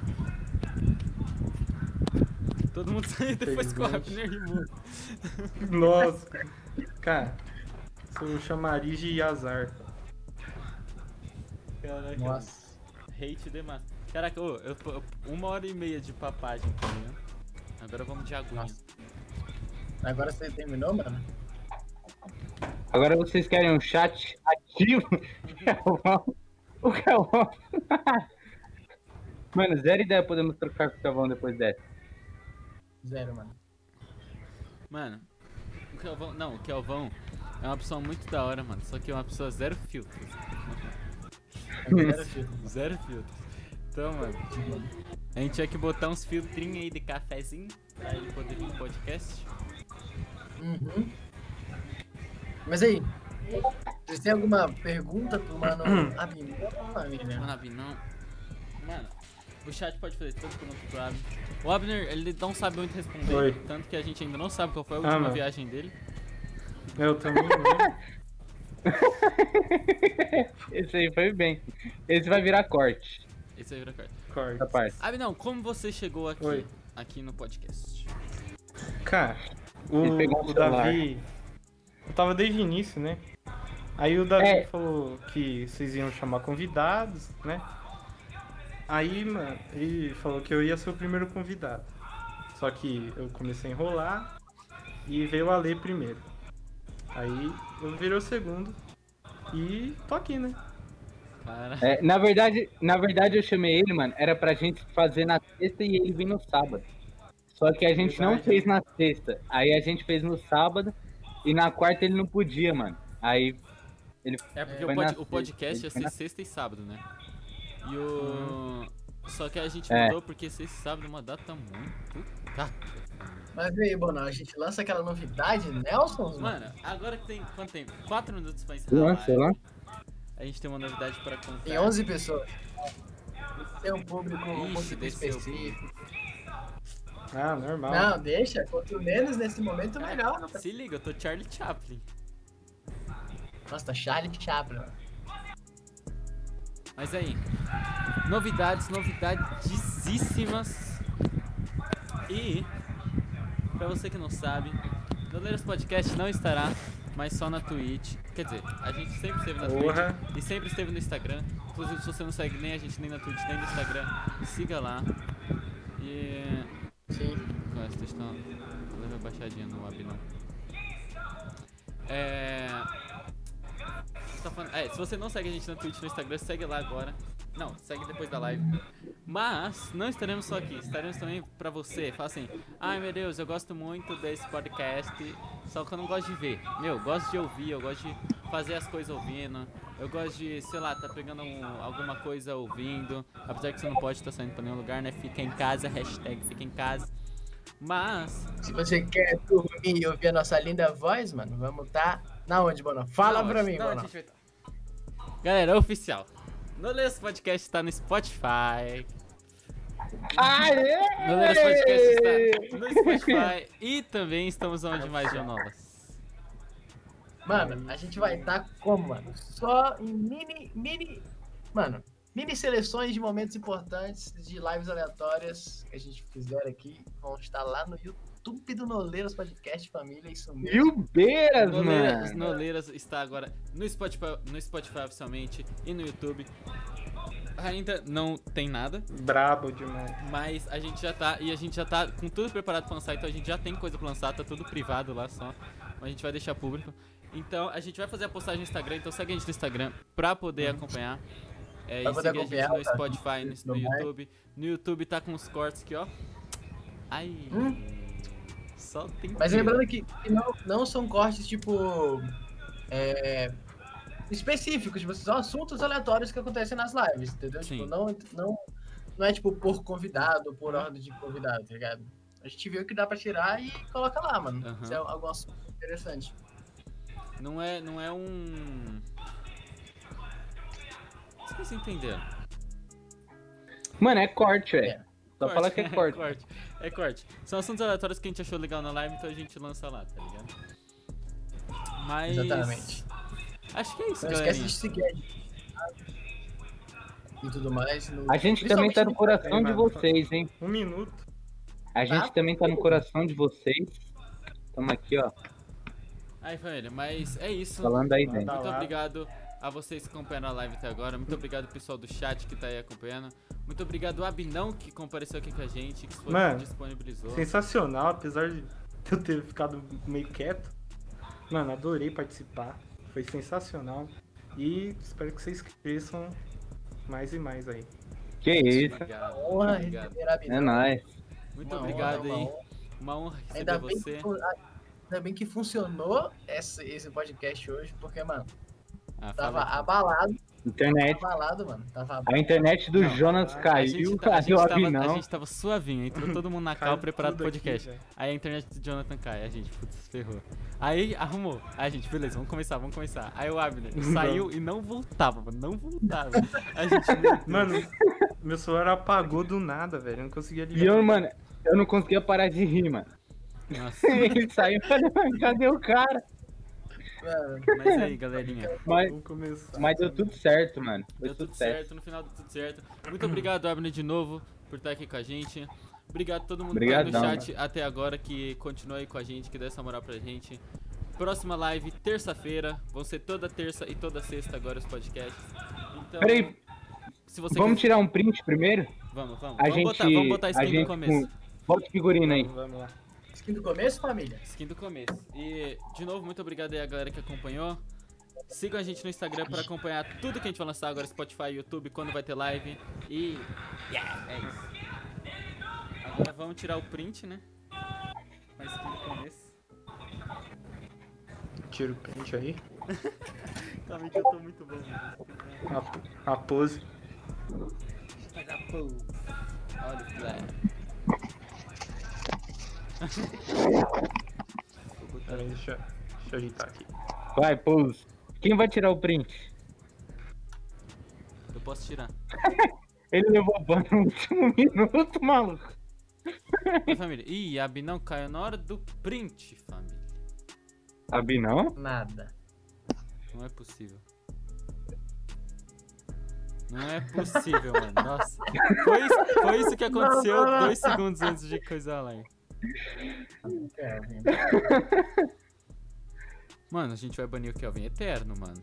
S1: Todo mundo saiu depois que o
S3: Infelizmente.
S1: Abner rimou.
S3: Nossa. Cara, sou chamariz de azar.
S1: Caraca.
S4: Nossa.
S1: Hate demais. Caraca, ô, eu, eu- uma hora e meia de papagem pra mim. né? Agora vamos de aguinha.
S4: Nossa. Agora você terminou, mano?
S2: Agora vocês querem um chat ativo? Galvão. o Galvão. mano, zero ideia podemos trocar com o Galvão depois dessa.
S4: Zero, mano.
S1: Mano, o Kelvão. Não, o Kelvão é uma pessoa muito da hora, mano. Só que é uma pessoa zero filtros.
S4: Zero título.
S1: Zero filtros. Então, mano. A gente tinha que botar uns filtrinhos aí de cafezinho pra ele poder vir no podcast.
S4: Uhum. Mas aí, vocês têm alguma pergunta pro mano Abinão, família?
S1: Mano, Abner, não. Mano, o chat pode fazer tanto pergunta pro Abner. O Abner, ele não sabe muito responder.
S3: Oi.
S1: Tanto que a gente ainda não sabe qual foi a
S3: Ah,
S1: última
S3: mano.
S1: viagem dele.
S3: Eu também né? não.
S2: Esse aí foi bem. Esse vai virar corte.
S1: Esse aí vira carta.
S2: Essa
S3: Corta.
S2: parte.
S1: Abner, como você chegou aqui?
S3: Oi.
S1: Aqui no podcast.
S3: Cara,
S2: Ele pegou
S3: o,
S2: um
S3: o Davi. Eu tava desde o início, né? Aí o Davi
S2: É.
S3: falou que vocês iam chamar convidados, né? Aí, mano, ele falou que eu ia ser o primeiro convidado. Só que eu comecei a enrolar e veio a lei primeiro. Aí eu virei o segundo e tô aqui, né?
S1: Cara.
S2: É, na, verdade, na verdade, eu chamei ele, mano. Era pra gente fazer na sexta e ele vir no sábado. Só que a gente não
S3: Verdade,
S2: fez na sexta. Aí a gente fez no sábado e na quarta ele não podia, mano. Aí ele
S1: É porque
S2: É,
S1: o,
S2: foi
S1: pod-
S2: na
S1: o
S2: sexta,
S1: podcast ia
S2: foi
S1: ser
S2: na-
S1: sexta e sábado, né? E o. Só que a gente
S2: É.
S1: mudou porque sexta e sábado é uma data muito. Tá.
S4: Mas e aí, Bono, a gente lança aquela novidade, Nelson?
S1: Mano, agora que tem. Quanto tempo? 4 minutos pra encerrar. a
S2: lança
S1: live.
S2: lá.
S1: A gente tem uma novidade pra contar.
S4: Tem 11 pessoas. ter um público, um
S1: Ixi,
S4: público
S1: desceu.
S4: específico.
S3: Ah, normal.
S4: Não, deixa. Quanto menos nesse momento,
S1: É,
S4: melhor. né?
S1: Se liga, eu tô Charlie Chaplin.
S4: Nossa, tá Charlie Chaplin.
S1: Mas aí, novidades, novidadesíssimas. E, pra você que não sabe, Doleiros Podcast não estará, mas só na Twitch. Quer dizer, a gente sempre esteve na
S3: Porra.
S1: Twitch e sempre esteve no Instagram. Inclusive, se você não segue nem a gente, nem na Twitch, nem no Instagram, siga lá. E.
S4: Sim.
S1: Agora, vocês estão. Vou levar baixadinha no web, não. É. Tá falando- é, se você não segue a gente na Twitch no Instagram, segue lá agora. Não, segue depois da live. Mas não estaremos só aqui, estaremos também pra você. Fala assim, ai meu Deus, eu gosto muito desse podcast, só que eu não gosto de ver. Meu, eu gosto de ouvir, eu gosto de fazer as coisas ouvindo. Eu gosto de, sei lá, tá pegando um- alguma coisa ouvindo. Apesar que você não pode estar saindo pra nenhum lugar, né? Fica em casa, hashtag fica em casa. Mas,
S4: Se você quer dormir e ouvir a nossa linda voz, mano, vamos tá na onde, Bono? Fala
S1: Não,
S4: pra
S1: acho-
S4: mim,
S1: não,
S4: Bono.
S1: a gente vai tá. Galera, é oficial. No Lerus Podcast está no Spotify.
S2: Aê!
S1: No Lerus Podcast está no Spotify. e também estamos onde mais, João Novas?
S4: Mano, a gente vai estar como, mano? Só em mini, mini, mano, mini seleções de momentos importantes de lives aleatórias que a gente fizer aqui. Vão estar lá no YouTube do Noleiros Podcast Família, isso mesmo.
S2: Mil beiras,
S1: Noleiras,
S2: mano.
S1: Noleiras está agora no Spotify, no Spotify oficialmente e no YouTube. Ainda não tem nada,
S3: Brabo demais.
S1: mas a gente já tá e a gente já tá com tudo preparado pra lançar, então a gente já tem coisa pra lançar, tá tudo privado lá só, mas a gente vai deixar público. Então a gente vai fazer a postagem no Instagram, então segue a gente no Instagram pra poder acompanhar. É,
S4: Uhum. Pra
S1: e
S4: poder
S1: seguir a gente
S4: acompanhar,
S1: no
S4: tá?
S1: Spotify, no, no
S4: Não vai?
S1: YouTube. No YouTube tá com os cortes aqui, ó. Ai.
S4: Hum?
S1: Só tem
S4: Mas
S1: tiro.
S4: lembrando que que não, não são cortes, tipo, é, específicos, tipo, são assuntos aleatórios que acontecem nas lives, entendeu?
S1: Sim.
S4: Tipo, não, não, não é, tipo, por convidado, por ordem de convidado, tá ligado? A gente viu que dá pra tirar e coloca lá, mano.
S1: Aham.
S4: Se é algum assunto interessante.
S1: Não é, não é um. Vocês entenderam?
S2: Mano, é corte,
S4: É.
S2: velho. Só fala que é corte.
S1: corte. É corte. São assuntos aleatórios que a gente achou legal na live, então a gente lança lá, tá ligado? Mas.
S4: Exatamente.
S1: Acho que é isso,
S4: Não
S1: galera.
S4: esquece de seguir a gente. E tudo mais. no-
S2: A gente também tá no
S4: principalmente
S2: coração
S3: Tem,
S2: de
S3: mano.
S2: vocês, hein?
S3: Um minuto.
S2: A gente também tá no coração de vocês. Tamo aqui, ó,
S1: Aí, família, mas é isso.
S2: falando aí dentro.
S3: Tá
S1: Muito
S3: lá.
S1: obrigado a vocês que acompanharam a live até agora. Muito obrigado, pessoal do chat que tá aí acompanhando. Muito obrigado, Abinão, que compareceu aqui com a gente, que foi
S3: Mano,
S1: disponibilizou.
S3: Sensacional, apesar de eu ter ficado meio quieto. Mano, adorei participar. Foi sensacional. E espero que vocês cresçam mais e mais aí.
S2: Que isso,
S1: Obrigado.
S4: Uma honra
S1: muito obrigado.
S4: receber a Bia.
S2: é nóis.
S1: Muito
S4: Uma honra,
S1: obrigado
S4: uma
S1: aí.
S4: honra.
S1: Uma honra
S4: Ainda
S1: receber
S4: bem, que,
S1: você.
S4: fu- ainda bem que funcionou esse, esse podcast hoje, porque, mano,
S1: Ah,
S4: tava
S1: fala.
S4: abalado,
S2: Internet.
S4: tava abalado, mano. Tava
S2: A internet do
S3: Não,
S1: A
S2: Jonas
S3: a
S1: gente,
S2: caiu,
S1: tá- a, gente
S2: caiu a
S1: tava, a
S2: Vinão.
S1: gente tava suavinho, entrou todo mundo na cal
S3: Caiu
S1: Tá preparado pro
S3: tudo aqui,
S1: podcast.
S3: velho.
S1: aí a internet do Jonathan cai, a gente, putz, ferrou. Aí arrumou. Aí a gente, beleza, vamos começar, vamos começar. Aí o Abner saiu e não voltava, mano, não voltava. A gente, meu Deus.
S3: Mano, meu celular apagou do nada, velho. Eu não conseguia ligar.
S2: E eu, mano, eu não conseguia parar de rir, mano.
S1: Nossa,
S2: Ele saiu e falei, mano, cadê o cara?
S1: mas aí, galerinha.
S2: Mas,
S3: Vamos começar.
S2: mas deu tudo certo, mano. Deu,
S1: Deu tudo certo, no final deu tudo certo. Muito obrigado, Abner, de novo, por estar aqui com a gente. Obrigado a todo mundo que tá aí no
S2: Obrigadão,
S1: chat até agora, que continua aí com a gente, que deu essa moral pra gente. Próxima live, terça-feira. Vão ser toda terça e toda sexta agora os podcasts. Então,
S2: Peraí,
S1: se você
S2: vamos
S1: quiser-
S2: tirar um print primeiro?
S1: Vamos, vamos.
S2: A
S1: vamos,
S2: gente.
S1: botar, vamos botar a
S2: a
S1: skin
S2: gente
S1: do começo.
S2: com- Bota figurina aí.
S3: Vamos lá.
S4: Skin do começo, família?
S1: Skin do começo. E, de novo, muito obrigado aí a galera que acompanhou. Sigam a gente no Instagram pra acompanhar tudo que a gente vai lançar agora, Spotify, YouTube, quando vai ter live. E. Yeah, é isso. Agora vamos tirar o print, né? Mas skin do começo.
S3: Tira o print aí.
S1: Calma aí que eu tô muito bom. né?
S3: A, a pose.
S1: Vai dar pô. Olha o flare.
S3: Peraí, deixa, deixa eu ajeitar aqui.
S2: Vai, pose. Quem vai tirar o print?
S1: Eu posso tirar.
S2: Ele levou banho no último minuto, maluco.
S1: Mas, família, ih, a Binão caiu na hora do print, família.
S2: Sabe não?
S4: Nada.
S1: Não é possível. Não é possível, mano. Nossa. Foi isso, foi isso que aconteceu
S4: Não, não, não.
S1: dois segundos antes de coisa lá. É,
S4: Kelvin.
S1: Mano, a gente vai banir o Kelvin Eterno, mano.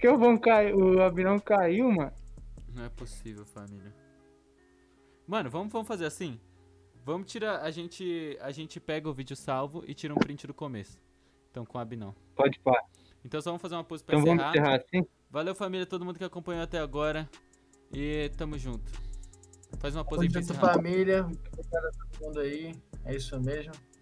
S2: Que o vão cair, o Abinão caiu, mano.
S1: Não é possível, família. Mano, vamos, vamos fazer assim? Vamos tirar. A gente, a gente pega o vídeo salvo e tira um print do começo. Então, com a Binão.
S2: Pode pá.
S1: Então, só vamos fazer uma pose pra
S2: Então vamos
S1: encerrar.
S2: encerrar assim?
S1: Valeu, família, todo mundo que acompanhou até agora. E tamo junto. Faz uma pose aí pra
S4: Conjunto
S1: encerrar.
S4: família. Obrigado a todo mundo aí. É isso mesmo.